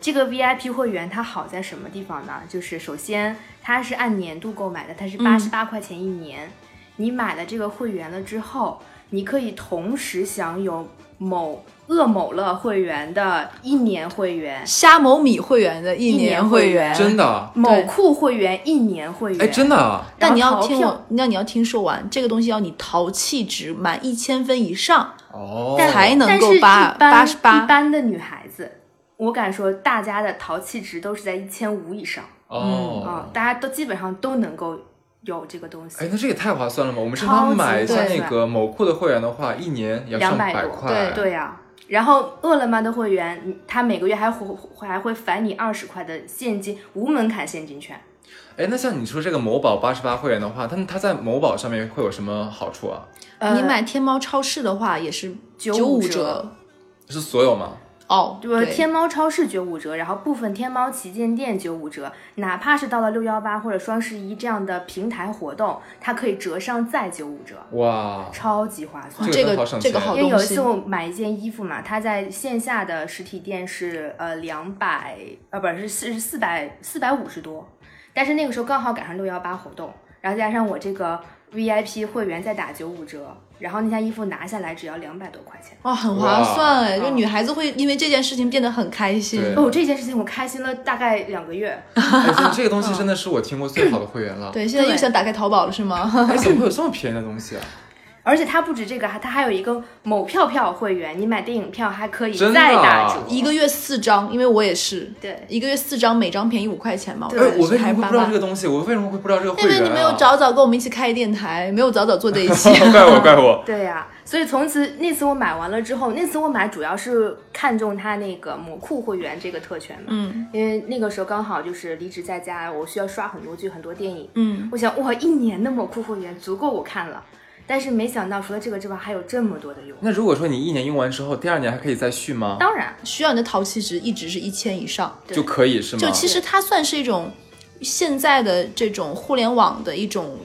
[SPEAKER 4] 这个 VIP 会员它好在什么地方呢？就是首先它是按年度购买的，它
[SPEAKER 2] 嗯
[SPEAKER 4] 是八十八块钱一年。你买了这个会员了之后，你可以同时享有某恶某乐会员的一年会员、
[SPEAKER 2] 虾某米会员的一
[SPEAKER 4] 一年
[SPEAKER 2] 会
[SPEAKER 4] 会员
[SPEAKER 3] 真的啊，
[SPEAKER 4] 某酷会员一年会员。
[SPEAKER 3] 哎，真的啊，
[SPEAKER 2] 但你
[SPEAKER 4] 然
[SPEAKER 2] 要
[SPEAKER 4] 后淘
[SPEAKER 2] 听
[SPEAKER 4] 票
[SPEAKER 2] 我，那你要听说完，这个东西要你淘气值满一千分以上，
[SPEAKER 3] 哦，
[SPEAKER 4] 但
[SPEAKER 2] 才能
[SPEAKER 4] 但
[SPEAKER 2] 够
[SPEAKER 4] 是一
[SPEAKER 2] 八
[SPEAKER 4] 般
[SPEAKER 2] 八十八
[SPEAKER 4] 一般的女孩子，我敢说大家的淘气值都是在一千五以上啊、
[SPEAKER 3] 哦，
[SPEAKER 4] 大家都基本上都能够有这个东
[SPEAKER 3] 哎
[SPEAKER 4] 西，，
[SPEAKER 3] 那这也太划算了吧！我们正
[SPEAKER 4] 超
[SPEAKER 3] 常
[SPEAKER 4] 级
[SPEAKER 3] 买像
[SPEAKER 4] 对
[SPEAKER 3] 那个某库的会员的话，一年也要上
[SPEAKER 4] 200
[SPEAKER 3] 百
[SPEAKER 4] 多
[SPEAKER 3] 块，
[SPEAKER 4] 对呀、然后饿了么的会员，你他每个月还会还会返你二十块的现金，无门槛现金券。
[SPEAKER 3] 哎，那像你说这个某宝八十八会员的话，它它在某宝上面会有什么好处啊？
[SPEAKER 4] 呃
[SPEAKER 2] 你买天猫超市的话也是
[SPEAKER 4] 九
[SPEAKER 2] 五
[SPEAKER 4] 五
[SPEAKER 2] 折
[SPEAKER 4] 折
[SPEAKER 3] 是所有吗？
[SPEAKER 2] 哦，
[SPEAKER 4] 就是天猫超市九五折，然后部分天猫旗舰店九五折，哪怕是到了六幺八或者双十一这样的平台活动，它可以折上再九五折，
[SPEAKER 3] 哇，
[SPEAKER 4] 超级划算。
[SPEAKER 3] 这
[SPEAKER 2] 这
[SPEAKER 3] 个很
[SPEAKER 2] 个
[SPEAKER 3] 好省
[SPEAKER 2] 这个
[SPEAKER 3] 钱
[SPEAKER 2] 好
[SPEAKER 4] 因为
[SPEAKER 2] 东
[SPEAKER 4] 有一
[SPEAKER 2] 西
[SPEAKER 4] 次，我买一件衣服嘛，它在线下的实体店是呃两百呃不是是四百四百五十多，但是那个时候刚好赶上六幺八活动，然后加上我这个 VIP 会员再打九五折，然后那件衣服拿下来只要两百多块钱。
[SPEAKER 2] 哦，很划
[SPEAKER 3] 哇
[SPEAKER 2] 算哎，就
[SPEAKER 4] 嗯
[SPEAKER 2] 女孩子会因为这件事情变得很开心。
[SPEAKER 3] 对
[SPEAKER 4] 哦，这件事情我开心了大概两 个月，
[SPEAKER 3] 哎，所以这个东西真的是我听过最好的会员了。
[SPEAKER 2] 对，现在又
[SPEAKER 4] 对
[SPEAKER 2] 想打开淘宝了是 吗？
[SPEAKER 3] 哎，怎么会有这么便宜的东西啊？
[SPEAKER 4] 而且它不止这个，还它还有一个某票票会员，你买电影票还可以
[SPEAKER 3] 真的
[SPEAKER 4] 再打
[SPEAKER 3] 啊
[SPEAKER 4] 折。
[SPEAKER 2] 一个月四张，因为我也是，
[SPEAKER 4] 对
[SPEAKER 2] 一个月四张，每张便宜五块钱嘛。
[SPEAKER 4] 对
[SPEAKER 3] 哎，
[SPEAKER 2] 记得
[SPEAKER 3] 我
[SPEAKER 2] 是
[SPEAKER 3] 为什
[SPEAKER 2] 还
[SPEAKER 3] 么会
[SPEAKER 2] 八
[SPEAKER 3] 不知道
[SPEAKER 2] 八
[SPEAKER 3] 这。个东西？我为什么会不知道这个会
[SPEAKER 2] 因为
[SPEAKER 3] 员、啊？
[SPEAKER 2] 你没有早早跟我们一起开电台，没有早早坐在一起。
[SPEAKER 3] 哦怪我怪我。
[SPEAKER 4] 对呀、所以从此那次我买完了之后，那次我买主要是看中它那个魔库会员这个特权嘛，
[SPEAKER 2] 嗯
[SPEAKER 4] 因为那个时候刚好就是离职在家，我需要刷很多剧、很多电影，
[SPEAKER 2] 嗯，
[SPEAKER 4] 我想哇，一年的魔库会员足够我看了，但是没想到除了这个之外还有这么多的用，
[SPEAKER 2] 嗯
[SPEAKER 3] 那如果说你一年用完之后，第二年还可以再续吗？
[SPEAKER 4] 当然
[SPEAKER 2] 需要你的淘气值一直是一千以上。
[SPEAKER 4] 对
[SPEAKER 3] 就可以是吗？
[SPEAKER 4] 嗯
[SPEAKER 2] 就其实它算是一种现在的这种互联网的一种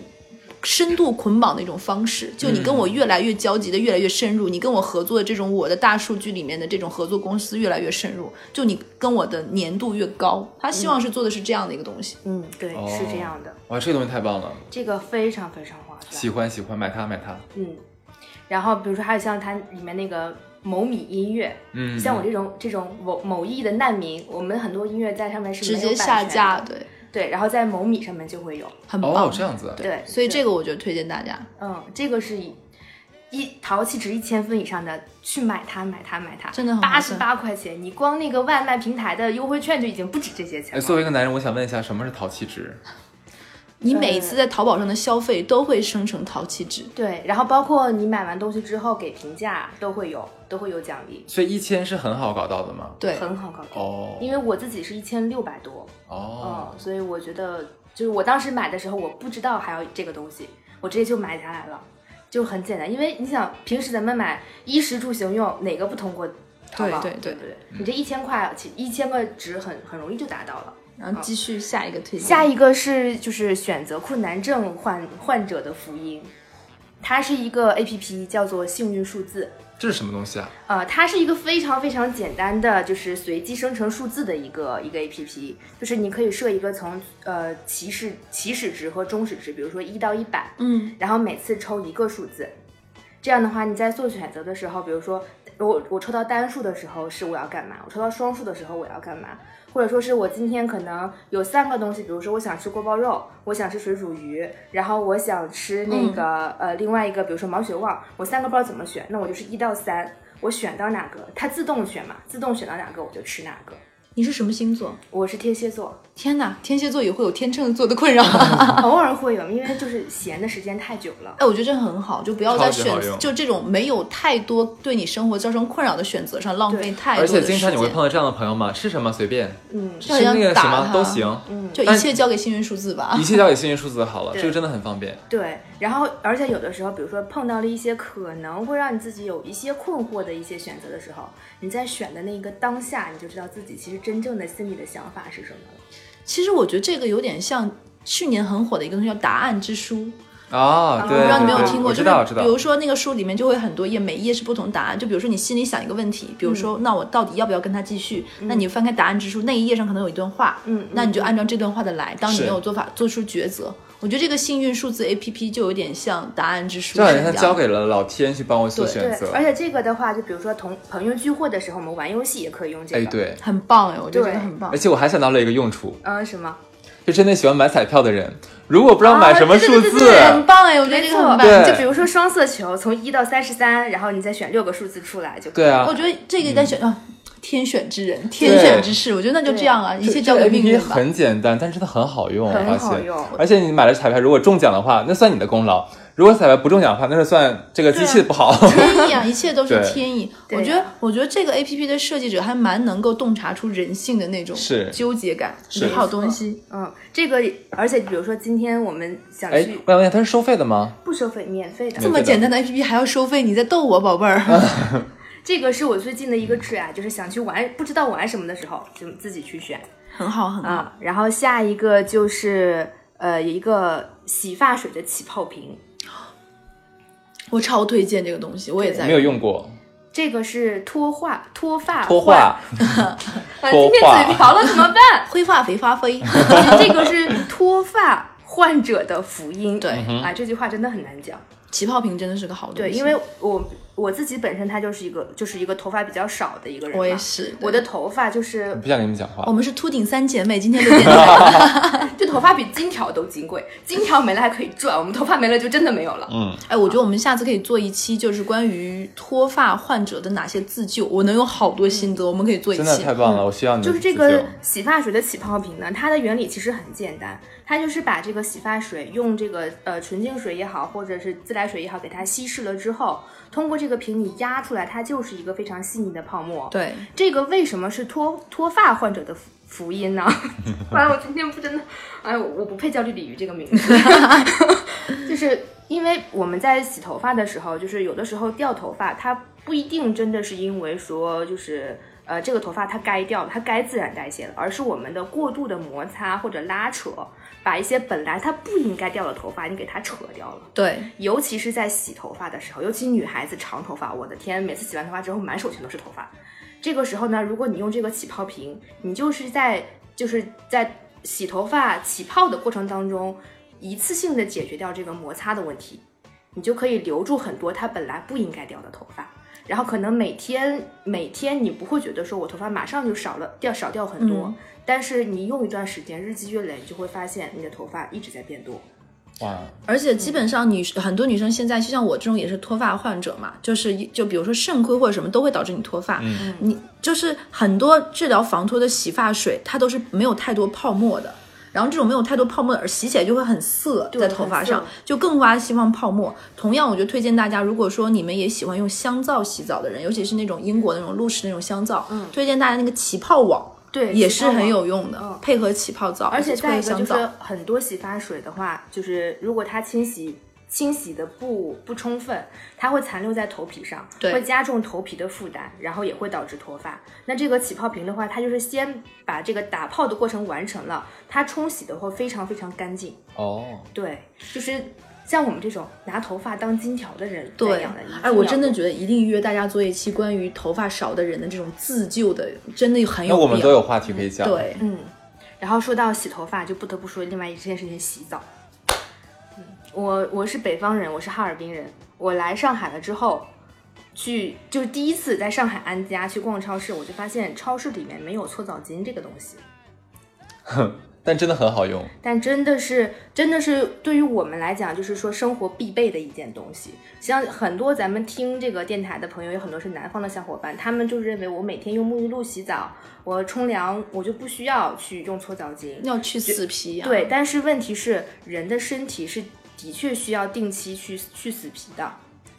[SPEAKER 2] 深度捆绑的一种方式。就你跟
[SPEAKER 4] 嗯
[SPEAKER 2] 我越来越交集的越来越深入，你跟我合作的这种我的大数据里面的这种合作公司越来越深入，就你跟我的粘度越高，他希望是做的是这样的一个东西。
[SPEAKER 4] 嗯，对，
[SPEAKER 3] 哦
[SPEAKER 4] 是这样的，
[SPEAKER 3] 哇，这个东西太棒了，
[SPEAKER 4] 这个非常非常划
[SPEAKER 3] 喜
[SPEAKER 4] 算，
[SPEAKER 3] 欢喜欢，买它买它。
[SPEAKER 4] 嗯，然后比如说还有像它里面那个某米音乐，
[SPEAKER 3] 嗯，
[SPEAKER 4] 像我这种这种某某艺的难民，我们很多音乐在上面是
[SPEAKER 2] 直
[SPEAKER 4] 没有
[SPEAKER 2] 接
[SPEAKER 4] 版
[SPEAKER 2] 下
[SPEAKER 4] 权
[SPEAKER 2] 架，
[SPEAKER 4] 的，
[SPEAKER 2] 对，
[SPEAKER 4] 对，然后在某米上面就会有，
[SPEAKER 2] 很棒。
[SPEAKER 3] 哦，这样子。
[SPEAKER 4] 对，
[SPEAKER 2] 所以这
[SPEAKER 4] 个
[SPEAKER 2] 个我就推荐大家。
[SPEAKER 4] 嗯，这个是一一淘气值一千分以上的去买它，买它，买它，
[SPEAKER 2] 真的很划
[SPEAKER 4] 八十
[SPEAKER 2] 算
[SPEAKER 4] 八块钱，你光那个外卖平台的优惠券就已经不止这些钱
[SPEAKER 3] 哎，
[SPEAKER 4] 了。
[SPEAKER 3] 作为一个男人，我想问一下，什么是淘气值？
[SPEAKER 2] 你每一次在淘宝上的消费都会生成淘气值，
[SPEAKER 4] 对，然后包括你买完东西之后给评价都会有，都会有奖励，
[SPEAKER 3] 所以一千是很好搞到的吗？
[SPEAKER 2] 对，
[SPEAKER 4] 很好搞定。
[SPEAKER 3] 哦
[SPEAKER 4] 因为我自己是一千六百多，
[SPEAKER 3] 哦
[SPEAKER 4] 嗯，，所以我觉得就是我当时买的时候，我不知道还有这个东西，我直接就买下来了，就很简单。因为你想，平时咱们买衣食住行用哪个不通过淘宝？
[SPEAKER 2] 对对
[SPEAKER 4] 对不对，你这一千块，其一千个值很很容易就达到了。
[SPEAKER 2] 然后继续下一个推荐。
[SPEAKER 4] 下一个是就是选择困难症患患者的福音，它是一个 A P P 叫做幸运数字，
[SPEAKER 3] 这是什么东西啊？
[SPEAKER 4] 呃，它是一个非常非常简单的，就是随机生成数字的一个一个 A P P，就是你可以设一个从呃起始起始值和终始值，比如说一到一百，
[SPEAKER 2] 嗯，
[SPEAKER 4] 然后每次抽一个数字，这样的话你在做选择的时候，比如说我我抽到单数的时候是我要干嘛，我抽到双数的时候我要干嘛，或者说是我今天可能有三个东西，比如说我想吃锅包肉，我想吃水煮鱼，然后我想吃那个、呃另外一个，比如说毛血旺，我三个不知道怎么选，那我就是一到三，我选到哪个，它自动选嘛，自动选到哪个我就吃哪个。
[SPEAKER 2] 你是什么星座？
[SPEAKER 4] 我是天蝎座，
[SPEAKER 2] 天哪，天蝎座也会有天秤座的困扰。
[SPEAKER 3] 嗯
[SPEAKER 4] 偶尔会有，因为就是闲的时间太久了。
[SPEAKER 2] 哎，我觉得这很好，就不要在
[SPEAKER 3] 超级
[SPEAKER 2] 选
[SPEAKER 3] 好用
[SPEAKER 2] 就这种没有太多对你生活造成困扰的选择上浪费
[SPEAKER 4] 对
[SPEAKER 2] 太多的
[SPEAKER 3] 而
[SPEAKER 2] 时
[SPEAKER 3] 且
[SPEAKER 2] 间。
[SPEAKER 3] 经常你会碰到这样的朋友吗？吃什么随便，
[SPEAKER 4] 嗯，
[SPEAKER 3] 吃那个什么都行，
[SPEAKER 2] 就一切交给幸运数字吧
[SPEAKER 3] 一。切交给幸运数字好了，
[SPEAKER 4] 对
[SPEAKER 3] 这个真的很方便。
[SPEAKER 4] 对，然后而且有的时候，比如说碰到了一些可能会让你自己有一些困惑的一些选择的时候，你在选的那一个当下，你就知道自己其实真正的心里的想法是什么了。
[SPEAKER 2] 其实我觉得这个有点像去年很火的一个东西叫答案之书，
[SPEAKER 3] 哦，对，
[SPEAKER 4] 我
[SPEAKER 2] 我嗯不
[SPEAKER 4] 不
[SPEAKER 2] 知道你没
[SPEAKER 3] 对
[SPEAKER 2] 有
[SPEAKER 3] 对
[SPEAKER 2] 听
[SPEAKER 3] 我
[SPEAKER 2] 过，
[SPEAKER 3] 知
[SPEAKER 2] 就
[SPEAKER 3] 道，知
[SPEAKER 2] 是
[SPEAKER 3] 道
[SPEAKER 2] 比，如说那个书里面就会很多页，每一页是不同答案。就比如说你心里想一个问题，比如
[SPEAKER 3] 嗯
[SPEAKER 2] 说那我到底要不要跟他继续？那你翻开答案之书，那一页上可能有一段话，
[SPEAKER 4] 嗯嗯
[SPEAKER 2] 那你就按照这段话的来，当你
[SPEAKER 3] 是
[SPEAKER 2] 没有做法做出抉择。我觉得这个幸运数字 A P P 就有点像答案之书是
[SPEAKER 3] 这好
[SPEAKER 2] 一
[SPEAKER 3] 像
[SPEAKER 2] 样
[SPEAKER 3] 交
[SPEAKER 2] 的。
[SPEAKER 3] 给了老天去帮我做
[SPEAKER 2] 对
[SPEAKER 3] 选
[SPEAKER 4] 对
[SPEAKER 3] 择，，
[SPEAKER 4] 而且这个的话，就比如说同朋友聚会的时候，我们玩游戏也可以用这
[SPEAKER 3] 哎，
[SPEAKER 4] 个。，
[SPEAKER 3] 对，
[SPEAKER 2] 很棒哎，我就觉得
[SPEAKER 4] 对
[SPEAKER 2] 很棒
[SPEAKER 3] 而。且我还想到了一个用处，
[SPEAKER 4] 嗯，什么？
[SPEAKER 3] 就真的喜欢买彩票的人，如果不知道买什么数
[SPEAKER 4] 啊对对
[SPEAKER 3] 字
[SPEAKER 4] 对，
[SPEAKER 2] 很棒哎，我觉得
[SPEAKER 4] 没
[SPEAKER 2] 这
[SPEAKER 4] 错
[SPEAKER 2] 个很，棒。
[SPEAKER 3] 对
[SPEAKER 4] 就比如说双色球，从一到三十三，然后你再选六个数字出来就可以。
[SPEAKER 3] 对啊
[SPEAKER 2] 我，觉得这个在选啊，天选之人，天选之事，我觉得那就这样啊，一
[SPEAKER 3] 这
[SPEAKER 2] 切
[SPEAKER 3] 这
[SPEAKER 2] 交
[SPEAKER 3] 个
[SPEAKER 2] 给命
[SPEAKER 3] APP
[SPEAKER 2] 运吧。
[SPEAKER 3] 很简单，但真的很好用，我
[SPEAKER 4] 很
[SPEAKER 3] 发
[SPEAKER 4] 好
[SPEAKER 3] 现
[SPEAKER 4] 用。
[SPEAKER 3] 而且你买了彩票，如果中奖的话，那算你的功劳；如果彩票不中奖的话，那是算这个机器不好。
[SPEAKER 2] 天意啊，一切都是
[SPEAKER 3] 对
[SPEAKER 2] 天意。
[SPEAKER 4] 对
[SPEAKER 2] 我
[SPEAKER 4] 啊
[SPEAKER 2] 觉得，我觉得这个 A P P 的设计者还蛮能够洞察出人性的那种
[SPEAKER 3] 是
[SPEAKER 2] 纠结感，
[SPEAKER 3] 是
[SPEAKER 2] 一套东西。
[SPEAKER 4] 嗯，这个而且比如说今天我们想
[SPEAKER 3] 哎嗯
[SPEAKER 4] 去，
[SPEAKER 3] 我想问一下，它是收费的吗？
[SPEAKER 4] 不收费，免费的
[SPEAKER 2] 这。么简单的 A P P 还要收费，你在逗我，宝贝儿。
[SPEAKER 3] 啊
[SPEAKER 4] 这个是我最近的一个挚爱，就是想去玩，不知道玩什么的时候，就自己去选
[SPEAKER 2] 很好，很好。
[SPEAKER 4] 啊。然后下一个就是呃一个洗发水的起泡瓶，
[SPEAKER 2] 我超推荐这个东西，我也在
[SPEAKER 3] 没有。用过，
[SPEAKER 4] 这个是脱发脱发
[SPEAKER 3] 脱发，
[SPEAKER 4] 换，啊
[SPEAKER 3] 脱
[SPEAKER 4] 今天
[SPEAKER 3] 发
[SPEAKER 4] 嘴瓢了怎么办？
[SPEAKER 2] 灰发肥发 飞，
[SPEAKER 4] 这个是脱发患者的福音。
[SPEAKER 3] 嗯
[SPEAKER 2] 对
[SPEAKER 4] 啊，这句话真的很难讲。
[SPEAKER 2] 起泡瓶真的嗯是个好东西。
[SPEAKER 4] 对，因为我我自己本身他就是一个就是一个头发比较少的一个人嘛。
[SPEAKER 2] 我也是，
[SPEAKER 4] 我的头发就是
[SPEAKER 3] 不想跟你们讲
[SPEAKER 2] 我
[SPEAKER 3] 话。
[SPEAKER 2] 们是秃顶三姐妹，今天录电 台。
[SPEAKER 4] 就头发比金条都金贵，金条没了还可以赚，我们头发没了就真的没有了。
[SPEAKER 3] 嗯，
[SPEAKER 2] 哎，我觉得我们下次可以做一期，就是关于脱发患者的哪些自救。我能有好多心得，我们可以做一
[SPEAKER 3] 嗯真的
[SPEAKER 2] 期
[SPEAKER 3] 太。棒了，我需要你的
[SPEAKER 4] 就是这
[SPEAKER 3] 自
[SPEAKER 4] 个
[SPEAKER 3] 救
[SPEAKER 4] 洗发水的起泡瓶呢，它的原理其实很简单，它就是把这个洗发水用这个呃纯净水也好，或者是自来水也好，给它稀释了之后，通过这个瓶你压出来，它就是一个非常细腻的泡沫。
[SPEAKER 2] 对，
[SPEAKER 4] 这个为什么是脱脱发患者的福福音呢？ 完了，我今天不真的，哎，我我不配叫绿鲤鱼这个名字， 就是因为我们在洗头发的时候，就是有的时候掉头发，它不一定真的是因为说就是。呃，这个头发它该掉了，它该自然代谢了，而是我们的过度的摩擦或者拉扯，把一些本来它不应该掉的头发，你给它扯掉了。
[SPEAKER 2] 对，
[SPEAKER 4] 尤其是在洗头发的时候，尤其女孩子长头发，我的天，每次洗完头发之后满手全都是头发。这个时候呢，如果你用这个起泡瓶，你就是在就是在洗头发起泡的过程当中，一次性的解决掉这个摩擦的问题，你就可以留住很多它本来不应该掉的头发。然后可能每天每天你不会觉得说我头发马上就少了掉少掉很多，
[SPEAKER 2] 嗯
[SPEAKER 4] 但是你用一段时间，日积月累，你就会发现你的头发一直在变多。
[SPEAKER 3] 哇，
[SPEAKER 2] 而且
[SPEAKER 4] 嗯
[SPEAKER 2] 基本上女很多女生现在就像我这种也是脱发患者嘛，就是一就比如说肾亏或者什么都会导致你脱发。
[SPEAKER 3] 嗯
[SPEAKER 2] 你就是很多治疗防脱的洗发水，它都是没有太多泡沫的。然后这种没有太多泡沫的，洗起来就会很涩，
[SPEAKER 4] 对
[SPEAKER 2] 在头发上
[SPEAKER 4] 很涩
[SPEAKER 2] 就更挖希望泡沫。同样，我就推荐大家，如果说你们也喜欢用香皂洗澡的人，尤其是那种英国那种露式那种香皂，
[SPEAKER 4] 嗯
[SPEAKER 2] 推荐大家那个起泡网，
[SPEAKER 4] 对
[SPEAKER 2] 也是很
[SPEAKER 4] 有。
[SPEAKER 2] 有用的，
[SPEAKER 4] 嗯
[SPEAKER 2] 配合起泡皂，
[SPEAKER 4] 而且
[SPEAKER 2] 配
[SPEAKER 4] 再
[SPEAKER 2] 合
[SPEAKER 4] 一个就
[SPEAKER 2] 香
[SPEAKER 4] 是
[SPEAKER 2] 皂。
[SPEAKER 4] 很多洗发水的话，就是如果它清洗清洗的不不充分，它会残留在头皮上，
[SPEAKER 2] 对
[SPEAKER 4] 会加重头皮的负担，然后也会导致脱发。那这个起泡瓶的话，它就是先把这个打泡的过程完成了，它冲洗的会非常非常干净。
[SPEAKER 3] 哦，
[SPEAKER 4] 对，就是像我们这种拿头发当金条的人那
[SPEAKER 2] 对
[SPEAKER 4] 样的，一定，
[SPEAKER 2] 哎，我
[SPEAKER 4] 要
[SPEAKER 2] 真的
[SPEAKER 4] 做
[SPEAKER 2] 觉得一定约大家做一期关于头发少的人的这种自救的，真的很有
[SPEAKER 3] 那我们
[SPEAKER 2] 必
[SPEAKER 3] 都
[SPEAKER 2] 要
[SPEAKER 3] 有话题可以讲。，
[SPEAKER 2] 对，
[SPEAKER 4] 嗯，然后说到洗头发，就不得不说另外一件事情——洗澡。嗯，我我是北方人，我是哈尔滨人。我来上海了之后，去就是第一次在上海安家去逛超市，我就发现超市里面没有搓澡巾这个东西。
[SPEAKER 3] 但真的很好用。
[SPEAKER 4] 但真的是，真的是对于我们来讲，就是说生活必备的一件东西。像很多咱们听这个电台的朋友，有很多是南方的小伙伴，他们就认为我每天用沐浴露洗澡，我冲凉我就不需要去用搓澡巾。
[SPEAKER 2] 要去死皮呀、啊
[SPEAKER 4] 对，，但是问题是，人的身体是的确需要定期去去死皮的。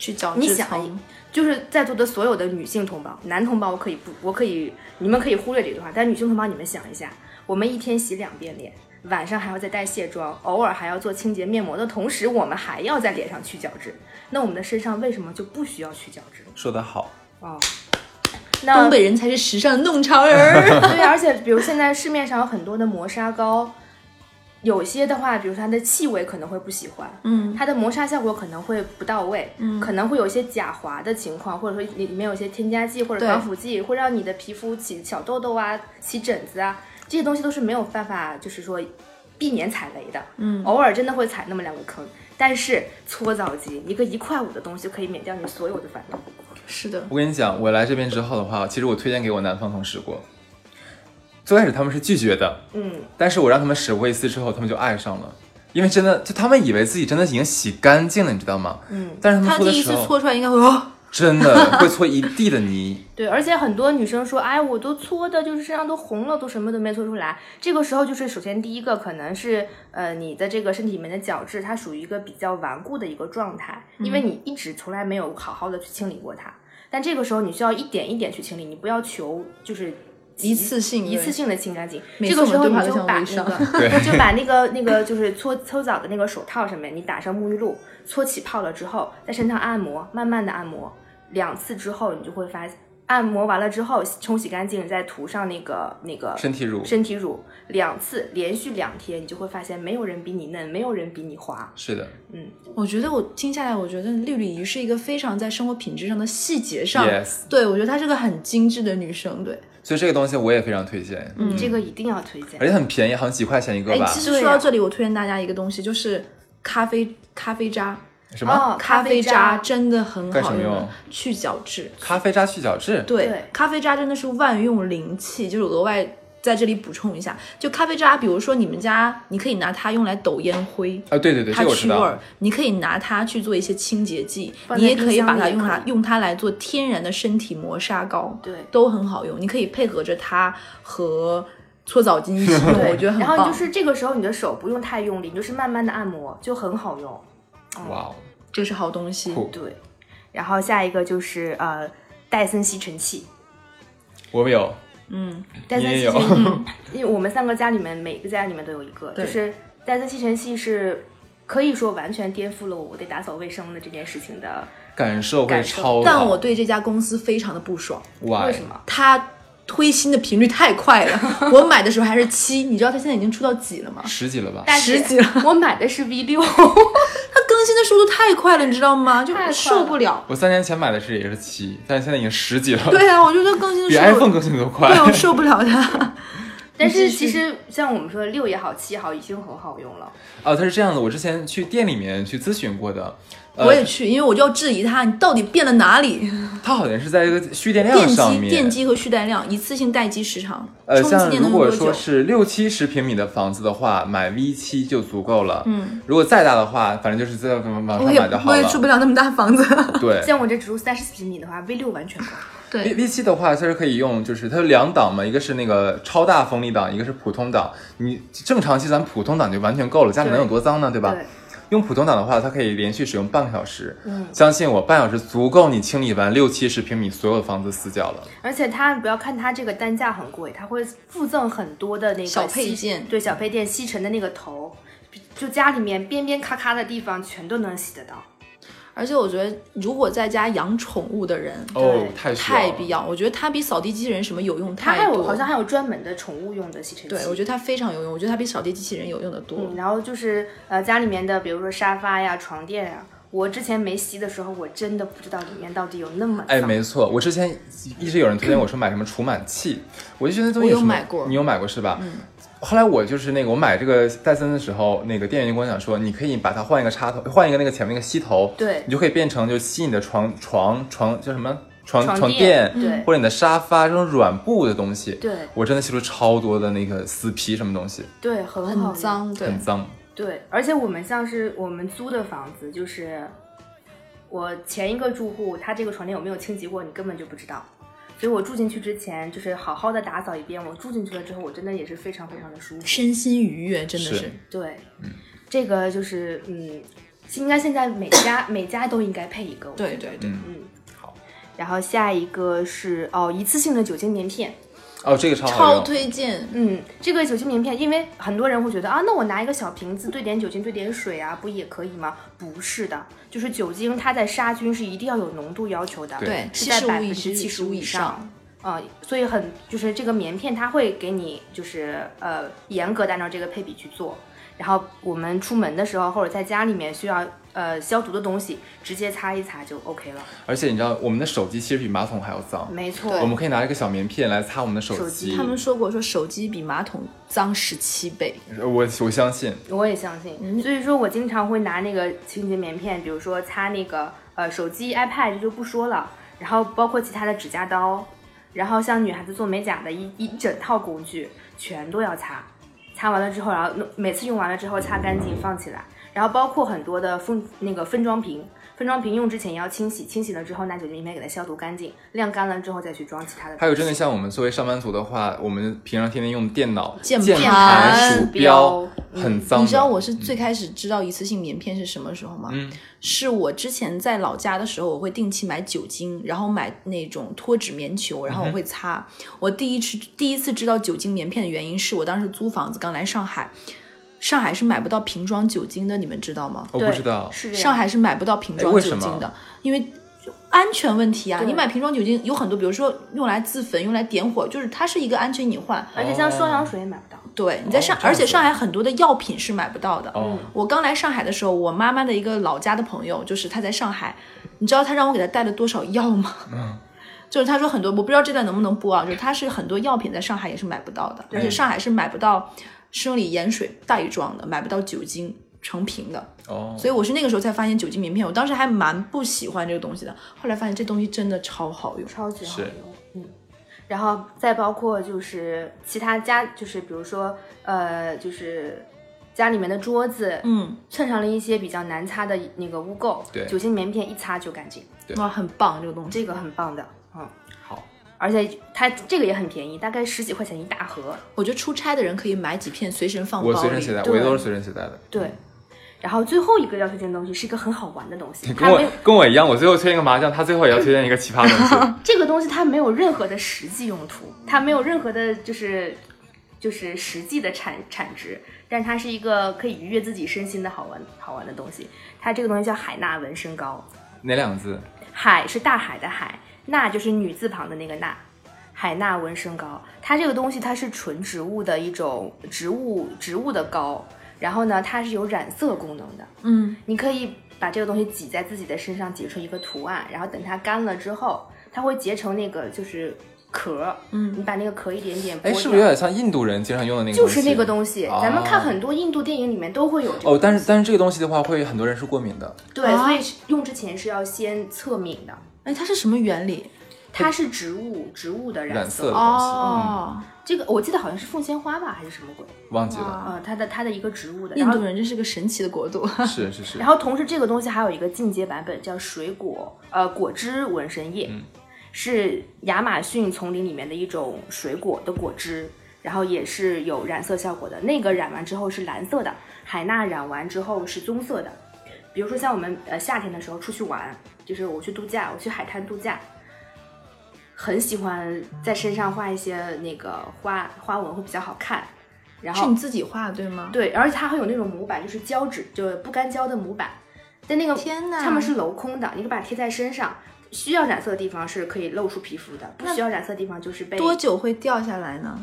[SPEAKER 2] 去角
[SPEAKER 4] 你
[SPEAKER 2] 质
[SPEAKER 4] 想
[SPEAKER 2] 层。
[SPEAKER 4] 就是在座的所有的女性同胞，男同胞我可以不，我可以，你们可以忽略这句话，但女性同胞你们想一下，我们一天洗两遍脸，晚上还要再带卸妆，偶尔还要做清洁面膜的同时，我们还要在脸上去角质，那我们的身上为什么就不需要去角质呢？
[SPEAKER 3] 说得好，
[SPEAKER 4] 哦，
[SPEAKER 2] 东
[SPEAKER 4] 那
[SPEAKER 2] 北人才是时尚弄潮儿。
[SPEAKER 4] 对，而且比如现在市面上有很多的磨砂膏，有些的话，比如说它的气味可能会不喜欢，
[SPEAKER 2] 嗯
[SPEAKER 4] 它的磨砂效果可能会不到位，
[SPEAKER 2] 嗯
[SPEAKER 4] 可能会有一些假滑的情况，或者说里里面有一些添加剂或者
[SPEAKER 2] 对
[SPEAKER 4] 防腐剂，会让你的皮肤起小痘痘啊、起疹子啊，这些东西都是没有办法，就是说避免踩雷的。
[SPEAKER 2] 嗯
[SPEAKER 4] 偶尔真的会踩那么两个坑，但是搓澡机一个一块五的东西可以免掉你所有的烦恼。
[SPEAKER 2] 是的，
[SPEAKER 3] 我跟你讲，我来这边之后的话，其实我推荐给我南方同事过。最开始他们是拒绝的，
[SPEAKER 4] 嗯，
[SPEAKER 3] 但是我让他们使过一次之后，他们就爱上了，因为真的就他们以为自己真的已经洗干净了，你知道吗？
[SPEAKER 4] 嗯，
[SPEAKER 3] 但是
[SPEAKER 2] 他
[SPEAKER 3] 他们搓的
[SPEAKER 2] 第一
[SPEAKER 3] 时
[SPEAKER 2] 次
[SPEAKER 3] 候，
[SPEAKER 2] 搓出来应该会哦，
[SPEAKER 3] 真的会搓一地的泥。
[SPEAKER 4] 对，而且很多女生说，哎，我都搓的，就是身上都红了，都什么都没搓出来。这个时候就是，首先第一个可能是，呃，你的这个身体里面的角质，它属于一个比较顽固的一个状态，
[SPEAKER 2] 嗯
[SPEAKER 4] 因为你一直从来没有好好的去清理过它。但这个时候你需要一点一点去清理，你不要求就是
[SPEAKER 2] 一次性
[SPEAKER 4] 一次
[SPEAKER 2] 对
[SPEAKER 4] 性的清干净。
[SPEAKER 2] 每
[SPEAKER 4] 这
[SPEAKER 2] 次
[SPEAKER 4] 个时
[SPEAKER 2] 我
[SPEAKER 4] 候
[SPEAKER 2] 们
[SPEAKER 4] 你
[SPEAKER 2] 对话
[SPEAKER 4] 就
[SPEAKER 2] 都像
[SPEAKER 4] 把
[SPEAKER 2] 微
[SPEAKER 4] 那
[SPEAKER 2] 商
[SPEAKER 4] 个， 就把那个那个就是搓搓澡的那个手套上面，你打上沐浴露，搓起泡了之后，在身上按摩，慢慢的按摩两次之后，你就会发现，按摩完了之后冲洗干净，再涂上那个那个
[SPEAKER 3] 身体乳
[SPEAKER 4] 身体乳两次，连续两天，你就会发现没有人比你嫩，没有人比你滑。
[SPEAKER 3] 是的
[SPEAKER 2] 我觉得我听下来，我觉得绿鲤鱼是一个非常在生活品质上的细节上
[SPEAKER 3] Yes
[SPEAKER 2] 对我觉得她是个很精致的女生，对。
[SPEAKER 3] 所以这个东西我也非常推荐，
[SPEAKER 4] 嗯，这个一定要推荐
[SPEAKER 3] 而。且很便宜，好像几块钱一个
[SPEAKER 2] 哎，
[SPEAKER 3] 吧？
[SPEAKER 2] 其实
[SPEAKER 4] 对
[SPEAKER 2] 说到
[SPEAKER 4] 呀
[SPEAKER 2] 这里，我推荐大家一个东西，就是咖啡咖啡渣，
[SPEAKER 3] 什么、
[SPEAKER 4] 哦，
[SPEAKER 2] 咖啡
[SPEAKER 4] 啡
[SPEAKER 2] 渣
[SPEAKER 4] 渣，
[SPEAKER 2] 真的很
[SPEAKER 3] 干什
[SPEAKER 2] 好
[SPEAKER 3] 么用
[SPEAKER 2] 用，去角质。
[SPEAKER 3] 咖啡渣去角质？
[SPEAKER 2] 对，
[SPEAKER 4] 对
[SPEAKER 2] 咖啡渣真的是万用灵器，就是额外在这里补充一下，就咖啡渣，比如说你们家，你可以拿它用来抖烟灰。
[SPEAKER 3] 啊，对对对，这
[SPEAKER 2] 它
[SPEAKER 3] 个我
[SPEAKER 2] 去
[SPEAKER 3] 知
[SPEAKER 2] 味
[SPEAKER 3] 道
[SPEAKER 2] 儿。，你可以拿它去做一些清洁剂，
[SPEAKER 4] 放
[SPEAKER 2] 你
[SPEAKER 4] 在
[SPEAKER 2] 也可以
[SPEAKER 4] 冰箱
[SPEAKER 2] 把
[SPEAKER 4] 里
[SPEAKER 2] 它
[SPEAKER 4] 也
[SPEAKER 2] 用它
[SPEAKER 4] 可以
[SPEAKER 2] 用它来做天然的身体磨砂膏，
[SPEAKER 4] 对
[SPEAKER 2] 都很好用。你可以配合着它和搓澡巾一 起用，
[SPEAKER 4] 对
[SPEAKER 2] 我觉得很
[SPEAKER 4] 然
[SPEAKER 2] 棒。
[SPEAKER 4] 后你就是这个时候你的手不用太用力，你就是慢慢的按摩，就很好用。
[SPEAKER 3] 哇哦，
[SPEAKER 2] 这是好东西，
[SPEAKER 3] 酷！
[SPEAKER 4] 对，然后下一个就是呃，戴森吸尘器。
[SPEAKER 3] 我们有，
[SPEAKER 2] 嗯，
[SPEAKER 4] 戴森
[SPEAKER 3] 你也
[SPEAKER 4] 吸
[SPEAKER 3] 有
[SPEAKER 4] 尘器，因为我们三个家里面每个家里面都有一个，
[SPEAKER 2] 对
[SPEAKER 4] 就是戴森吸尘器是可以说完全颠覆了我对打扫卫生的这件事情的。
[SPEAKER 3] 感受会
[SPEAKER 4] 感受
[SPEAKER 3] 超好。哦
[SPEAKER 2] 但我对这家公司非常的不爽，
[SPEAKER 3] Why？
[SPEAKER 4] 为什么？
[SPEAKER 2] 它推新的频率太快了。我买的时候还是七，你知道它现在已经出到几了吗？
[SPEAKER 3] 十几了吧？
[SPEAKER 4] 但是
[SPEAKER 2] 十几了，
[SPEAKER 4] 我买的是 V 六，
[SPEAKER 2] 它更新的速度太快了，你知道吗？就
[SPEAKER 4] 太快了
[SPEAKER 2] 受不了。
[SPEAKER 3] 我三年前买的是也是七，但是现在已经十几了，
[SPEAKER 2] 对啊，我觉得更新的
[SPEAKER 3] 比
[SPEAKER 2] 速度
[SPEAKER 3] iPhone 更新的都快
[SPEAKER 2] 对。啊，我受不了 它。
[SPEAKER 4] 但是
[SPEAKER 2] 你继
[SPEAKER 4] 其
[SPEAKER 2] 续
[SPEAKER 4] 实像我们说的六也好，七也好，已经很好用了。
[SPEAKER 3] 哦，它是这样的，我之前去店里面去咨询过的，呃
[SPEAKER 2] 我也去，因为我就要质疑它，你到底变了哪里？
[SPEAKER 3] 它好像是在一个蓄电量
[SPEAKER 2] 电
[SPEAKER 3] 上
[SPEAKER 2] 机、
[SPEAKER 3] 面。
[SPEAKER 2] 电机和蓄电量，一次性待机时长，
[SPEAKER 3] 呃，
[SPEAKER 2] 充气
[SPEAKER 3] 像
[SPEAKER 2] 电
[SPEAKER 3] 如
[SPEAKER 2] 能用多
[SPEAKER 3] 果
[SPEAKER 2] 久
[SPEAKER 3] 说？是六七十平米的房子的话，买 V 七就足够了。嗯，如果再大的话，反正就是在网上
[SPEAKER 2] 我也
[SPEAKER 3] 买就好
[SPEAKER 2] 我也住不
[SPEAKER 3] 了。
[SPEAKER 2] 了那么大 房子。
[SPEAKER 3] 对
[SPEAKER 4] 像我这只住三十平米的话，V 六完全够。
[SPEAKER 3] ，V
[SPEAKER 2] 对，
[SPEAKER 3] V 七的话，它是可以用，就是它有两档嘛，一个是那个超大风力档，一个是普通档。你正常其实咱普通档就完全够了，家里能有多脏呢，对吧？
[SPEAKER 4] 对，
[SPEAKER 3] 用普通档的话，它可以连续使用半个小时。嗯，相信我，半小时足够你清理完六七十平米所有的房子死角了。
[SPEAKER 4] 而且它不要看它这个单价很贵，它会附赠很多的那个
[SPEAKER 2] 小配
[SPEAKER 4] 吸
[SPEAKER 2] 件
[SPEAKER 4] 对小配件吸尘的那个头，就家里面边边咔咔的地方全都能洗得到。
[SPEAKER 2] 而且我觉得，如果在家养宠物的人，
[SPEAKER 3] 哦，太
[SPEAKER 4] 对
[SPEAKER 3] 需要
[SPEAKER 2] 太
[SPEAKER 3] 了
[SPEAKER 2] 必要。我觉得它比扫地机器人什么有用
[SPEAKER 4] 它还
[SPEAKER 2] 太
[SPEAKER 4] 有
[SPEAKER 2] 多。
[SPEAKER 4] 好像还有专门的宠物用的吸尘器，
[SPEAKER 2] 对，我觉得它非常有用。我觉得它比扫地机器人有用的多。
[SPEAKER 4] 嗯，然后就是呃家里面的，比如说沙发呀、床垫呀，我之前没吸的时候，我真的不知道里面到底有那么
[SPEAKER 3] 哎，
[SPEAKER 4] 脏
[SPEAKER 3] 没错，我之前一直有人推荐我说买什么除螨器，我就觉得那东西
[SPEAKER 2] 我有
[SPEAKER 3] 什么
[SPEAKER 2] 买过
[SPEAKER 3] 你有买过是吧？嗯。后来我就是那个我买这个戴森的时候，那个店员就跟我讲说，你可以把它换一个插头，换一个那个前面那个吸头，
[SPEAKER 4] 对
[SPEAKER 3] 你就可以变成就吸你的床床床叫什么床
[SPEAKER 4] 床
[SPEAKER 3] 垫
[SPEAKER 4] 垫，对
[SPEAKER 3] 或者你的沙发这种软布的东西。
[SPEAKER 4] 对
[SPEAKER 3] 我真的吸出超多的那个死皮什么东西，
[SPEAKER 4] 对，很好
[SPEAKER 2] 很
[SPEAKER 4] 用
[SPEAKER 2] 脏，对
[SPEAKER 3] 很，脏。
[SPEAKER 4] 对，而且我们像是我们租的房子，就是我前一个住户，他这个床垫有没有清洁过，你根本就不知道。所以我住进去之前，就是好好的打扫一遍。我住进去了之后，我真的也是非常非常的舒服。
[SPEAKER 2] 身心愉悦，真的
[SPEAKER 3] 是
[SPEAKER 4] 对，这个就是嗯，应该现在每家每家都应该配一个。，
[SPEAKER 2] 对对对，
[SPEAKER 4] 嗯，好。然后下一个是哦，一次性的酒精棉片。
[SPEAKER 3] 哦，这个超好
[SPEAKER 2] 超
[SPEAKER 3] 用。
[SPEAKER 2] 推荐。
[SPEAKER 4] 嗯，这个酒精棉片，因为很多人会觉得啊，那我拿一个小瓶子兑点酒精、兑点水啊，不也可以吗？不是的，就是酒精它在杀菌是一定要有浓度要求的，
[SPEAKER 3] 对
[SPEAKER 2] 对，
[SPEAKER 4] 是
[SPEAKER 2] 七
[SPEAKER 4] 在
[SPEAKER 2] 十
[SPEAKER 4] 百
[SPEAKER 2] 五
[SPEAKER 4] 分
[SPEAKER 2] 以
[SPEAKER 4] 之七十
[SPEAKER 2] 五
[SPEAKER 4] 五
[SPEAKER 2] 以
[SPEAKER 4] 以上。。呃，所以很就是这个棉片它会给你就是呃严格的按照这个配比去做。然后我们出门的时候或者在家里面需要呃消毒的东西，直接擦一擦就 OK 了。
[SPEAKER 3] 而且你知道，我们的手机其实比马桶还要脏，
[SPEAKER 4] 没错，
[SPEAKER 3] 我们可以拿一个小棉片来擦我们的手
[SPEAKER 4] 手机
[SPEAKER 2] 他们说过，说手机比马桶脏十七倍。
[SPEAKER 3] 我我相信，
[SPEAKER 4] 我也相
[SPEAKER 2] 嗯
[SPEAKER 4] 信，所以说我经常会拿那个清洁棉片，比如说擦那个呃手机、iPad 这就不说了，然后包括其他的指甲刀，然后像女孩子做美甲的一一整套工具全都要擦，擦完了之后，然后弄每次用完了之后擦干净放起来，然后包括很多的分那个分装瓶，分装瓶用之前也要清洗，清洗了之后拿酒精棉给它消毒干净，晾干了之后再去装其他的东西。
[SPEAKER 3] 还有真的像我们作为上班族的话，我们平常天天用的电脑、
[SPEAKER 2] 键
[SPEAKER 3] 键
[SPEAKER 2] 盘
[SPEAKER 3] 盘、鼠标
[SPEAKER 4] 鼠标
[SPEAKER 3] 很脏的。哦
[SPEAKER 2] 你知道我是最开始知道一次性棉片是什么时候吗？
[SPEAKER 3] 嗯
[SPEAKER 2] 是我之前在老家的时候，我会定期买酒精，然后买那种脱脂棉球，
[SPEAKER 3] 嗯
[SPEAKER 2] 然后我会擦。我第一次第一次知道酒精棉片的原因，是我当时租房子刚来上海，上海是买不到瓶装酒精的，你们知道吗？
[SPEAKER 3] 我不
[SPEAKER 4] 对
[SPEAKER 3] 知道，
[SPEAKER 4] 是这样
[SPEAKER 2] 上海是买不到瓶装
[SPEAKER 3] 哎为
[SPEAKER 2] 酒
[SPEAKER 3] 什么
[SPEAKER 2] 精的，因为就安全问题啊。
[SPEAKER 4] 对
[SPEAKER 2] 你买瓶装酒精有很多，比如说用来自焚、用来点火，就是它是一个安全隐患。
[SPEAKER 4] 而且
[SPEAKER 3] 哦
[SPEAKER 4] 像双氧水也买不到，
[SPEAKER 2] 对，你在上，
[SPEAKER 3] 这样
[SPEAKER 2] 而且
[SPEAKER 3] 子
[SPEAKER 2] 上海很多的药品是买不到的。
[SPEAKER 3] 哦，
[SPEAKER 2] 我刚来上海的时候，我妈妈的一个老家的朋友，就是她在上海，你知道她让我给她带了多少药吗？
[SPEAKER 3] 嗯
[SPEAKER 2] 就是她说很多，我不知道这段能不能播啊，就是她是很多药品在上海也是买不到的，而
[SPEAKER 3] 嗯
[SPEAKER 2] 且上海是买不到生理盐水袋装的，买不到酒精成瓶的。
[SPEAKER 3] 哦，
[SPEAKER 2] 所以我是那个时候才发现酒精棉片，我当时还蛮不喜欢这个东西的，后来发现这东西真的超好用。
[SPEAKER 4] 超级好
[SPEAKER 3] 是
[SPEAKER 4] 用，嗯。然后再包括就是其他家，就是比如说呃，就是家里面的桌子，
[SPEAKER 2] 嗯，
[SPEAKER 4] 蹭上了一些比较难擦的那个污垢，
[SPEAKER 3] 对嗯
[SPEAKER 4] 酒精棉片一擦就干净，
[SPEAKER 3] 对
[SPEAKER 2] 哇，很棒这个东西。
[SPEAKER 4] 这个很棒的，嗯。
[SPEAKER 3] 好，
[SPEAKER 4] 而且它这个也很便宜，大概十几块钱一大盒，
[SPEAKER 2] 我觉得出差的人可以买几片随身放包
[SPEAKER 3] 我
[SPEAKER 2] 里。
[SPEAKER 3] 随身携带，
[SPEAKER 4] 对
[SPEAKER 3] 我也都是随身携带的。
[SPEAKER 4] 对。然后最后一个要推荐的东西是一个很好玩的东西，
[SPEAKER 3] 跟
[SPEAKER 4] 它
[SPEAKER 3] 我
[SPEAKER 4] 没有
[SPEAKER 3] 跟我一样，我最后推荐一个麻将，他最后也要推荐一个奇葩东西。
[SPEAKER 4] 这个东西它没有任何的实际用途，它没有任何的就是就是实际的产产值，但它是一个可以愉悦自己身心的好玩好玩的东西。它这个东西叫海纳纹身膏，
[SPEAKER 3] 哪两个字？
[SPEAKER 4] 海是大海的海，纳就是女字旁的那个纳。海纳纹身膏，它这个东西它是纯植物的一种植物植物的膏，然后呢，它是有染色功能的，
[SPEAKER 2] 嗯，
[SPEAKER 4] 你可以把这个东西挤在自己的身上，挤出一个图案，然后等它干了之后，它会结成那个就是壳，
[SPEAKER 2] 嗯
[SPEAKER 4] 你把那个壳一点点剥
[SPEAKER 3] 哎，
[SPEAKER 4] 掉，
[SPEAKER 3] 是不是有点像印度人经常用的那个？
[SPEAKER 4] 就是那个东西？
[SPEAKER 3] 哦
[SPEAKER 4] 咱们看很多印度电影里面都会有这个
[SPEAKER 3] 哦，但是但是这个东西的话，会很多人是过敏的。
[SPEAKER 4] 对，
[SPEAKER 2] 啊
[SPEAKER 4] 所以是用之前是要先测敏的，
[SPEAKER 2] 哎，它是什么原理？
[SPEAKER 4] 它是植物植物的染
[SPEAKER 3] 染色
[SPEAKER 4] 色，
[SPEAKER 3] 的东西，
[SPEAKER 2] 哦
[SPEAKER 4] 这个我记得好像是凤仙花吧，还是什么鬼？
[SPEAKER 3] 忘记了。
[SPEAKER 2] 哇
[SPEAKER 4] 呃，它的它的一个植物
[SPEAKER 3] 嗯
[SPEAKER 4] 的，
[SPEAKER 2] 印
[SPEAKER 4] 然后
[SPEAKER 2] 度人真是个神奇的国度。
[SPEAKER 3] 是是是
[SPEAKER 4] 然，后同时这个东西还有一个进阶版本，叫水果呃果汁纹身液，
[SPEAKER 3] 嗯
[SPEAKER 4] 是亚马逊丛林里面的一种水果的果汁，然后也是有染色效果的。那个染完之后是蓝色的，海纳染完之后是棕色的。比如说像我们呃夏天的时候出去玩，就是我去度假，我去海滩度假。很喜欢在身上画一些那个花花纹会比较好看，然后
[SPEAKER 2] 是你自己画的对吗？
[SPEAKER 4] 对，而且它会有那种模板，就是胶纸，就是不干胶的模板。但那个
[SPEAKER 2] 天哪
[SPEAKER 4] 它们是镂空的，你可以把它贴在身上。需要染色的地方是可以露出皮肤的，不需要染色的地方就是被
[SPEAKER 2] 多久会掉下来呢？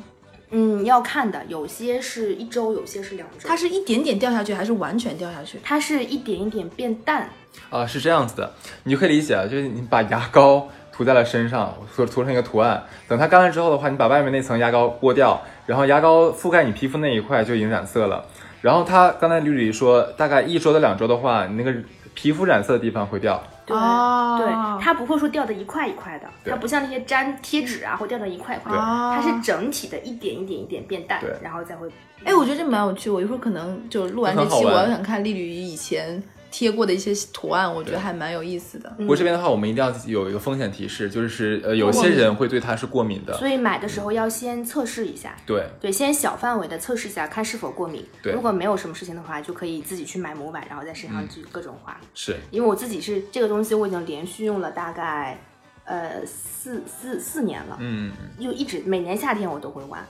[SPEAKER 4] 嗯要看的，有些是一周，有些是两周。
[SPEAKER 2] 它是一点点掉下去，还是完全掉下去？
[SPEAKER 4] 它是一点一点变淡，
[SPEAKER 3] 啊，是这样子的，你就可以理解啊，就是你把牙膏涂在了身上，涂涂成一个图案。等它干了之后的话，你把外面那层牙膏剥掉，然后牙膏覆盖你皮肤那一块就已经染色了。然后它刚才吕吕说，大概一周到两周的话，你那个皮肤染色的地方会掉。
[SPEAKER 4] 对、
[SPEAKER 2] 哦
[SPEAKER 4] 对，它不会说掉的一块一块的，
[SPEAKER 3] 对
[SPEAKER 4] 它不像那些粘贴纸啊会掉的一块一块
[SPEAKER 3] 对
[SPEAKER 4] 的，
[SPEAKER 2] 哦
[SPEAKER 4] 它是整体的一点一点一点变淡
[SPEAKER 3] 对，
[SPEAKER 4] 然后再会。
[SPEAKER 2] 哎，我觉得这蛮有趣。我一会儿可能就录完这
[SPEAKER 3] 很好
[SPEAKER 2] 期，我
[SPEAKER 3] 玩
[SPEAKER 2] 要想看丽吕以前贴过的一些图案，我觉得还蛮有意思
[SPEAKER 4] 嗯
[SPEAKER 2] 的。
[SPEAKER 3] 不过这边的话，我们一定要有一个风险提示，就是呃，有些人会对它是过敏的。
[SPEAKER 4] 所以买的时候要先测试一下，
[SPEAKER 3] 对，
[SPEAKER 4] 对，先小范围的测试一下，看是否过敏。
[SPEAKER 3] 对嗯
[SPEAKER 4] 如果没有什么事情的话，就可以自己去买模板，然后在身上去各种画。
[SPEAKER 3] 是
[SPEAKER 4] 因为我自己是这个东西，我已经连续用了大概呃四四四年了，
[SPEAKER 3] 嗯，
[SPEAKER 4] 就一直每年夏天我都会玩。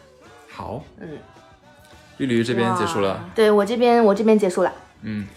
[SPEAKER 3] 好，
[SPEAKER 4] 嗯，
[SPEAKER 3] 绿驴这边结束
[SPEAKER 2] 哇
[SPEAKER 3] 了，
[SPEAKER 4] 对我这边我这边结束了。
[SPEAKER 3] 嗯，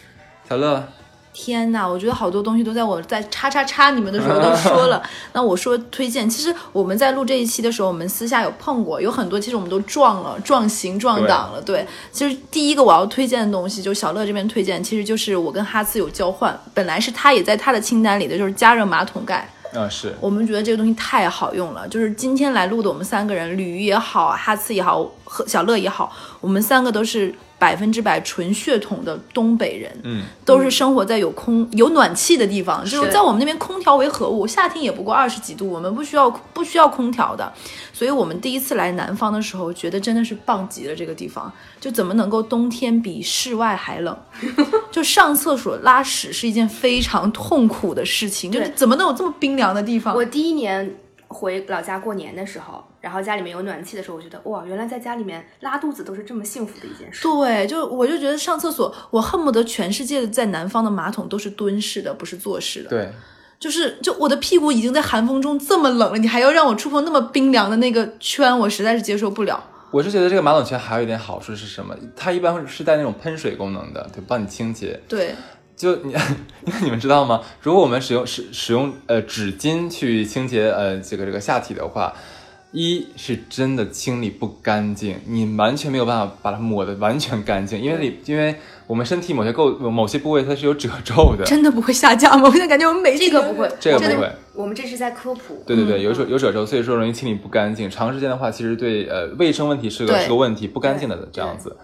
[SPEAKER 3] 小乐，
[SPEAKER 2] 天呐，我觉得好多东西都在我在叉叉叉你们的时候都说了。那我说推荐，其实我们在录这一期的时候，我们私下有碰过，有很多其实我们都撞了，撞型撞档了。对，其实第一个我要推荐的东西，就小乐这边推荐，其实就是我跟哈斯有交换，本来是他也在他的清单里的，就是加热马桶盖。
[SPEAKER 3] 啊是，
[SPEAKER 2] 我们觉得这个东西太好用了，就是今天来录的我们三个人，吕也好，哈次也好，和小乐也好，我们三个都是百分之百纯血统的东北人，
[SPEAKER 3] 嗯，
[SPEAKER 2] 都是生活在有空有暖气的地方，就是
[SPEAKER 5] 是
[SPEAKER 2] 在我们那边空调为何物，夏天也不过二十几度，我们不需要不需要空调的，所以我们第一次来南方的时候，觉得真的是棒极了这个地方，就怎么能够冬天比室外还冷？就上厕所拉屎是一件非常痛苦的事情，就是
[SPEAKER 5] 对
[SPEAKER 2] 怎么能有这么冰凉的地方？
[SPEAKER 5] 我第一年回老家过年的时候，然后家里面有暖气的时候，我觉得哇，原来在家里面拉肚子都是这么幸福的一件事。
[SPEAKER 2] 对，就我就觉得上厕所，我恨不得全世界的在南方的马桶都是蹲式的，不是坐式的。，
[SPEAKER 3] 对，
[SPEAKER 2] 就是就我的屁股已经在寒风中这么冷了，你还要让我触碰那么冰凉的那个圈，我实在是接受不了。
[SPEAKER 3] 我是觉得这个马桶圈还有一点好处是什么？它一般是带那种喷水功能的，对，帮你清洁。
[SPEAKER 2] 对，
[SPEAKER 3] 就你， 因为你们知道吗？如果我们使用使使用呃纸巾去清洁呃这个这个下体的话，一是真的清理不干净，你完全没有办法把它抹得完全干净，因为里因为我们身体某些构某些部位它是有褶皱的，
[SPEAKER 2] 真的不会下架吗？我现在感觉我们每
[SPEAKER 5] 这个不会，
[SPEAKER 3] 这个不
[SPEAKER 5] 我们
[SPEAKER 3] 会。
[SPEAKER 5] 我们这是在科普。
[SPEAKER 3] 对对
[SPEAKER 2] 嗯
[SPEAKER 3] 对，有褶有褶皱，所以说容易清理不干净。长时间的话，其实对呃卫生问题是个
[SPEAKER 2] 对
[SPEAKER 3] 是个问题，不干净的这样子。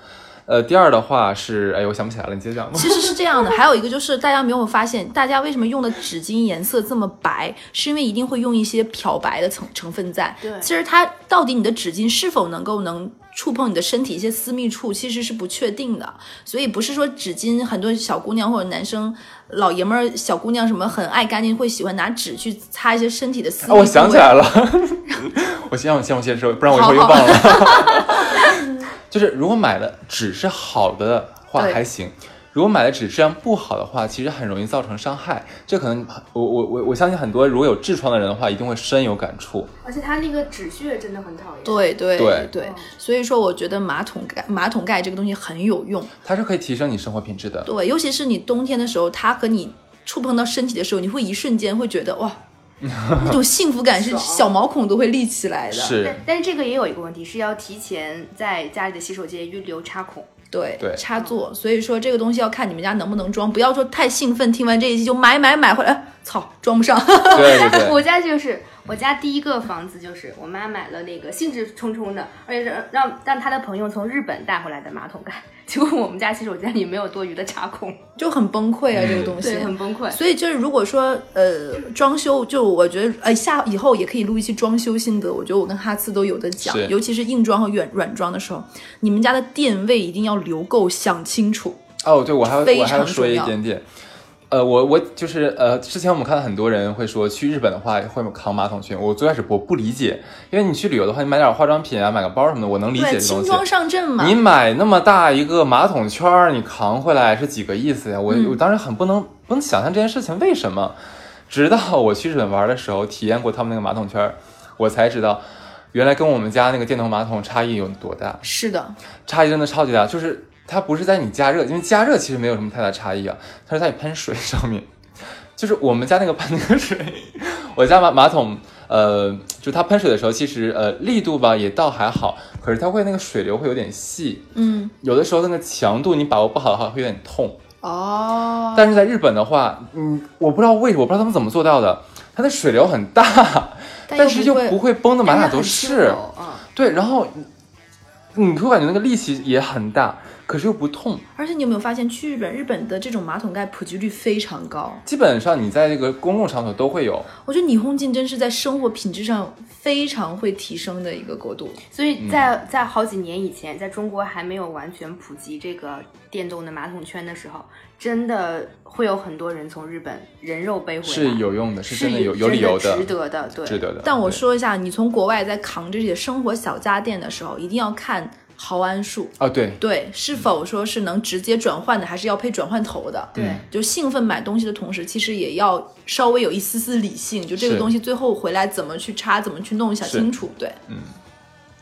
[SPEAKER 3] 呃，第二的话是，哎，我想不起来了，你接着讲吧。
[SPEAKER 2] 其实是这样的，还有一个就是大家没有发现，大家为什么用的纸巾颜色这么白，是因为一定会用一些漂白的成成分在。
[SPEAKER 5] 对
[SPEAKER 2] 其实它到底你的纸巾是否能够能触碰你的身体一些私密处，其实是不确定的。所以不是说纸巾，很多小姑娘或者男生、老爷们儿、小姑娘什么很爱干净，会喜欢拿纸去擦一些身体的私密
[SPEAKER 3] 啊，
[SPEAKER 2] 部位。
[SPEAKER 3] 我想起来了， 我先让我先我先说，不然我一会儿又
[SPEAKER 2] 好好
[SPEAKER 3] 忘了。 就是如果买的纸是好的话
[SPEAKER 2] 对
[SPEAKER 3] 还行，如果买的纸质量不好的话，其实很容易造成伤害。这可能我我我我相信很多如果有痔疮的人的话，一定会深有感触。
[SPEAKER 5] 而且它那个纸屑真的很讨厌。
[SPEAKER 2] 对对
[SPEAKER 3] 对
[SPEAKER 2] 所以说我觉得马桶盖马桶盖这个东西很有用。
[SPEAKER 3] 它是可以提升你生活品质的。
[SPEAKER 2] 对，尤其是你冬天的时候，它和你触碰到身体的时候，你会一瞬间会觉得 哇，那种幸福感是
[SPEAKER 5] 爽
[SPEAKER 2] 小毛孔都会立起来的。，
[SPEAKER 3] 是
[SPEAKER 5] 但，但是这个也有一个问题，是要提前在家里的洗手间预留插孔。
[SPEAKER 2] 对，
[SPEAKER 3] 对
[SPEAKER 2] 插座。所以说这个东西要看你们家能不能装，不要说太兴奋，听完这一期就买买买回来，哎操，装不上。
[SPEAKER 3] 对对 对。
[SPEAKER 5] 我家就是我家第一个房子，就是我妈买了那个兴致冲冲的，而且让让让她的朋友从日本带回来的马桶盖， 结果我们家洗手间里没有多余的插孔，
[SPEAKER 2] 就很崩溃啊，这个
[SPEAKER 3] 嗯
[SPEAKER 2] 东西。
[SPEAKER 5] 对，很崩溃。
[SPEAKER 2] 所以就是，如果说呃装修，就我觉得呃下以后也可以录一期装修心得。我觉得我跟哈次都有的讲
[SPEAKER 3] 是，
[SPEAKER 2] 尤其是硬装和软软装的时候，你们家的电位一定要留够，想清楚。
[SPEAKER 3] 哦，对，我还
[SPEAKER 2] 非
[SPEAKER 3] 我还要
[SPEAKER 2] 常
[SPEAKER 3] 说
[SPEAKER 2] 重
[SPEAKER 3] 一
[SPEAKER 2] 要
[SPEAKER 3] 点点。呃，我我就是呃，之前我们看到很多人会说去日本的话会扛马桶圈，我最开始我不理解，因为你去旅游的话，你买点化妆品啊，买个包什么的，我能理解
[SPEAKER 2] 对，
[SPEAKER 3] 这东
[SPEAKER 2] 轻
[SPEAKER 3] 西。
[SPEAKER 2] 装上阵嘛。
[SPEAKER 3] 你买那么大一个马桶圈儿，你扛回来是几个意思呀？我、
[SPEAKER 2] 嗯
[SPEAKER 3] 我当时很不能不能想象这件事情为什么，直到我去日本玩的时候体验过他们那个马桶圈儿，我才知道原来跟我们家那个电动马桶差异有多大。
[SPEAKER 2] 是的，
[SPEAKER 3] 差异真的超级大，就是它不是在你加热，因为加热其实没有什么太大差异啊，它是在你喷水上面。 就是我们家那个喷那个水，我家马马桶，呃，就它喷水的时候，其实呃力度吧也倒还好，可是它会那个水流会有点细，
[SPEAKER 2] 嗯，
[SPEAKER 3] 有的时候那个强度你把握不好的话会有点痛。
[SPEAKER 2] 哦，
[SPEAKER 3] 但是在日本的话，嗯，我不知道为什么，我不知道他们怎么做到的，它的水流很大，
[SPEAKER 2] 但
[SPEAKER 3] 但是又
[SPEAKER 2] 不
[SPEAKER 3] 不
[SPEAKER 2] 会
[SPEAKER 3] 会崩的满哪
[SPEAKER 5] 但
[SPEAKER 3] 都
[SPEAKER 5] 很轻
[SPEAKER 3] 是。
[SPEAKER 5] 柔嗯，
[SPEAKER 3] 对，然后你你会感觉那个力气也很大，可是又不痛。
[SPEAKER 2] 而且你有没有发现，去日本，日本的这种马桶盖普及率非常高。
[SPEAKER 3] 基本上你在这个公共场所都会有，
[SPEAKER 2] 我觉得霓虹进真是在生活品质上非常会提升的一个国度。
[SPEAKER 5] 所
[SPEAKER 3] 嗯
[SPEAKER 5] 以在在好几年以前，在中国还没有完全普及这个电动的马桶圈的时候，真的会有很多人从日本人肉背回来，
[SPEAKER 3] 是有用的，是真的有
[SPEAKER 5] 真
[SPEAKER 3] 有理由的，
[SPEAKER 5] 值得的，对，
[SPEAKER 3] 值得的。
[SPEAKER 2] 但我
[SPEAKER 3] 对
[SPEAKER 2] 说一下，你从国外在扛这些生活小家电的时候，一定要看毫安数，
[SPEAKER 3] 啊，对，
[SPEAKER 2] 对，是否说是能直接转换的，还是要配转换头的？
[SPEAKER 5] 对
[SPEAKER 3] 嗯
[SPEAKER 2] 就兴奋买东西的同时，其实也要稍微有一丝丝理性，就这个
[SPEAKER 3] 是
[SPEAKER 2] 东西最后回来怎么去插，怎么去弄，想
[SPEAKER 3] 是嗯
[SPEAKER 2] 清楚。对，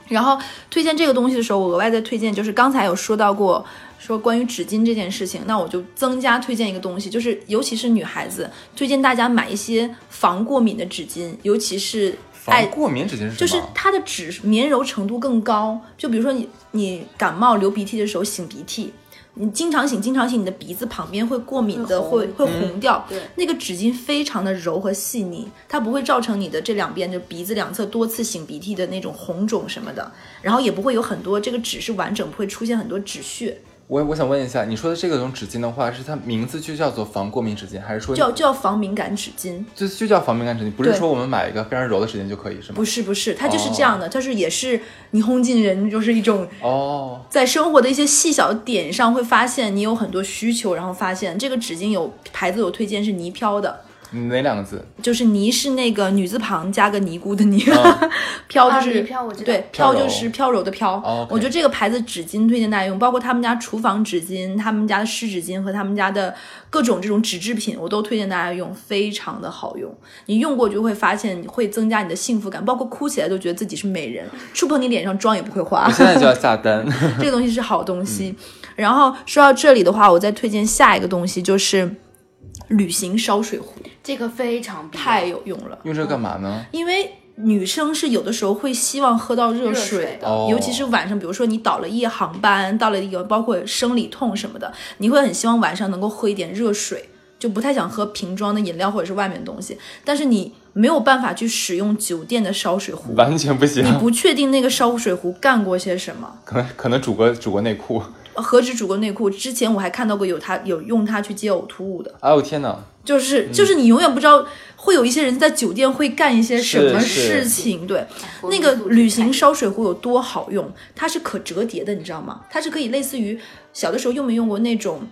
[SPEAKER 2] 然后推荐这个东西的时候，我额外再推荐就是刚才有说到过，说关于纸巾这件事情，那我就增加推荐一个东西，就是尤其是女孩子，推荐大家买一些防过敏的纸巾，尤其是爱
[SPEAKER 3] 防过敏纸巾是什么？
[SPEAKER 2] 哎就是它的纸绵柔程度更高。就比如说你你感冒流鼻涕的时候擤鼻涕，你经常擤经常擤，你的鼻子旁边会过敏的，
[SPEAKER 5] 会
[SPEAKER 2] 会
[SPEAKER 5] 红嗯
[SPEAKER 2] 会红掉。
[SPEAKER 5] 对
[SPEAKER 2] 那个纸巾非常的柔和细腻，它不会造成你的这两边就鼻子两侧多次擤鼻涕的那种红肿什么的，然后也不会有很多这个纸是完整，不会出现很多纸屑。
[SPEAKER 3] 我我想问一下，你说的这个种纸巾的话，是它名字就叫做防过敏纸巾，还是说
[SPEAKER 2] 叫叫防敏感纸巾。
[SPEAKER 3] 就就叫防敏感纸巾？不是
[SPEAKER 2] 对
[SPEAKER 3] 说我们买一个非常柔的纸巾就可以是吗
[SPEAKER 2] 不？是不是，它就是
[SPEAKER 5] 哦
[SPEAKER 2] 这样的，它是也是你烘尽人就是一种
[SPEAKER 3] 哦，
[SPEAKER 2] 在生活的一些细小点上会发现你有很多需求，然后发现这个纸巾有牌子有推荐是泥飘的，
[SPEAKER 3] 哪两个字？
[SPEAKER 2] 就是泥是那个女字旁加个尼姑的尼，
[SPEAKER 3] 啊
[SPEAKER 2] 飘就
[SPEAKER 5] 啊
[SPEAKER 2] 是、
[SPEAKER 5] 泥飘我知道
[SPEAKER 2] 对
[SPEAKER 3] 飘
[SPEAKER 2] 飘
[SPEAKER 3] 柔
[SPEAKER 2] 就是飘柔的飘。
[SPEAKER 3] 哦，OK
[SPEAKER 2] 我觉得这个牌子纸巾推荐大家用，包括他们家厨房纸巾、他们家的湿纸巾和他们家的各种这种纸制品，我都推荐大家用，非常的好用。你用过就会发现会增加你的幸福感，包括哭起来都觉得自己是美人，触碰你脸上妆也不会花。
[SPEAKER 3] 我现在就要下单。
[SPEAKER 2] 这个东西是好东西。然后说到这里的话，我再推荐下一个东西，就是旅行烧水壶，
[SPEAKER 5] 这个非常必要
[SPEAKER 2] 太有用了，
[SPEAKER 3] 用这个干嘛呢？
[SPEAKER 2] 因为。女生是有的时候会希望喝到热水的，
[SPEAKER 3] 热水哦
[SPEAKER 2] 尤其是晚上，比如说你倒了夜航班，到了一个包括生理痛什么的，你会很希望晚上能够喝一点热水，就不太想喝瓶装的饮料或者是外面的东西。但是你没有办法去使用酒店的烧 水壶，
[SPEAKER 3] 完全不行
[SPEAKER 2] 你，不确定那个烧水壶干过些什么。
[SPEAKER 3] 可能可能煮过煮过内裤。
[SPEAKER 2] 何止煮过内裤，之前我还看到过有他有用它去接呕吐物的，
[SPEAKER 3] 哎呦天哪！
[SPEAKER 2] 就是
[SPEAKER 3] 嗯
[SPEAKER 2] 就是你永远不知道会有一些人在酒店会干一些什么
[SPEAKER 3] 是
[SPEAKER 2] 事情，对。
[SPEAKER 5] 国
[SPEAKER 2] 那
[SPEAKER 5] 民
[SPEAKER 2] 个
[SPEAKER 5] 素质
[SPEAKER 2] 旅
[SPEAKER 5] 太
[SPEAKER 2] 行
[SPEAKER 5] 低
[SPEAKER 2] 烧水壶有多好用？它是可折叠的，你知道吗？它是可以类似于小的时候用没用过那种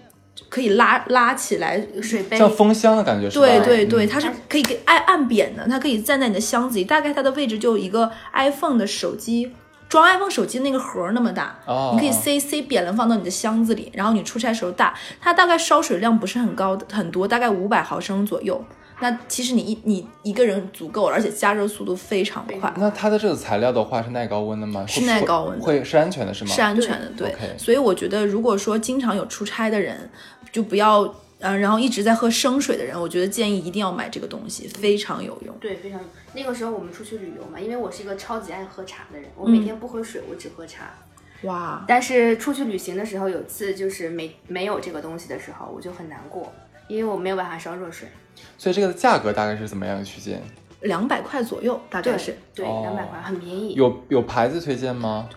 [SPEAKER 2] 可以拉拉起来
[SPEAKER 5] 水杯
[SPEAKER 3] 像风箱的感觉是吧？
[SPEAKER 2] 哎对对对，
[SPEAKER 3] 嗯
[SPEAKER 2] 它是可以给按按扁的，它可以站在你的箱子里，大概它的位置就一个 iPhone 的手机。装 iPhone 手机那个盒儿那么大，
[SPEAKER 3] 哦
[SPEAKER 2] 你可以塞塞扁了放到你的箱子里，然后你出差时候带。它大概烧水量不是很高的很多，大概五百毫升左右。那其实你一你一个人足够了，而且加热速度非常快，
[SPEAKER 3] 那它的这个材料的话是耐高温的吗？
[SPEAKER 2] 是
[SPEAKER 3] 会
[SPEAKER 2] 耐高温的
[SPEAKER 3] 会会是安全的是吗？
[SPEAKER 2] 是安全的。对
[SPEAKER 3] OK
[SPEAKER 2] 所以我觉得如果说经常有出差的人，就不要嗯、呃然后一直在喝生水的人，我觉得建议一定要买这个东西，非常有用。
[SPEAKER 5] 对，非常。那个时候我们出去旅游嘛，因为我是一个超级爱喝茶的人，我
[SPEAKER 2] 嗯
[SPEAKER 5] 每天不喝水，我只喝茶。
[SPEAKER 2] 哇，
[SPEAKER 5] 但是出去旅行的时候，有次就是没没有这个东西的时候，我就很难过，因为我没有办法烧热水。
[SPEAKER 3] 所以这个价格大概是怎么样一个区间？
[SPEAKER 2] 两百块左右，大概是
[SPEAKER 5] 对，
[SPEAKER 3] 哦
[SPEAKER 5] 两百块很便宜。
[SPEAKER 3] 有有牌子推荐吗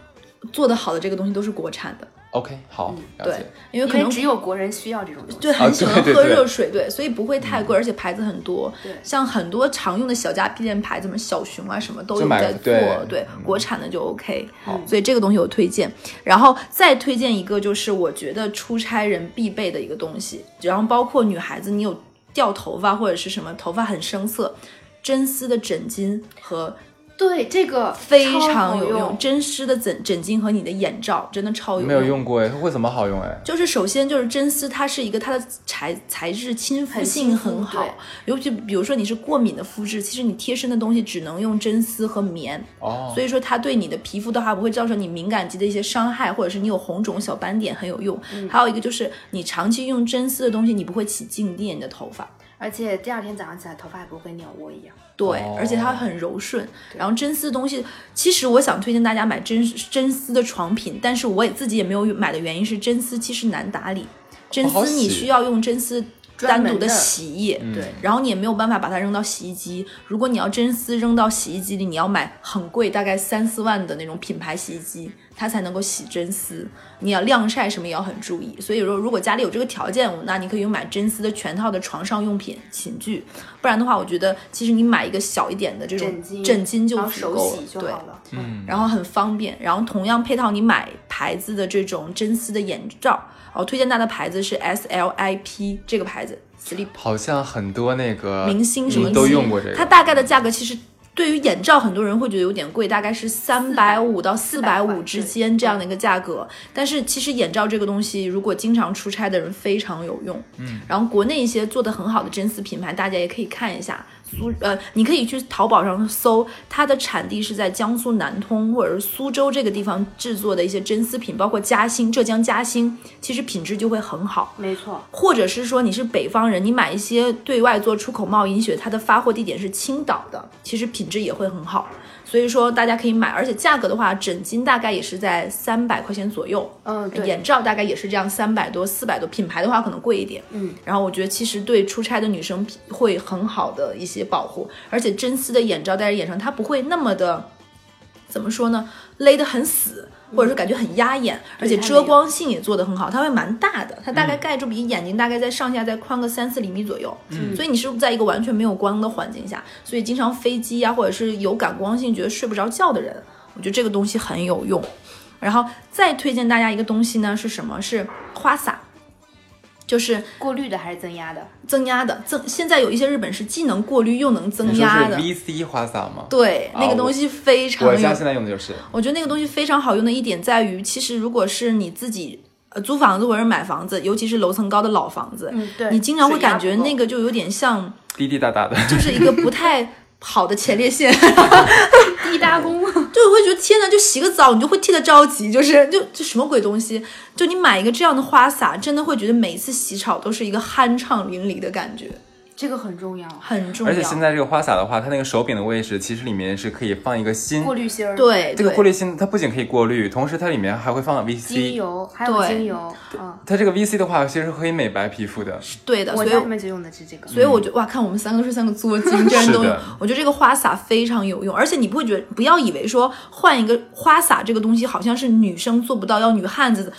[SPEAKER 2] 做的好的这个东西都是国产的，
[SPEAKER 3] ？OK，好，了
[SPEAKER 2] 嗯对
[SPEAKER 3] 解。，
[SPEAKER 2] 因为
[SPEAKER 5] 因
[SPEAKER 2] 可
[SPEAKER 5] 为
[SPEAKER 2] 能
[SPEAKER 5] 只有国人需要这种东西。
[SPEAKER 2] 对
[SPEAKER 3] 啊
[SPEAKER 2] 很喜欢
[SPEAKER 3] 对对
[SPEAKER 2] 喝
[SPEAKER 3] 对嗯
[SPEAKER 2] 热水，对，所以不会太贵，而且牌子很多
[SPEAKER 5] 对，
[SPEAKER 2] 像很多常用的小家电牌子，什么小熊啊什么都
[SPEAKER 3] 就
[SPEAKER 2] 有
[SPEAKER 3] 买
[SPEAKER 2] 在
[SPEAKER 3] 个
[SPEAKER 2] 做，
[SPEAKER 3] 对
[SPEAKER 2] 对，
[SPEAKER 3] 嗯
[SPEAKER 2] 国产的就 OK，
[SPEAKER 3] 好
[SPEAKER 2] 所以这个东西我推荐，然后再推荐一个就是我觉得出差人必备的一个东西，然后包括女孩子你有掉头发或者是什么头发很生涩，真丝的枕巾和
[SPEAKER 5] 对，这个
[SPEAKER 2] 非
[SPEAKER 5] 超
[SPEAKER 2] 常
[SPEAKER 5] 好
[SPEAKER 2] 有
[SPEAKER 5] 用。
[SPEAKER 2] 真丝的枕枕巾和你的眼罩真的超有
[SPEAKER 3] 没有用过哎，会怎么好用哎？
[SPEAKER 2] 就是首先就是真丝，它是一个它的材材质亲肤
[SPEAKER 5] 很
[SPEAKER 2] 性
[SPEAKER 5] 亲肤
[SPEAKER 2] 很好
[SPEAKER 5] 对，
[SPEAKER 2] 尤其比如说你是过敏的肤质，其实你贴身的东西只能用真丝和棉，
[SPEAKER 3] 哦
[SPEAKER 2] 所，以说它对你的皮肤的话不会造成你敏感肌的一些伤害，或者是你有红肿小斑点很有用。
[SPEAKER 5] 嗯
[SPEAKER 2] 还有一个就是你长期用真丝的东西，你不会起静电你的头发。
[SPEAKER 5] 而且第二天早上起来，头发也不会跟鸟窝一样。
[SPEAKER 2] 对，
[SPEAKER 3] 哦
[SPEAKER 2] 而且它很柔顺。然后真丝的东西，其实我想推荐大家买真真丝的床品，但是我也自己也没有买的原因是真丝其实难打理，真
[SPEAKER 3] 好
[SPEAKER 2] 丝
[SPEAKER 3] 洗
[SPEAKER 2] 你需要用真丝单独
[SPEAKER 5] 哦专门的
[SPEAKER 2] 洗液，
[SPEAKER 5] 对
[SPEAKER 2] 然后你也没有办法把它扔到洗衣机。如果你要真丝扔到洗衣机里，你要买很贵，大概三四万的那种品牌洗衣机，它才能够洗真丝。你要晾晒什么也要很注意。所以说，如果家里有这个条件，那你可以买真丝的全套的床上用品、寝具。不然的话，我觉得其实你买一个小一点的这种
[SPEAKER 5] 枕巾，
[SPEAKER 2] 枕巾就
[SPEAKER 5] 然后
[SPEAKER 2] 足
[SPEAKER 5] 手
[SPEAKER 2] 够
[SPEAKER 5] 洗就
[SPEAKER 2] 对。
[SPEAKER 5] 好了。
[SPEAKER 3] 嗯，
[SPEAKER 2] 然后很方便，然后同样配套你买牌子的这种真丝的眼罩，我推荐它的牌子是 S L I P 这个牌子，Sleep
[SPEAKER 3] 好像很多那个
[SPEAKER 2] 明星什么
[SPEAKER 3] 嗯都
[SPEAKER 2] 之类
[SPEAKER 3] 用过这个。
[SPEAKER 2] 它大概的价格其实对于眼罩，很多人会觉得有点贵，大概是三百五到四百
[SPEAKER 5] 400
[SPEAKER 2] 五
[SPEAKER 5] 块
[SPEAKER 2] 之
[SPEAKER 5] 对
[SPEAKER 2] 间这样的一个价格。但是其实眼罩这个东西，如果经常出差的人非常有用。嗯，然后国内一些做的很好的真丝品牌，大家也可以看一下。苏呃，你可以去淘宝上搜，它的产地是在江苏南通或者是苏州这个地方制作的一些真丝品，包括嘉兴、浙江嘉兴，其实品质就会很好。
[SPEAKER 5] 没错，
[SPEAKER 2] 或者是说你是北方人，你买一些对外做出口贸易，你选它的发货地点是青岛的，其实品质也会很好。所以说大家可以买，而且价格的话，整斤大概也是在三百块钱左右。
[SPEAKER 5] 嗯，对，
[SPEAKER 2] 眼罩大概也是这样，三百多、四百多，品牌的话可能贵一点。
[SPEAKER 5] 嗯，
[SPEAKER 2] 然后我觉得其实对出差的女生会很好的一些保护，而且真丝的眼罩戴在眼上，它不会那么的，怎么说呢，勒得很死，或者
[SPEAKER 3] 嗯
[SPEAKER 2] 是感觉很压眼，而且
[SPEAKER 5] 它没
[SPEAKER 2] 遮
[SPEAKER 5] 有
[SPEAKER 2] 光性也做得很好，它会蛮大的，它大概盖住比眼睛大概在上下再宽个三四厘米左右。
[SPEAKER 3] 嗯
[SPEAKER 2] 所以你是在一个完全没有光的环境下，所以经常飞机呀、或者是有感光性觉得睡不着觉的人，我觉得这个东西很有用。然后再推荐大家一个东西呢，是什么？是花洒，就是
[SPEAKER 5] 过滤的还是增压的？
[SPEAKER 2] 增压的增。现在有一些日本是既能过滤又能增
[SPEAKER 3] 你说
[SPEAKER 2] 压
[SPEAKER 3] 是
[SPEAKER 2] 的，
[SPEAKER 3] VC 花洒吗？
[SPEAKER 2] 对，
[SPEAKER 3] 啊
[SPEAKER 2] 那个
[SPEAKER 3] 我
[SPEAKER 2] 东西非常
[SPEAKER 3] 我
[SPEAKER 2] 有
[SPEAKER 3] 家现在用的就是，
[SPEAKER 2] 我觉得那个东西非常好用的一点在于，其实如果是你自己呃租房子或者买房子，尤其是楼层高的老房子，
[SPEAKER 5] 嗯，对，
[SPEAKER 2] 你经常会
[SPEAKER 5] 水压
[SPEAKER 2] 感觉
[SPEAKER 5] 不够
[SPEAKER 2] 那个就有点像，
[SPEAKER 3] 滴滴答答的。
[SPEAKER 2] 就是一个不太好的前列腺，
[SPEAKER 5] 滴答功。
[SPEAKER 2] 就会觉得天哪，就洗个澡你就会替他着急，就是就就什么鬼东西，就你买一个这样的花洒，真的会觉得每一次洗澡都是一个酣畅淋漓的感觉，
[SPEAKER 5] 这个很重要，
[SPEAKER 2] 很重要。
[SPEAKER 3] 而且现在这个花洒的话，它那个手柄的位置其实里面是可以放一个芯
[SPEAKER 5] 过，滤芯儿，，
[SPEAKER 2] 对
[SPEAKER 3] 这个
[SPEAKER 2] 对
[SPEAKER 3] 过滤芯它不仅可以过滤，同时它里面还会放
[SPEAKER 5] 精
[SPEAKER 3] VC。
[SPEAKER 5] 油还有
[SPEAKER 2] 对
[SPEAKER 5] 精油，嗯，
[SPEAKER 3] 它这个 VC 的话，其实可以美白皮肤的。
[SPEAKER 2] 对的，
[SPEAKER 5] 我
[SPEAKER 2] 所以
[SPEAKER 5] 家里面就用的是这个，
[SPEAKER 2] 所以我觉得哇，看我们三个是三个作精，居然都
[SPEAKER 3] 嗯是
[SPEAKER 2] 有
[SPEAKER 3] 的。
[SPEAKER 2] 我觉得这个花洒非常有用，而且你不会觉得，不要以为说换一个花洒这个东西好像是女生做不到，要女汉子，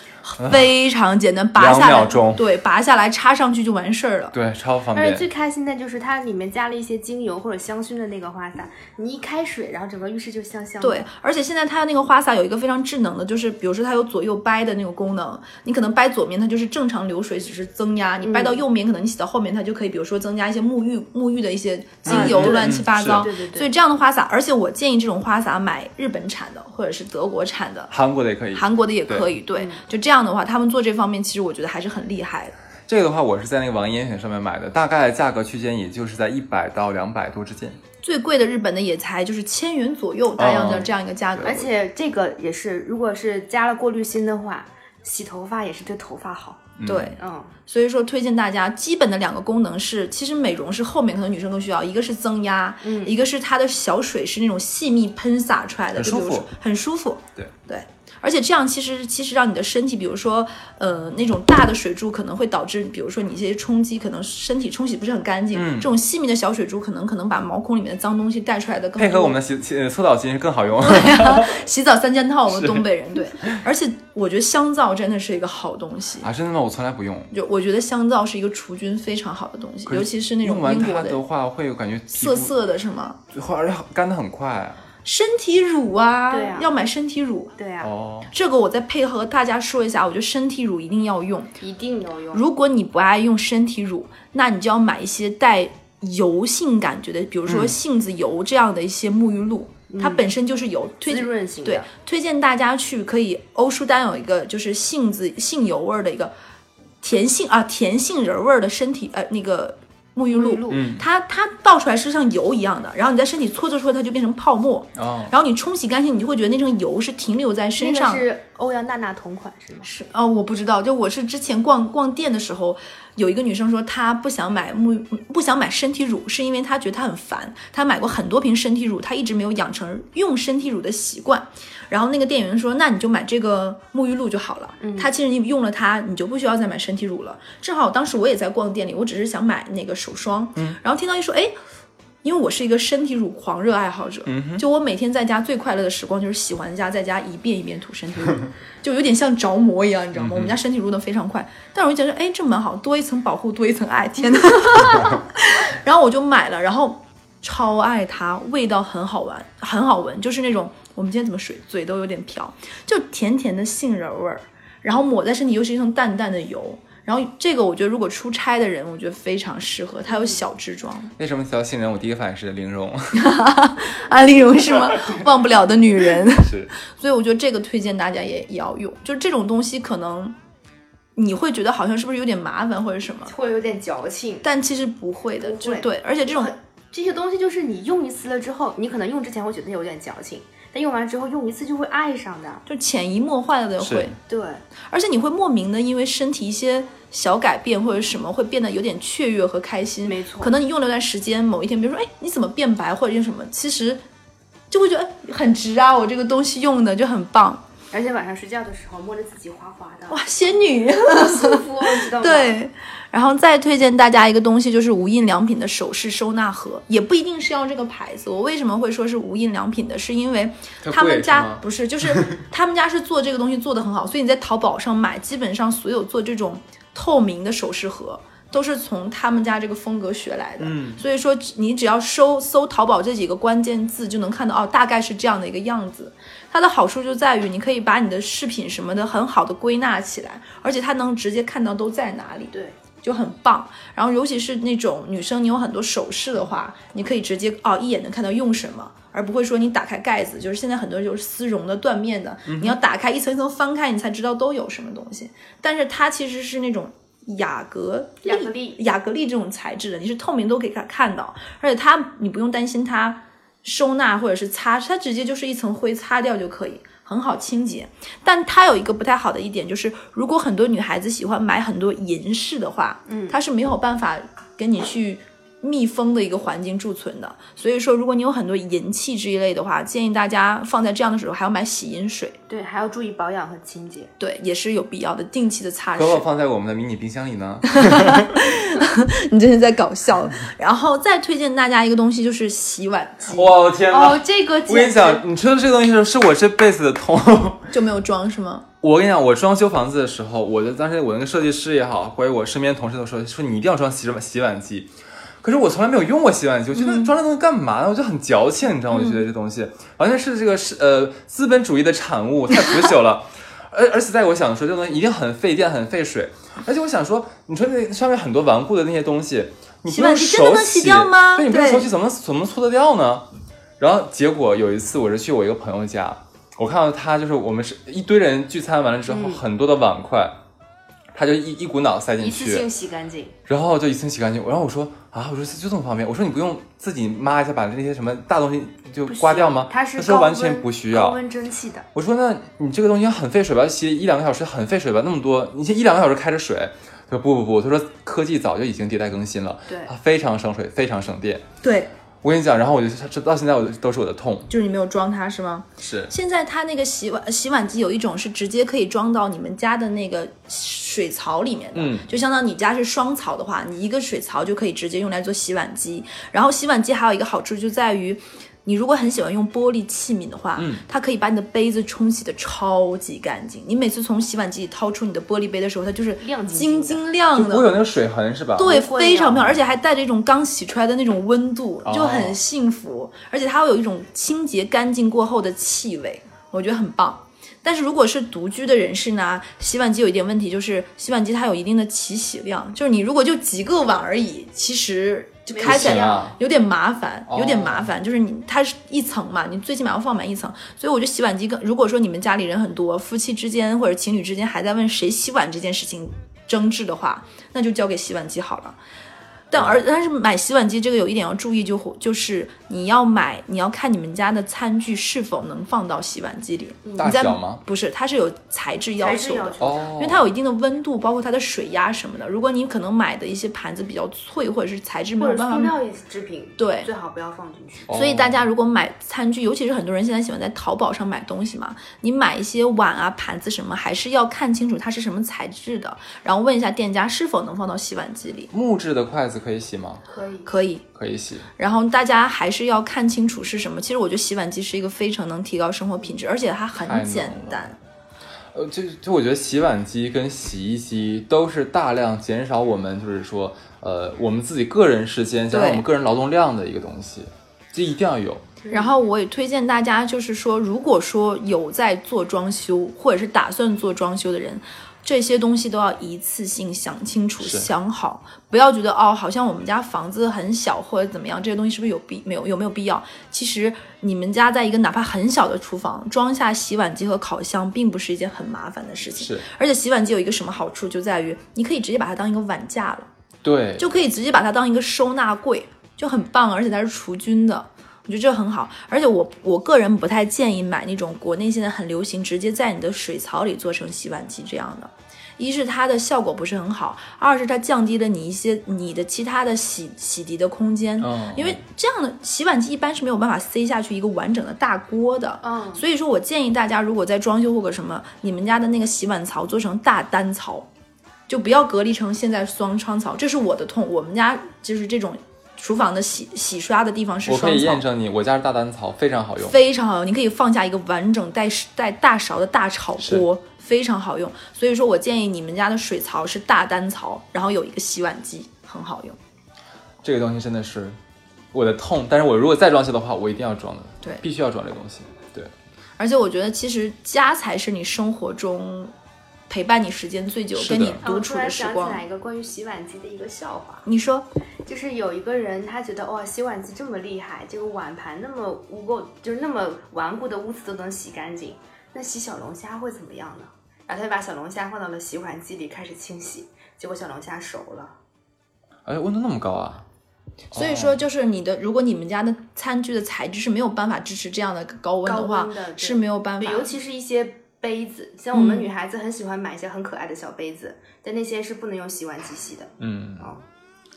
[SPEAKER 2] 非常简单，拔
[SPEAKER 3] 两
[SPEAKER 2] 下来
[SPEAKER 3] 秒钟，
[SPEAKER 2] 对，拔下来插上去就完事儿了。
[SPEAKER 3] 对，超方
[SPEAKER 5] 而且
[SPEAKER 3] 便。
[SPEAKER 5] 最开心的就是它里面加了一些精油或者香薰的那个花洒，你一开水，然后整个浴室就香
[SPEAKER 4] 嗯
[SPEAKER 5] 香的。
[SPEAKER 2] 对，，而且现在它那个花洒有一个非常智能的，就是比如说它有左右掰的那个功能，你可能掰左面它就是正常流水，只是增压；你掰到右面，可能你洗到后面它就可以，比如说增加一些沐浴沐浴的一些精油，
[SPEAKER 3] 对
[SPEAKER 2] 乱七八
[SPEAKER 3] 是
[SPEAKER 2] 糟。
[SPEAKER 5] 对对对
[SPEAKER 2] 所以这样的花洒，而且我建议这种花洒买日本产的或者是德国产的。
[SPEAKER 3] 韩国的也可以，
[SPEAKER 2] 韩国的也可以，对，就这样的话，他们做这方面其实我觉得还是很厉害的。
[SPEAKER 3] 这个的话，我是在那个网易严选上面买的，大概价格区间也就是在一百到两百多之间。
[SPEAKER 2] 最贵的日本的也才就是千元左右，大样的
[SPEAKER 3] 哦
[SPEAKER 2] 这样一个价格，
[SPEAKER 5] 而且这个也是，如果是加了过滤芯的话，洗头发也是对头发好。
[SPEAKER 3] 嗯
[SPEAKER 2] 对，
[SPEAKER 5] 嗯，
[SPEAKER 2] 所以说，推荐大家基本的两个功能是，其实美容是后面可能女生更需要，一个是增压，
[SPEAKER 5] 嗯
[SPEAKER 2] 一个是它的小水是那种细密喷洒出来的，
[SPEAKER 3] 很
[SPEAKER 2] 就比如
[SPEAKER 3] 舒服
[SPEAKER 2] 说很舒服，
[SPEAKER 3] 对
[SPEAKER 2] 对，而且这样其实其实让你的身体，比如说呃那种大的水珠可能会导致，比如说你一些冲击，可能身体冲洗不是很干净，
[SPEAKER 3] 嗯
[SPEAKER 2] 这种细密的小水珠可能可能把毛孔里面的脏东西带出来的更
[SPEAKER 3] 配合
[SPEAKER 2] 多
[SPEAKER 3] 我们的洗洗搓澡巾是更好用。
[SPEAKER 2] 洗澡三件套，我们
[SPEAKER 3] 是
[SPEAKER 2] 东北人对，而且我觉得香皂真的是一个好东西，
[SPEAKER 3] 啊，真的吗？我从来不用。
[SPEAKER 2] 就我觉得香皂是一个除菌非常好的东西，
[SPEAKER 3] 可
[SPEAKER 2] 尤其是那种
[SPEAKER 3] 用完
[SPEAKER 2] 英
[SPEAKER 3] 它
[SPEAKER 2] 国
[SPEAKER 3] 的话，会有感觉皮肤
[SPEAKER 2] 涩涩的，是吗？
[SPEAKER 3] 会，而且干的很快。
[SPEAKER 2] 身体乳啊，
[SPEAKER 5] 对啊
[SPEAKER 2] 要买身体乳。
[SPEAKER 5] 对啊，
[SPEAKER 3] 哦，
[SPEAKER 2] 这个我再配合大家说一下，我觉得身体乳一定要用。
[SPEAKER 5] 一定有用。
[SPEAKER 2] 如果你不爱用身体乳，那你就要买一些带油性感觉的，比如说
[SPEAKER 3] 嗯
[SPEAKER 2] 杏子油这样的一些沐浴露，它本身就是油，推
[SPEAKER 5] 嗯滋
[SPEAKER 2] 荐
[SPEAKER 5] 润型的，
[SPEAKER 2] 对，推荐大家去可以欧舒丹有一个就是杏子杏油味儿的一个甜杏啊甜杏仁味儿的身体呃那个沐浴
[SPEAKER 5] 沐
[SPEAKER 2] 露，
[SPEAKER 5] 浴露
[SPEAKER 3] 嗯，
[SPEAKER 2] 它它倒出来是像油一样的，然后你在身体搓搓搓，它就变成泡沫，
[SPEAKER 3] 哦，
[SPEAKER 2] 然后你冲洗干净，你就会觉得那层油是停留在
[SPEAKER 5] 那
[SPEAKER 2] 身
[SPEAKER 5] 个
[SPEAKER 2] 上。
[SPEAKER 5] 是欧阳娜娜同款是吗？
[SPEAKER 2] 是哦，我不知道，就我是之前逛逛店的时候，有一个女生说她不想买沐不想买身体乳，是因为她觉得她很烦，她买过很多瓶身体乳，她一直没有养成用身体乳的习惯。然后那个店员说，那你就买这个沐浴露就好了。她其实你用了它，你就不需要再买身体乳了。正好当时我也在逛店里，我只是想买那个手霜，然后听到一说，哎。因为我是一个身体乳狂热爱好者，就我每天在家最快乐的时光就是洗完家在家一遍一遍涂身体乳，就有点像着魔一样，你知道吗？我们家身体蠕动非常快，但是我就觉得，哎，这蛮好，多一层保护，多一层爱，天哪！然后我就买了，然后超爱它，味道很好玩，很好闻，就是那种我们今天怎么水嘴都有点瓢，就甜甜的杏仁味儿，然后抹在身体又是一层淡淡的油。然后这个我觉得，如果出差的人，我觉得非常适合。它有小支装，
[SPEAKER 3] 为什么提到杏仁，我第一个反应是零容，
[SPEAKER 2] 安啊利荣是吗？忘不了的女人。
[SPEAKER 3] 是
[SPEAKER 2] 所以我觉得这个推荐大家也也要用，就是这种东西可能你会觉得好像是不是有点麻烦或者什么，
[SPEAKER 5] 会有点矫情，
[SPEAKER 2] 但其实不会的，
[SPEAKER 5] 不会
[SPEAKER 2] 就对，而且这种
[SPEAKER 5] 这些东西就是你用一次了之后，你可能用之前会觉得有点矫情，但用完之后用一次就会爱上的。
[SPEAKER 2] 就潜移默化的
[SPEAKER 3] 是
[SPEAKER 2] 会，
[SPEAKER 5] 对，
[SPEAKER 2] 而且你会莫名的因为身体一些小改变或者什么，会变得有点雀跃和开心。
[SPEAKER 5] 没错
[SPEAKER 2] 可能你用了一段时间，某一天，比如说，哎，你怎么变白或者用什么，其实就会觉得哎很值啊，我这个东西用的就很棒，
[SPEAKER 5] 而且晚上睡觉的时候摸着自己滑滑 的，
[SPEAKER 2] 哇，仙女。
[SPEAKER 5] 舒服，你知道吗？，
[SPEAKER 2] 对，然后再推荐大家一个东西，就是无印良品的首饰收纳盒，也不一定是要这个牌子。我为什么会说是无印良品的？是因为
[SPEAKER 3] 它
[SPEAKER 2] 他
[SPEAKER 3] 贵
[SPEAKER 2] 们
[SPEAKER 3] 是
[SPEAKER 2] 家
[SPEAKER 3] 吗
[SPEAKER 2] 不是， 就是他们家是做这个东西做的很好，所以你在淘宝上买，基本上所有做这种透明的首饰盒。都是从他们家这个风格学来的，
[SPEAKER 3] 嗯
[SPEAKER 2] 所以说只你只要搜搜淘宝这几个关键字，就能看到哦，大概是这样的一个样子。它的好处就在于你可以把你的饰品什么的很好的归纳起来，而且它能直接看到都在哪里，
[SPEAKER 5] 对，
[SPEAKER 2] 就很棒。然后尤其是那种女生，你有很多首饰的话，你可以直接哦一眼能看到用什么，而不会说你打开盖子，就是现在很多就是丝绒的、缎面的，你要打开一层一层翻开，你才知道都有什么东西。但是它其实是那种。雅格丽
[SPEAKER 5] 雅格丽
[SPEAKER 2] 雅格丽这种材质的，你是透明都可以看看到，而且它你不用担心它收纳或者是擦，它直接就是一层灰擦掉就可以，很好清洁。但它有一个不太好的一点就是，如果很多女孩子喜欢买很多银饰的话，嗯，它是没有办法跟你去密封的一个环境贮存的。所以说，如果你有很多银器这一类的话，建议大家放在这样的时候还要买洗银水，
[SPEAKER 5] 对，还要注意保养和清洁。
[SPEAKER 2] 对，也是有必要的，定期的擦
[SPEAKER 3] 可否
[SPEAKER 2] 拭。
[SPEAKER 3] 放在我们的迷你冰箱里呢？
[SPEAKER 2] 你真是在搞笑。然后再推荐大家一个东西，就是洗碗机，
[SPEAKER 3] 我天哪！
[SPEAKER 5] 哦，这个
[SPEAKER 3] 我跟你讲，你说的这个东西是是我这辈子的痛。
[SPEAKER 2] 就没有装是吗？
[SPEAKER 3] 我跟你讲，我装修房子的时候，我的当时我那个设计师也好，或者我身边同事都说，说你一定要装洗碗洗碗机。可是我从来没有用过洗碗机，我觉得
[SPEAKER 2] 嗯
[SPEAKER 3] 装这东西干嘛呢？我就很矫情，你知道吗？我就觉得这东西完全是这个是呃资本主义的产物，太腐朽了。而而且在我想说，这东西一定很费电、很费水。而且我想说，你说那上面很多顽固的那些东西，你不
[SPEAKER 2] 洗碗
[SPEAKER 3] 用
[SPEAKER 2] 机真的
[SPEAKER 3] 手
[SPEAKER 2] 能洗掉吗
[SPEAKER 3] 对，你不用
[SPEAKER 2] 对
[SPEAKER 3] 手洗怎么怎么搓得掉呢？然后结果有一次，我是去我一个朋友家，我看到他就是我们是一堆人聚餐完了之后，很多的碗筷，他就一一股脑塞进
[SPEAKER 5] 嗯一次性
[SPEAKER 3] 去，
[SPEAKER 5] 洗干净，
[SPEAKER 3] 然后就一次洗干净。然后我说啊，我说就这么方便，我说你不用自己抹一下把那些什么大东西就刮掉吗？
[SPEAKER 5] 它是
[SPEAKER 3] 他说
[SPEAKER 5] 高
[SPEAKER 3] 完
[SPEAKER 5] 温
[SPEAKER 3] 全不需
[SPEAKER 5] 高
[SPEAKER 3] 要。
[SPEAKER 5] 温蒸汽的，
[SPEAKER 3] 我说那你这个东西很费水吧，洗一两个小时很费水吧，那么多，你先一两个小时开着水。他说不不不，他说科技早就已经迭代更新了，
[SPEAKER 5] 对
[SPEAKER 3] 它非常省水，非常省电。
[SPEAKER 2] 对，
[SPEAKER 3] 我跟你讲，然后我就这到现在我就都是我的痛，
[SPEAKER 2] 就是你没有装它是吗？
[SPEAKER 3] 是
[SPEAKER 2] 现在它那个洗碗洗碗机有一种是直接可以装到你们家的那个水槽里面的，
[SPEAKER 3] 嗯
[SPEAKER 2] 就相当你家是双槽的话，你一个水槽就可以直接用来做洗碗机。然后洗碗机还有一个好处就在于。你如果很喜欢用玻璃器皿的话，
[SPEAKER 3] 嗯
[SPEAKER 2] 它可以把你的杯子冲洗的超级干净。你每次从洗碗机里掏出你的玻璃杯的时候，它就是
[SPEAKER 5] 亮晶晶
[SPEAKER 2] 晶
[SPEAKER 5] 的
[SPEAKER 2] 晶亮
[SPEAKER 3] 就
[SPEAKER 2] 的，
[SPEAKER 3] 不会有那个水痕是吧？
[SPEAKER 2] 对，
[SPEAKER 5] 不会
[SPEAKER 2] 非常
[SPEAKER 5] 有
[SPEAKER 2] 漂亮，而且还带着一种刚洗出来的那种温度，就
[SPEAKER 3] 哦
[SPEAKER 2] 很幸福，而且它会有一种清洁干净过后的气味，我觉得很棒。但是如果是独居的人士呢，洗碗机有一点问题，就是洗碗机它有一定的起洗量，就是你如果就几个碗而已，其实就开起
[SPEAKER 3] 没有洗
[SPEAKER 2] 来
[SPEAKER 3] 啊
[SPEAKER 2] 有点麻烦，有点
[SPEAKER 3] 哦
[SPEAKER 2] 麻烦。就是你它是一层嘛，你最起码要放满一层，所以我觉得洗碗机更，如果说你们家里人很多，夫妻之间或者情侣之间还在问谁洗碗这件事情争执的话，那就交给洗碗机好了。但而但是买洗碗机这个有一点要注意就，就是你要买，你要看你们家的餐具是否能放到洗碗机里。
[SPEAKER 3] 大
[SPEAKER 2] 你在
[SPEAKER 3] 小吗？
[SPEAKER 2] 不是，它是有材质要
[SPEAKER 5] 还
[SPEAKER 2] 求
[SPEAKER 5] 是
[SPEAKER 2] 的，
[SPEAKER 5] 要求
[SPEAKER 3] 哦，
[SPEAKER 2] 因为它有一定的温度，包括它的水压什么的。如果你可能买的一些盘子比较脆，或者是材质没
[SPEAKER 5] 或
[SPEAKER 2] 有
[SPEAKER 5] 者
[SPEAKER 2] 办
[SPEAKER 5] 塑
[SPEAKER 2] 法，
[SPEAKER 5] 料制品，
[SPEAKER 2] 对
[SPEAKER 5] 最好不要放进
[SPEAKER 3] 哦
[SPEAKER 5] 去。
[SPEAKER 2] 所以大家如果买餐具，尤其是很多人现在喜欢在淘宝上买东西嘛，你买一些碗啊、盘子什么，还是要看清楚它是什么材质的，然后问一下店家是否能放到洗碗机里。
[SPEAKER 3] 木质的筷子可以洗吗？
[SPEAKER 5] 可以，
[SPEAKER 2] 可以，
[SPEAKER 3] 可以洗。
[SPEAKER 2] 然后大家还是要看清楚是什么。其实我觉得洗碗机是一个非常能提高生活品质，而且它
[SPEAKER 3] 太
[SPEAKER 2] 很
[SPEAKER 3] 能
[SPEAKER 2] 简
[SPEAKER 3] 了
[SPEAKER 2] 单。
[SPEAKER 3] 呃，就就我觉得洗碗机跟洗衣机都是大量减少我们就是说呃我们自己个人时间加上
[SPEAKER 2] 对
[SPEAKER 3] 我们个人劳动量的一个东西，这一定要有。
[SPEAKER 2] 然后我也推荐大家，就是说，如果说有在做装修或者是打算做装修的人，这些东西都要一次性想清楚、
[SPEAKER 3] 是
[SPEAKER 2] 想好，不要觉得哦，好像我们家房子很小或者怎么样，这些东西是不是有必没有有没有必要？其实你们家在一个哪怕很小的厨房装下洗碗机和烤箱，并不是一件很麻烦的事情。
[SPEAKER 3] 是
[SPEAKER 2] 而且洗碗机有一个什么好处，就在于你可以直接把它当一个碗架了。
[SPEAKER 3] 对，
[SPEAKER 2] 就可以直接把它当一个收纳柜，就很棒，而且它是除菌的。我觉得这很好，而且我我个人不太建议买那种国内现在很流行，直接在你的水槽里做成洗碗机这样的。一是它的效果不是很好，二是它降低了你一些你的其他的洗洗涤的空间，
[SPEAKER 3] 哦
[SPEAKER 2] 因为这样的洗碗机一般是没有办法塞下去一个完整的大锅的。
[SPEAKER 4] 嗯
[SPEAKER 5] 哦
[SPEAKER 2] 所以说我建议大家，如果在装修或者什么，你们家的那个洗碗槽做成大单槽，就不要隔离成现在双窗槽，这是我的痛。我们家就是这种厨房的洗洗刷的地方是
[SPEAKER 3] 我可
[SPEAKER 2] 双
[SPEAKER 3] 以验
[SPEAKER 2] 槽。
[SPEAKER 3] 证你，我家是大单槽，非常好用。
[SPEAKER 2] 非常好用，你可以放下一个完整带带大勺的大炒锅，非常好用。所以说我建议你们家的水槽是大单槽，然后有一个洗碗机，很好用。
[SPEAKER 3] 这个东西真的是我的痛，但是我如果再装修的话，我一定要装的，
[SPEAKER 2] 对
[SPEAKER 3] 必须要装这个东西。对，
[SPEAKER 2] 而且我觉得，其实家才是你生活中陪伴你时间最久、
[SPEAKER 3] 是的
[SPEAKER 2] 跟你
[SPEAKER 4] 啊
[SPEAKER 2] 独
[SPEAKER 4] 我
[SPEAKER 2] 处
[SPEAKER 4] 突然
[SPEAKER 2] 时
[SPEAKER 4] 想起
[SPEAKER 2] 光。
[SPEAKER 4] 来一个关于洗碗机的一个笑话，
[SPEAKER 2] 你说，
[SPEAKER 4] 就是有一个人他觉得哇，洗碗机这么厉害，这个碗盘那么污垢，就是那么顽固的污渍都能洗干净，那洗小龙虾会怎么样呢？然后他就把小龙虾放到了洗碗机里开始清洗，结果小龙虾熟了。
[SPEAKER 3] 哎，温度那么高啊！
[SPEAKER 2] 所以
[SPEAKER 4] 哦
[SPEAKER 2] 说就是你的，如果你们家的餐具的材质是没有办法支持这样的高温的话
[SPEAKER 4] 高温的，对
[SPEAKER 2] 是没有办法
[SPEAKER 4] 对，。尤其是一些杯子，像我们
[SPEAKER 2] 嗯
[SPEAKER 4] 女孩子很喜欢买一些很可爱的小杯子，但那些是不能用洗碗机洗的。
[SPEAKER 3] 嗯
[SPEAKER 4] 哦，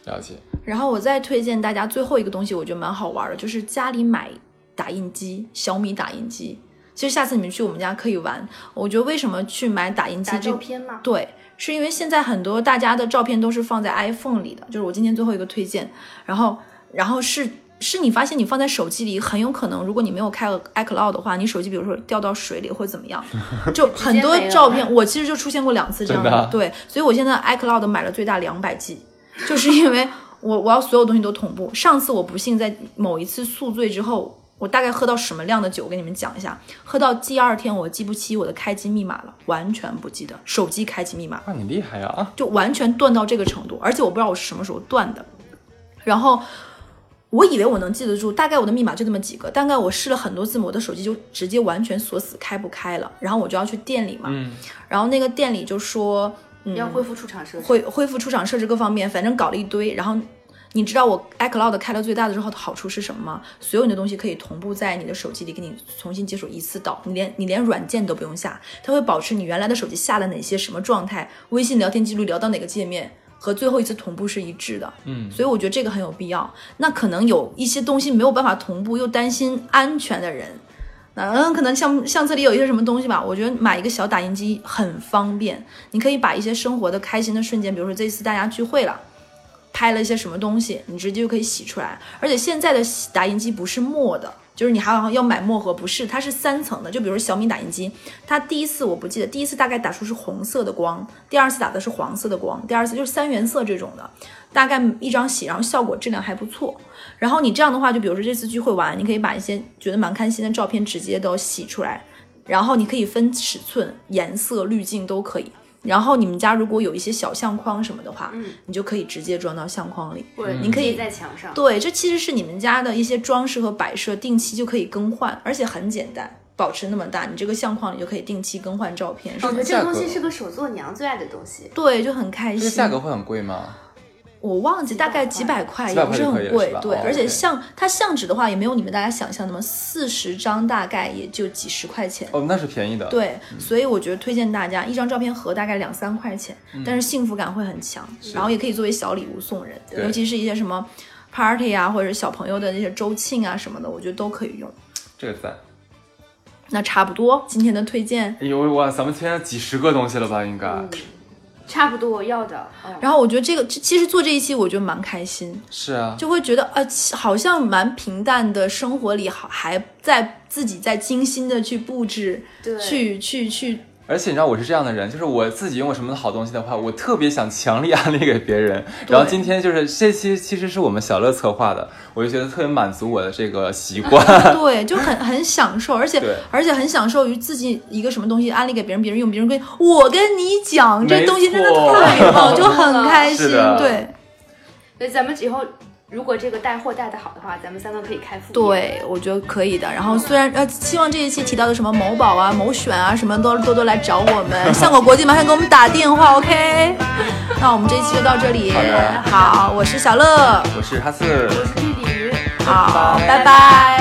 [SPEAKER 3] 了解。
[SPEAKER 2] 然后我再推荐大家最后一个东西，我觉得蛮好玩的，就是家里买打印机，小米打印机。其实下次你们去我们家可以玩。我觉得为什么去买打印机
[SPEAKER 4] 打
[SPEAKER 2] 这
[SPEAKER 4] 照片吗？
[SPEAKER 2] 对，是因为现在很多大家的照片都是放在 iPhone 里的，就是我今天最后一个推荐。然后，然后是是你发现你放在手机里，很有可能如果你没有开 iCloud 的话，你手机比如说掉到水里或者怎 么样，就很多
[SPEAKER 4] 没了
[SPEAKER 2] 照片，我其实就出现过两次这样
[SPEAKER 3] 真的啊
[SPEAKER 2] 对，所以我现在 iCloud 买了最大两百 G，就是因为我我要所有东西都同步。上次我不幸在某一次宿醉之后。我大概喝到什么量的酒，我跟你们讲一下。喝到第二天，我记不起我的开机密码了，完全不记得手机开机密码，
[SPEAKER 3] 哇，你厉害呀！啊，
[SPEAKER 2] 就完全断到这个程度。而且我不知道我是什么时候断的，然后我以为我能记得住，大概我的密码就那么几个，大概我试了很多次，我的手机就直接完全锁死，开不开了。然后我就要去店里嘛，
[SPEAKER 3] 嗯，
[SPEAKER 2] 然后那个店里就说，嗯，
[SPEAKER 4] 要恢复出厂设置。
[SPEAKER 2] 恢恢复出厂设置各方面，反正搞了一堆。然后你知道我 iCloud 开到最大的时候的好处是什么吗？所有你的东西可以同步在你的手机里给你重新解锁一次导，你连你连软件都不用下，它会保持你原来的手机下的哪些什么状态，微信聊天记录聊到哪个界面。和最后一次同步是一致的，
[SPEAKER 3] 嗯
[SPEAKER 2] 所以我觉得这个很有必要。那可能有一些东西没有办法同步，又担心安全的人，那嗯，可能相相册里有一些什么东西吧，我觉得买一个小打印机很方便，你可以把一些生活的开心的瞬间，比如说这次大家聚会了。拍了一些什么东西，你直接就可以洗出来。而且现在的洗打印机不是墨的，就是你还要要买墨盒，不是，它是三层的。就比如小米打印机，它第一次我不记得，第一次大概打出是红色的光，第二次打的是黄色的光，第二次就是三原色这种的，大概一张洗，然后效果质量还不错。然后你这样的话，就比如说这次聚会完，你可以把一些觉得蛮开心的照片直接都洗出来，然后你可以分尺寸、颜色、滤镜都可以。然后你们家如果有一些小相框什么的话，
[SPEAKER 4] 嗯
[SPEAKER 2] 你就可以直接装到相框里。
[SPEAKER 4] 或者
[SPEAKER 2] 嗯你可以
[SPEAKER 4] 贴在墙上。
[SPEAKER 2] 对，这其实是你们家的一些装饰和摆设，定期就可以更换，而且很简单，保持那么大，你这个相框里就可以定期更换照片什
[SPEAKER 4] 我
[SPEAKER 2] 么
[SPEAKER 4] 觉
[SPEAKER 2] 的。
[SPEAKER 3] 价
[SPEAKER 4] 得这个东西
[SPEAKER 3] 格
[SPEAKER 4] 是个手作娘最爱的东西。
[SPEAKER 2] 哦对，就很开
[SPEAKER 3] 这
[SPEAKER 2] 心。
[SPEAKER 3] 个价格会很贵吗？
[SPEAKER 2] 我忘记大概几百块，
[SPEAKER 3] 几
[SPEAKER 2] 也
[SPEAKER 3] 百
[SPEAKER 2] 不
[SPEAKER 3] 块
[SPEAKER 2] 是
[SPEAKER 3] 就
[SPEAKER 2] 很
[SPEAKER 3] 可以了
[SPEAKER 2] 贵
[SPEAKER 3] 是吧，
[SPEAKER 2] 对，
[SPEAKER 3] 哦
[SPEAKER 2] 而且
[SPEAKER 3] OK
[SPEAKER 2] 像它相纸的话，也没有你们大家想象那么四十张，大概也就几十块钱。
[SPEAKER 3] 哦，嗯那是便宜的。，
[SPEAKER 2] 对，所以我觉得推荐大家一张照片盒大概两三块钱，
[SPEAKER 3] 嗯
[SPEAKER 2] 但是幸福感会很强，然后也可以作为小礼物送人，
[SPEAKER 3] 对
[SPEAKER 2] 尤其是一些什么 party 啊，或者小朋友的那些周庆啊什么的，我觉得都可以用。
[SPEAKER 3] 这个赞。
[SPEAKER 2] 那差不多今天的推荐，
[SPEAKER 3] 哎呦喂哇，咱们推荐了几十个东西了吧？应该、
[SPEAKER 4] 嗯，差不多要的。嗯，
[SPEAKER 2] 然后我觉得这个这其实做这一期我觉得蛮开心，
[SPEAKER 3] 是啊，
[SPEAKER 2] 就会觉得呃，其好像蛮平淡的生活里，好还在自己在精心的去布置，
[SPEAKER 4] 对
[SPEAKER 2] 去去 去，
[SPEAKER 3] 而且你知道我是这样的人，就是我自己用过什么好东西的话，我特别想强力安利给别人。然后今天就是这期其实是我们小乐策划的，我就觉得特别满足我的这个习惯。
[SPEAKER 2] 对，就很很享受，而且
[SPEAKER 3] 对
[SPEAKER 2] 而且很享受于自己一个什么东西安利给别人，别人用，别人跟我跟你讲，这
[SPEAKER 3] 没
[SPEAKER 2] 东西真的
[SPEAKER 3] 错
[SPEAKER 2] 太棒，就很开心，
[SPEAKER 3] 是的
[SPEAKER 2] 对。
[SPEAKER 4] 所以咱们以后如果这个带货带的好的话，咱们三个可以开副业。
[SPEAKER 2] 对，我觉得可以的。然后虽然呃，希望这一期提到的什么某宝啊、某选啊什么都多多来找我 们，巷口国际马上给我们打电话，OK？那 我们这一期就到这里
[SPEAKER 3] 好的，
[SPEAKER 2] 好，我是小乐，
[SPEAKER 3] 我是哈四，
[SPEAKER 5] 我是弟弟。
[SPEAKER 2] 好，拜拜